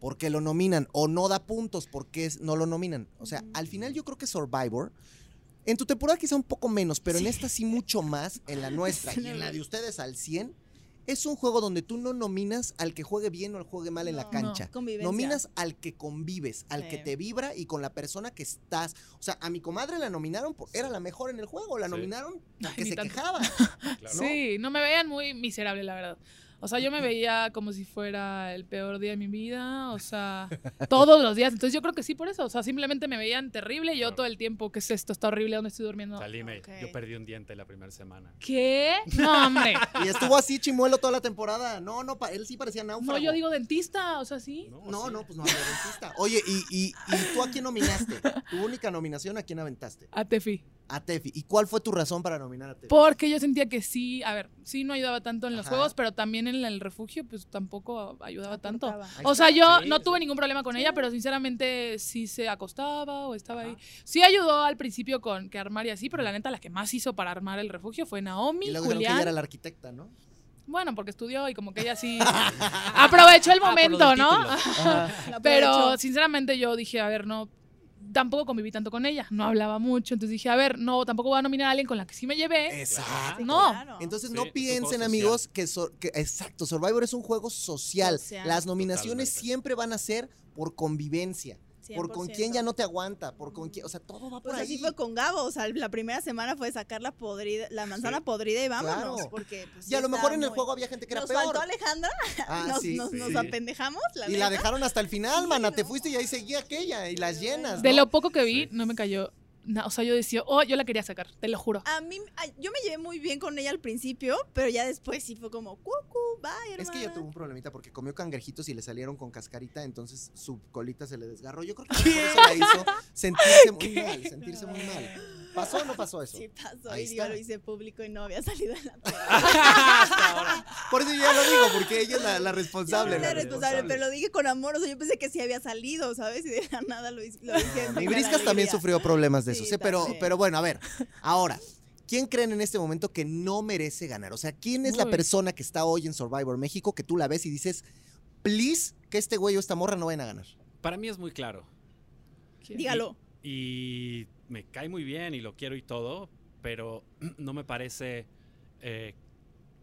Speaker 1: porque lo nominan o no da puntos porque es- no lo nominan. O sea,
Speaker 3: Ujú.
Speaker 1: al final yo creo que Survivor, en tu temporada quizá un poco menos, pero en esta sí mucho más, en la nuestra y en la de ustedes al 100, es un juego donde tú no nominas al que juegue bien o al juegue mal en la
Speaker 3: No,
Speaker 1: cancha.
Speaker 3: Convivencia.
Speaker 1: Nominas al que convives, al que
Speaker 3: Sí.
Speaker 1: te vibra y con la persona que estás. O sea, a mi comadre la nominaron, por, era la mejor en el juego, la
Speaker 4: Sí.
Speaker 1: nominaron porque
Speaker 2: ni
Speaker 1: se
Speaker 2: tanto.
Speaker 1: quejaba.
Speaker 4: claro.
Speaker 2: Sí, no me veían muy miserable, la verdad. O sea, yo me veía como si fuera el peor día de mi vida, o sea, todos los días. Entonces yo creo que sí por eso, o sea, simplemente me veían terrible y yo
Speaker 4: Claro.
Speaker 2: todo el tiempo, ¿qué es esto? Está horrible, ¿dónde estoy durmiendo?
Speaker 4: Salime,
Speaker 3: Ok.
Speaker 4: yo perdí un diente la primera semana.
Speaker 2: ¿Qué? No, hombre.
Speaker 1: Y estuvo así chimuelo toda la temporada. No, no, pa- él sí parecía náufrago.
Speaker 2: No, yo digo dentista, o sea, sí.
Speaker 1: No,
Speaker 4: sí.
Speaker 1: no, pues no había dentista. Oye, ¿y, y, y tú a quién nominaste? Tu única nominación, ¿a quién aventaste?
Speaker 2: A Ah, Tefi.
Speaker 1: A Tefi. ¿Y cuál fue tu razón para nominar a Tefi?
Speaker 2: Porque yo sentía que sí, a ver, sí no ayudaba tanto en los
Speaker 1: Ajá.
Speaker 2: juegos, pero también en el refugio, pues tampoco ayudaba tanto.
Speaker 3: Aportaba.
Speaker 1: Ahí
Speaker 2: O
Speaker 1: está.
Speaker 2: sea, yo
Speaker 4: Sí,
Speaker 2: no
Speaker 4: sí.
Speaker 2: tuve ningún problema con ella, pero sinceramente sí se acostaba o estaba ahí. Sí ayudó al principio con que armar y así, pero la neta la que más hizo para armar el refugio fue Naomi,
Speaker 1: y luego dijeron que
Speaker 2: Julián.
Speaker 1: ella era la arquitecta, ¿no?
Speaker 2: Bueno, porque estudió y como que ella sí
Speaker 1: Ah,
Speaker 2: aprovechó el
Speaker 4: Ah, por lo
Speaker 2: momento,
Speaker 4: del
Speaker 2: ¿no?
Speaker 4: título.
Speaker 3: La
Speaker 2: Ah, Pero
Speaker 3: aprovecho.
Speaker 2: sinceramente yo dije, a ver, no, tampoco conviví tanto con ella, no hablaba mucho, entonces dije, a ver, no, tampoco voy a nominar a alguien con la que sí me llevé.
Speaker 1: Exacto.
Speaker 3: Sí,
Speaker 2: no.
Speaker 3: claro.
Speaker 1: Entonces
Speaker 4: Sí, es
Speaker 1: no
Speaker 4: un
Speaker 1: piensen,
Speaker 4: juego
Speaker 1: amigos, que, so- que- exacto, Survivor es un juego social.
Speaker 3: Social.
Speaker 1: Las nominaciones
Speaker 4: Totalmente.
Speaker 1: siempre van a ser por convivencia, por con quién ya
Speaker 3: 100%.
Speaker 1: no te aguanta, por con quién, o sea, todo va por
Speaker 3: Pues
Speaker 1: ahí.
Speaker 3: así fue con Gabo, o sea, la primera semana fue sacar la podrida, la manzana
Speaker 4: Sí.
Speaker 3: podrida y vámonos,
Speaker 1: Claro.
Speaker 3: porque pues,
Speaker 1: Y a
Speaker 3: sí
Speaker 1: lo mejor
Speaker 3: estaba
Speaker 1: en el
Speaker 3: muy-
Speaker 1: juego había gente que era
Speaker 3: nos
Speaker 1: peor.
Speaker 3: faltó Alejandra,
Speaker 1: Ah,
Speaker 3: nos,
Speaker 1: sí.
Speaker 3: nos, nos
Speaker 4: sí.
Speaker 3: apendejamos, la
Speaker 1: Y la
Speaker 3: neta.
Speaker 1: dejaron hasta el final, mana.
Speaker 3: no.
Speaker 1: Te fuiste y ahí seguía aquella y las llenas.
Speaker 2: De
Speaker 1: ¿no?
Speaker 2: lo poco que vi,
Speaker 4: Sí.
Speaker 2: no me cayó. na- o sea, yo decía, oh, yo la quería sacar, te lo
Speaker 1: Ah,
Speaker 2: juro.
Speaker 3: A mí, a- yo me llevé muy bien con ella al principio, pero ya después sí fue como, cucu, bye, hermana.
Speaker 1: Es que ella tuvo un problemita porque comió cangrejitos y le salieron con cascarita, entonces su colita se le desgarró. Yo creo que por eso la hizo sentirse muy mal, sentirse muy mal. ¿Pasó o no pasó eso?
Speaker 3: Sí pasó,
Speaker 1: Ahí
Speaker 3: y yo
Speaker 1: está.
Speaker 3: lo hice público y no había salido en la tele.
Speaker 1: Por eso yo ya lo digo, porque ella es la, la
Speaker 3: Yo no
Speaker 1: responsable.
Speaker 3: era
Speaker 4: la
Speaker 3: responsable, pero lo dije con amor, o sea, yo pensé que sí había salido, ¿sabes? Y de la nada lo hice. Lo dije
Speaker 1: Ah,
Speaker 3: en
Speaker 1: Mi
Speaker 3: señal de
Speaker 1: Briscas también
Speaker 3: alegría.
Speaker 1: sufrió problemas de
Speaker 3: Sí,
Speaker 1: eso, pero,
Speaker 3: también.
Speaker 1: pero bueno, a ver, ahora, ¿quién creen en este momento que no merece ganar? O sea, ¿quién es la
Speaker 2: Uy.
Speaker 1: persona que está hoy en Survivor México que tú la ves y dices, please, que este güey o esta morra no vayan a ganar?
Speaker 4: Para mí es muy claro.
Speaker 3: Dígalo.
Speaker 4: Y me cae muy bien y lo quiero y todo, pero no me parece... eh,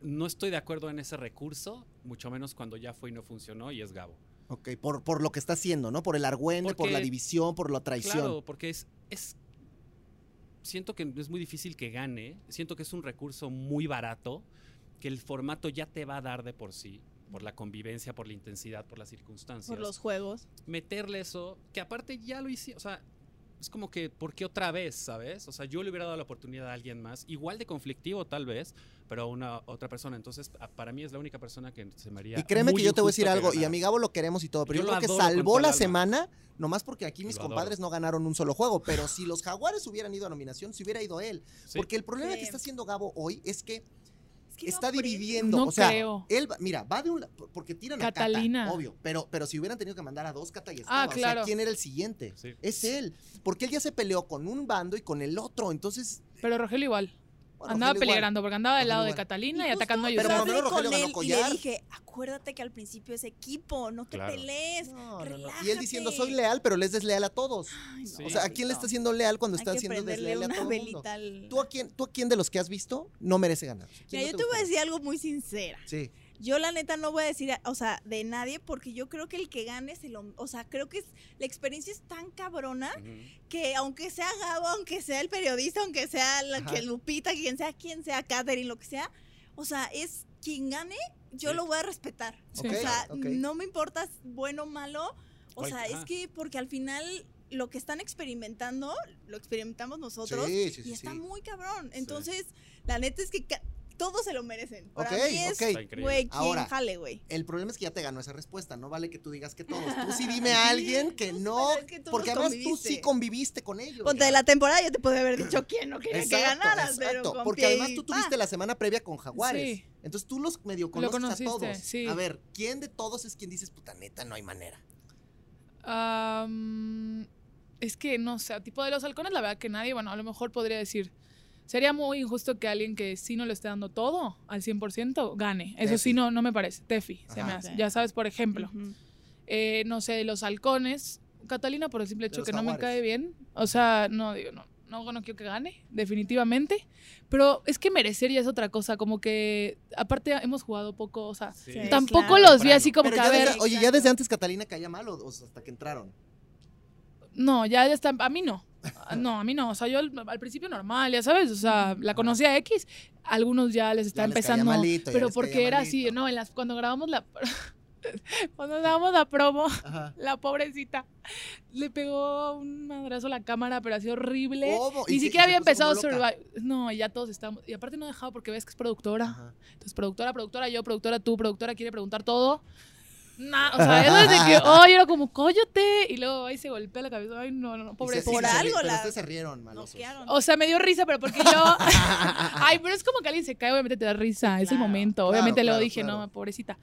Speaker 4: no estoy de acuerdo en ese recurso, mucho menos cuando ya fue y no funcionó y es Gabo.
Speaker 1: Ok, por, por lo que está haciendo, ¿no? Por el argüende, por la
Speaker 4: Porque-
Speaker 1: división, por la traición.
Speaker 4: Claro, porque es, es... Siento que es muy difícil que gane, siento que es un recurso muy barato, que el formato ya te va a dar de por sí, por la convivencia, por la intensidad, por las circunstancias.
Speaker 3: Por los juegos.
Speaker 4: meterle eso, que aparte ya lo hice, o sea, es como que, ¿por qué otra vez, sabes? O sea, yo le hubiera dado la oportunidad a alguien más, igual de conflictivo tal vez, pero a una otra persona. Entonces, a- para mí es la única persona que se me haría.
Speaker 1: Y créeme
Speaker 4: muy
Speaker 1: que yo te voy a
Speaker 4: injusto
Speaker 1: decir
Speaker 4: que
Speaker 1: algo, y
Speaker 4: ganara.
Speaker 1: a mi Gabo lo queremos y todo, pero yo,
Speaker 4: Yo lo
Speaker 1: creo que
Speaker 4: adoro con
Speaker 1: salvó
Speaker 4: todo el
Speaker 1: la
Speaker 4: alma.
Speaker 1: semana, nomás porque aquí mis
Speaker 4: Lo adoro.
Speaker 1: compadres no ganaron un solo juego, pero si los jaguares hubieran ido a nominación, se hubiera ido él.
Speaker 4: Sí.
Speaker 1: Porque el problema
Speaker 3: Sí.
Speaker 1: que está haciendo Gabo hoy es que
Speaker 3: Es que no
Speaker 1: está
Speaker 3: creo.
Speaker 1: dividiendo.
Speaker 2: No
Speaker 1: o sea,
Speaker 2: creo.
Speaker 1: él, va- mira, va de un la- por- porque tiran a
Speaker 2: Catalina. Ah,
Speaker 1: Cata, obvio, pero, pero si hubieran tenido que mandar a dos, Cata y estaba. O sea,
Speaker 2: claro.
Speaker 1: ¿quién era el siguiente?
Speaker 4: Sí.
Speaker 1: Es él, porque él ya se peleó con un bando y con el otro, entonces...
Speaker 2: Pero Rogelio igual.
Speaker 1: bueno,
Speaker 2: andaba
Speaker 1: Rogelio igual.
Speaker 2: peligrando porque andaba del
Speaker 1: Rogelio
Speaker 2: lado de
Speaker 1: igual.
Speaker 2: Catalina y,
Speaker 3: justo
Speaker 2: atacando a
Speaker 3: yo
Speaker 1: Pero por
Speaker 2: Yusuf.
Speaker 1: lo menos
Speaker 3: hablé
Speaker 1: Rogelio
Speaker 3: con
Speaker 1: ganó
Speaker 3: él y
Speaker 1: collar.
Speaker 3: le dije, acuérdate que al principio es equipo, no te
Speaker 4: Claro.
Speaker 3: pelees.
Speaker 1: No, no, no. Y él
Speaker 3: Relájate.
Speaker 1: diciendo, soy leal, pero le es desleal a todos.
Speaker 3: Ay, no,
Speaker 4: Sí.
Speaker 1: O sea, ¿a quién le
Speaker 3: Rito.
Speaker 1: está siendo leal cuando
Speaker 3: Hay
Speaker 1: está
Speaker 3: que
Speaker 1: siendo
Speaker 3: prenderle
Speaker 1: desleal a
Speaker 3: una
Speaker 1: todo el mundo?
Speaker 3: velita al-
Speaker 1: ¿Tú a, quién, ¿Tú a quién de los que has visto no merece ganar? ¿Quién
Speaker 3: Mira,
Speaker 1: no
Speaker 3: yo te voy a
Speaker 1: gustaría?
Speaker 3: decir algo muy sincera.
Speaker 1: Sí.
Speaker 3: Yo la neta no voy a decir, o sea, de nadie, porque yo creo que el que gane se lo, o sea, creo que es- la experiencia es tan cabrona que aunque sea Gabo, aunque sea el periodista, aunque sea la,
Speaker 1: Ajá.
Speaker 3: que Lupita, quien sea, quien sea, Katherine, lo que sea, o sea, es quien gane, yo
Speaker 4: Sí.
Speaker 3: lo voy a respetar.
Speaker 2: Sí.
Speaker 1: Ok,
Speaker 3: O sea,
Speaker 1: ok.
Speaker 3: no me importa si bueno o malo, o
Speaker 4: Cual-
Speaker 3: sea, es
Speaker 4: ajá.
Speaker 3: que porque al final lo que están experimentando, lo experimentamos nosotros
Speaker 1: Sí, sí,
Speaker 3: y
Speaker 1: sí,
Speaker 3: está
Speaker 1: sí.
Speaker 3: muy cabrón. Entonces, la neta es que ca- todos se lo merecen. Para
Speaker 1: Ok,
Speaker 3: mí es
Speaker 1: ok.
Speaker 4: Está increíble.
Speaker 3: Güey, ¿quién
Speaker 1: Ahora,
Speaker 3: jale, güey?
Speaker 1: El problema es que ya te ganó esa respuesta. No vale que tú digas que todos. Tú sí dime a alguien que
Speaker 3: Tú,
Speaker 1: no.
Speaker 3: pero es que tú
Speaker 1: porque
Speaker 3: los
Speaker 1: además tú
Speaker 3: conviviste.
Speaker 1: sí conviviste con ellos.
Speaker 3: Ponte de la temporada, yo te podría haber dicho quién no quería
Speaker 1: Exacto,
Speaker 3: que ganaras, pero
Speaker 1: exacto,
Speaker 3: con
Speaker 1: porque
Speaker 3: pie
Speaker 1: además
Speaker 3: y
Speaker 1: tú
Speaker 3: pa.
Speaker 1: tuviste la semana previa con Jaguares.
Speaker 2: Sí.
Speaker 1: Entonces tú los medio
Speaker 2: Lo
Speaker 1: conoces a
Speaker 2: conociste,
Speaker 1: todos.
Speaker 2: sí.
Speaker 1: A ver, ¿quién de todos es quien dices, puta neta, no hay manera?
Speaker 2: Am, es que no sé, tipo de los halcones, la verdad que nadie, bueno, a lo mejor podría decir. Sería muy injusto que alguien que sí no lo esté dando todo al 100% gane. Eso
Speaker 1: Tefi.
Speaker 2: sí no, no me parece. Tefi, se
Speaker 1: Ajá.
Speaker 2: me hace.
Speaker 3: Sí.
Speaker 2: Ya sabes, por ejemplo,
Speaker 3: Ujú.
Speaker 2: eh, no sé, de los halcones. Catalina, por el simple
Speaker 1: De
Speaker 2: hecho
Speaker 1: los
Speaker 2: que no me
Speaker 1: jaguares.
Speaker 2: cae bien. O sea, no, digo, no, no, no quiero que gane, definitivamente. Pero es que merecer ya es otra cosa. Como que, aparte, hemos jugado poco, o sea,
Speaker 4: Sí.
Speaker 3: Sí. Tam-
Speaker 2: tampoco
Speaker 3: claro.
Speaker 2: los vi así como
Speaker 1: Pero
Speaker 2: que,
Speaker 1: ya
Speaker 2: a ver,
Speaker 1: desde- oye, ya
Speaker 3: Exacto.
Speaker 1: desde antes Catalina caía mal o, o hasta que entraron.
Speaker 2: No, ya, ya está. A mí no. Ah, No, a mí no. O sea, yo al, al principio normal, ya sabes. O sea, la conocía X. Algunos ya les está
Speaker 1: Ya les caía
Speaker 2: empezando.
Speaker 1: malito, ya
Speaker 2: pero
Speaker 1: les caía
Speaker 2: porque era así,
Speaker 1: malito.
Speaker 2: ¿no? En las, cuando grabamos la. cuando grabamos la promo,
Speaker 1: Ajá.
Speaker 2: la pobrecita le pegó un madrazo a la cámara, pero así horrible.
Speaker 1: ¿Cómo? Oh, ¿Y
Speaker 2: Ni
Speaker 1: qué-
Speaker 2: siquiera
Speaker 1: y se
Speaker 2: había
Speaker 1: puso como
Speaker 2: empezado
Speaker 1: loca?
Speaker 2: Survive. No, ya todos estábamos. Y aparte no dejaba porque ves que es productora.
Speaker 1: Ajá.
Speaker 2: Entonces, productora, productora, yo, productora, tú, productora, quiere preguntar todo. Nah, o sea, eso es de que, oye, era como, cóllate. Y luego ahí se golpea la cabeza. Ay, no, no, no,
Speaker 1: Y se-
Speaker 2: pobre.
Speaker 1: sí,
Speaker 3: Por
Speaker 1: sí, se ri-
Speaker 3: algo
Speaker 1: pero
Speaker 3: la-
Speaker 1: ustedes se rieron, malosos.
Speaker 3: Noquearon.
Speaker 2: O sea, me dio risa, pero porque yo. Ay, pero es como que alguien se cae, obviamente te da risa. es el
Speaker 3: Claro,
Speaker 2: momento.
Speaker 1: claro,
Speaker 2: Obviamente
Speaker 1: claro,
Speaker 2: lo dije,
Speaker 1: claro.
Speaker 2: no, pobrecita.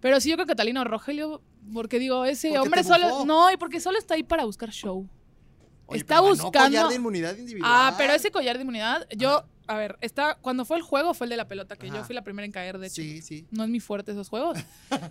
Speaker 2: Pero sí, yo creo que Catalina o Rogelio, porque digo, ese
Speaker 1: Porque te
Speaker 2: hombre
Speaker 1: bufó.
Speaker 2: solo. No, y porque solo está ahí para buscar show.
Speaker 1: Oye,
Speaker 2: está
Speaker 1: pero ganó
Speaker 2: buscando-
Speaker 1: collar de inmunidad individual.
Speaker 2: Ah, pero ese collar de inmunidad, yo, a ver, está, cuando fue el juego fue el de la pelota, que
Speaker 1: Ajá.
Speaker 2: yo fui la primera en caer, de hecho.
Speaker 1: Sí, sí.
Speaker 2: No es mi fuerte esos juegos.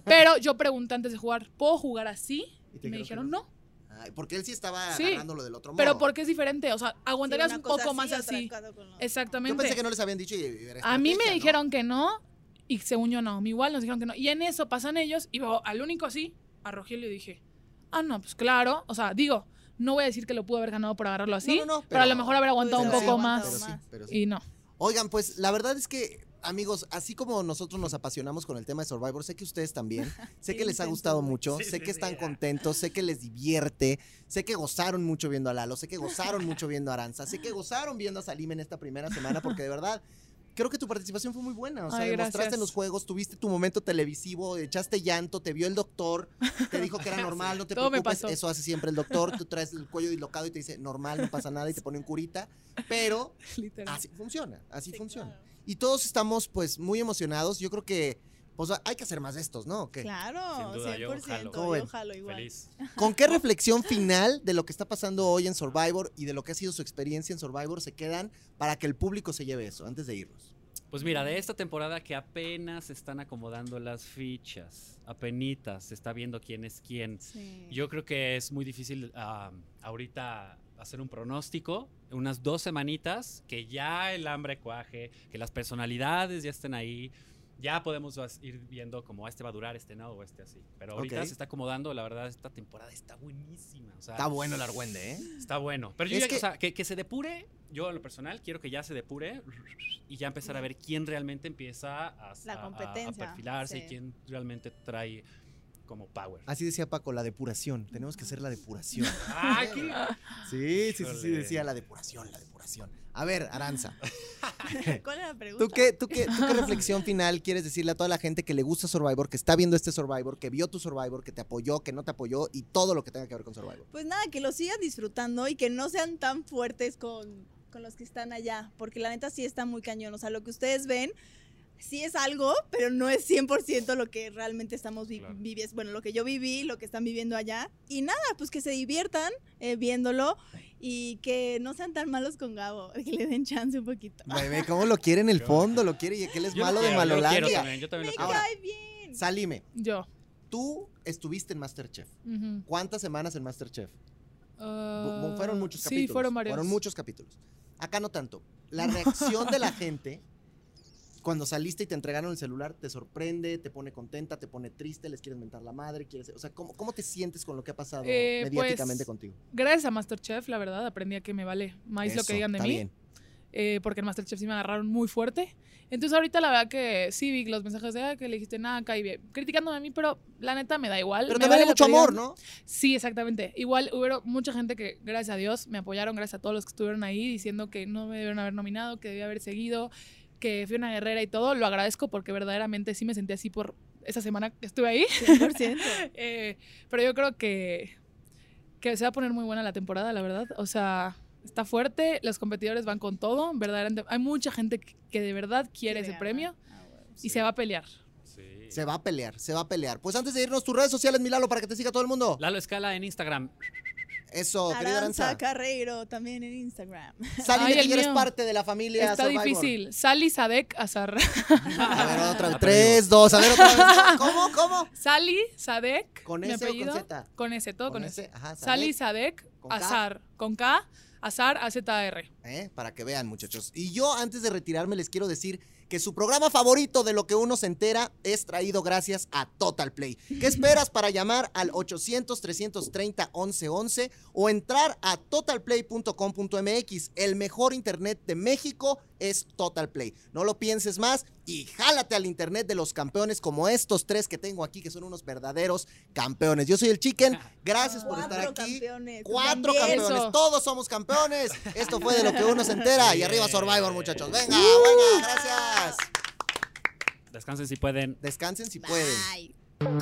Speaker 2: Pero yo pregunté antes de jugar, ¿puedo jugar así?
Speaker 1: Y te dijeron que
Speaker 2: Me dijeron
Speaker 1: no.
Speaker 2: no.
Speaker 1: Ay, porque él sí estaba
Speaker 2: Sí,
Speaker 1: agarrándolo del otro modo.
Speaker 2: Pero porque es diferente. O sea, aguantarías
Speaker 3: Sí,
Speaker 2: un
Speaker 3: una
Speaker 2: poco
Speaker 3: cosa
Speaker 2: más
Speaker 3: y otra
Speaker 2: así.
Speaker 3: cosa con la otra.
Speaker 1: Yo
Speaker 2: Exactamente.
Speaker 1: pensé que no les habían dicho y- y era
Speaker 2: A mí me
Speaker 1: estrategia, ¿no?
Speaker 2: dijeron que no y según yo no. Igual nos dijeron que no. Y en eso pasan ellos y veo al único así, a Rogelio, y dije, ah, no, pues claro. O sea, digo, no voy a decir que lo pude haber ganado por agarrarlo así,
Speaker 1: no, no,
Speaker 2: pero, a
Speaker 1: pero-
Speaker 2: lo mejor haber aguantado un
Speaker 1: Pero sí, pues,
Speaker 2: poco
Speaker 3: aguantado
Speaker 2: más.
Speaker 1: pero sí, pero sí.
Speaker 2: Y no.
Speaker 1: Oigan, pues la verdad es que, amigos, así como nosotros nos apasionamos con el tema de Survivor, sé que ustedes también, sé
Speaker 3: Sí,
Speaker 1: que
Speaker 3: lo
Speaker 1: les ha
Speaker 3: intento,
Speaker 1: gustado
Speaker 3: güey.
Speaker 1: mucho,
Speaker 5: Sí,
Speaker 1: sé
Speaker 5: sí,
Speaker 1: que
Speaker 5: sí,
Speaker 1: están
Speaker 5: ya.
Speaker 1: contentos, sé que les divierte, sé que gozaron mucho viendo a Lalo, sé que gozaron mucho viendo a Aranza, sé que gozaron viendo a Salim en esta primera semana, porque de verdad... Creo que tu participación fue muy buena, o sea,
Speaker 2: Ay,
Speaker 1: demostraste
Speaker 2: gracias.
Speaker 1: en los juegos, tuviste tu momento televisivo, echaste llanto, te vio el doctor, te dijo que era normal, no te
Speaker 2: Todo me
Speaker 1: preocupes,
Speaker 2: pasó.
Speaker 1: eso hace siempre el doctor, tú traes el cuello dislocado y te dice normal, no pasa nada y te pone un curita, pero
Speaker 2: Literal.
Speaker 1: Así funciona, así
Speaker 3: Sí,
Speaker 1: funciona.
Speaker 3: claro.
Speaker 1: Y todos estamos pues muy emocionados. Yo creo que pues hay que hacer más de estos, ¿no? ¿O qué?
Speaker 3: Claro,
Speaker 4: Sin duda, yo
Speaker 3: 100%.
Speaker 1: jalo.
Speaker 3: Yo jalo igual.
Speaker 4: Feliz.
Speaker 1: ¿Con qué reflexión final de lo que está pasando hoy en Survivor y de lo que ha sido su experiencia en Survivor se quedan para que el público se lleve eso antes de irnos?
Speaker 4: Pues mira, de esta temporada que apenas se están acomodando las fichas, apenitas, se está viendo quién es quién.
Speaker 3: Sí.
Speaker 4: Yo creo que es muy difícil ah, ahorita hacer un pronóstico, unas dos semanitas, que ya el hambre cuaje, que las personalidades ya estén ahí, ya podemos as- ir viendo como "Ah, este va a durar, este no, o este así. Pero ahorita
Speaker 1: Ok.
Speaker 4: se está acomodando, la verdad, esta temporada está buenísima. O sea,
Speaker 1: Está bueno el argüende, ¿eh?
Speaker 4: Está bueno. Pero yo
Speaker 1: Es
Speaker 4: ya-
Speaker 1: que-
Speaker 4: o sea, que, que se depure, yo en lo personal quiero que ya se depure y ya empezar a ver quién realmente empieza a,
Speaker 3: La
Speaker 4: a- a- a
Speaker 3: competencia,
Speaker 4: perfilarse
Speaker 3: sí.
Speaker 4: y quién realmente trae como power.
Speaker 1: Así decía Paco, la depuración. Tenemos que hacer la depuración.
Speaker 4: Ah, ¿qué?
Speaker 1: Sí, sí, sí, sí,
Speaker 4: Híjole.
Speaker 1: decía la depuración, la depuración. A ver, Aranza,
Speaker 3: ¿Cuál era la pregunta?
Speaker 1: ¿tú qué, tú, qué, ¿tú qué reflexión final quieres decirle a toda la gente que le gusta Survivor, que está viendo este Survivor, que vio tu Survivor, que te apoyó, que no te apoyó y todo lo que tenga que ver con Survivor?
Speaker 3: Pues nada, que lo sigan disfrutando y que no sean tan fuertes con, con los que están allá, porque la neta sí está muy cañón. O sea, lo que ustedes ven sí es algo, pero no es 100% lo que realmente estamos vi-
Speaker 6: Claro.
Speaker 3: viviendo, bueno, lo que yo viví, lo que están viviendo allá. Y nada, pues que se diviertan eh, viéndolo y que no sean tan malos con Gabo, que le den chance un poquito.
Speaker 1: Bebé, ¿cómo lo quiere en el fondo? Lo quiere y aquel es
Speaker 4: Yo lo
Speaker 1: malo de
Speaker 4: quiero, yo lo quiero
Speaker 1: Malolandia.
Speaker 4: también, yo también
Speaker 3: Me
Speaker 4: lo quiero.
Speaker 1: Ahora-
Speaker 3: cae bien.
Speaker 1: Salime,
Speaker 2: Yo.
Speaker 1: tú estuviste en Masterchef.
Speaker 2: Ujú.
Speaker 1: ¿Cuántas semanas en Masterchef? Bu-
Speaker 2: Ah,
Speaker 1: bu- fueron muchos
Speaker 2: Sí,
Speaker 1: capítulos.
Speaker 2: fueron varios.
Speaker 1: Fueron muchos capítulos. Acá no tanto. La reacción de la gente cuando saliste y te entregaron el celular te sorprende, te pone contenta, te pone triste, les quieres mentar la madre, quieres, o sea, ¿cómo, cómo te sientes con lo que ha pasado
Speaker 2: Eh,
Speaker 1: mediáticamente
Speaker 2: pues,
Speaker 1: contigo?
Speaker 2: Gracias a Masterchef, la verdad, aprendí a que me vale más lo
Speaker 1: Eso,
Speaker 2: que digan de
Speaker 1: está
Speaker 2: mí.
Speaker 1: bien.
Speaker 2: eh, porque en Masterchef sí me agarraron muy fuerte. Entonces ahorita la verdad que sí vi los mensajes de "Ah, que le dijiste nada, caí bien", criticándome a mí, pero la neta me da igual.
Speaker 1: Pero
Speaker 2: me
Speaker 1: también hay
Speaker 2: vale
Speaker 1: mucho
Speaker 2: lo que digan.
Speaker 1: amor, ¿no?
Speaker 2: Sí, exactamente. Igual hubo mucha gente que, gracias a Dios, me apoyaron, gracias a todos los que estuvieron ahí, diciendo que no me debieron haber nominado, que debía haber seguido, que fui una guerrera y todo. Lo agradezco porque verdaderamente sí me sentí así por esa semana que estuve ahí.
Speaker 3: 100%.
Speaker 2: Eh, pero yo creo que, que se va a poner muy buena la temporada, la verdad. O sea, está fuerte, los competidores van con todo. Verdaderamente, hay mucha gente que, que de verdad quiere ese
Speaker 3: ganar.
Speaker 2: premio
Speaker 3: Ah, bueno.
Speaker 2: y se va a pelear.
Speaker 4: Sí.
Speaker 1: Se va a pelear, se va a pelear. Pues antes de irnos, tus redes sociales, Milalo, para que te siga todo el mundo.
Speaker 4: Lalo Escala en Instagram.
Speaker 1: Eso, Oh, querida Aranza.
Speaker 3: Aranza Carreiro también en Instagram.
Speaker 1: Salime,
Speaker 2: Ay,
Speaker 1: que
Speaker 2: el
Speaker 1: ya eres
Speaker 2: mío.
Speaker 1: parte de la familia
Speaker 2: está
Speaker 1: Survivor.
Speaker 2: difícil. Sally Sadek
Speaker 1: A
Speaker 2: Azar.
Speaker 1: ver, otra vez.
Speaker 4: Ah,
Speaker 1: Tres, dos, a ver, otra vez. ¿Cómo, cómo?
Speaker 2: Sally Sadek.
Speaker 1: ¿Con
Speaker 2: mi
Speaker 1: S o con
Speaker 2: apellido.
Speaker 1: Z?
Speaker 2: Con S, todo con, S.
Speaker 1: ese, Ajá,
Speaker 2: Sally
Speaker 1: Sadek.
Speaker 2: Sadek
Speaker 1: ¿Con K?
Speaker 2: Azar. Con K, Azar, AZR.
Speaker 1: ¿eh? para que vean muchachos. Y yo antes de retirarme les quiero decir que su programa favorito de lo que uno se entera es traído gracias a Total Play. ¿Qué esperas para llamar al 800-330-1111 o entrar a totalplay.com.mx? El mejor internet de México es Total Play. No lo pienses más y jálate al internet de los campeones como estos tres que tengo aquí que son unos verdaderos campeones. Yo soy el Chicken, gracias por estar
Speaker 3: Cuatro
Speaker 1: aquí.
Speaker 3: campeones.
Speaker 1: Cuatro
Speaker 3: También.
Speaker 1: campeones,
Speaker 2: Eso.
Speaker 1: todos somos campeones. Esto fue de lo que uno se entera. Y arriba Survivor, muchachos. Venga, buena, gracias.
Speaker 4: Descansen si pueden.
Speaker 1: Descansen si pueden.
Speaker 3: Bye.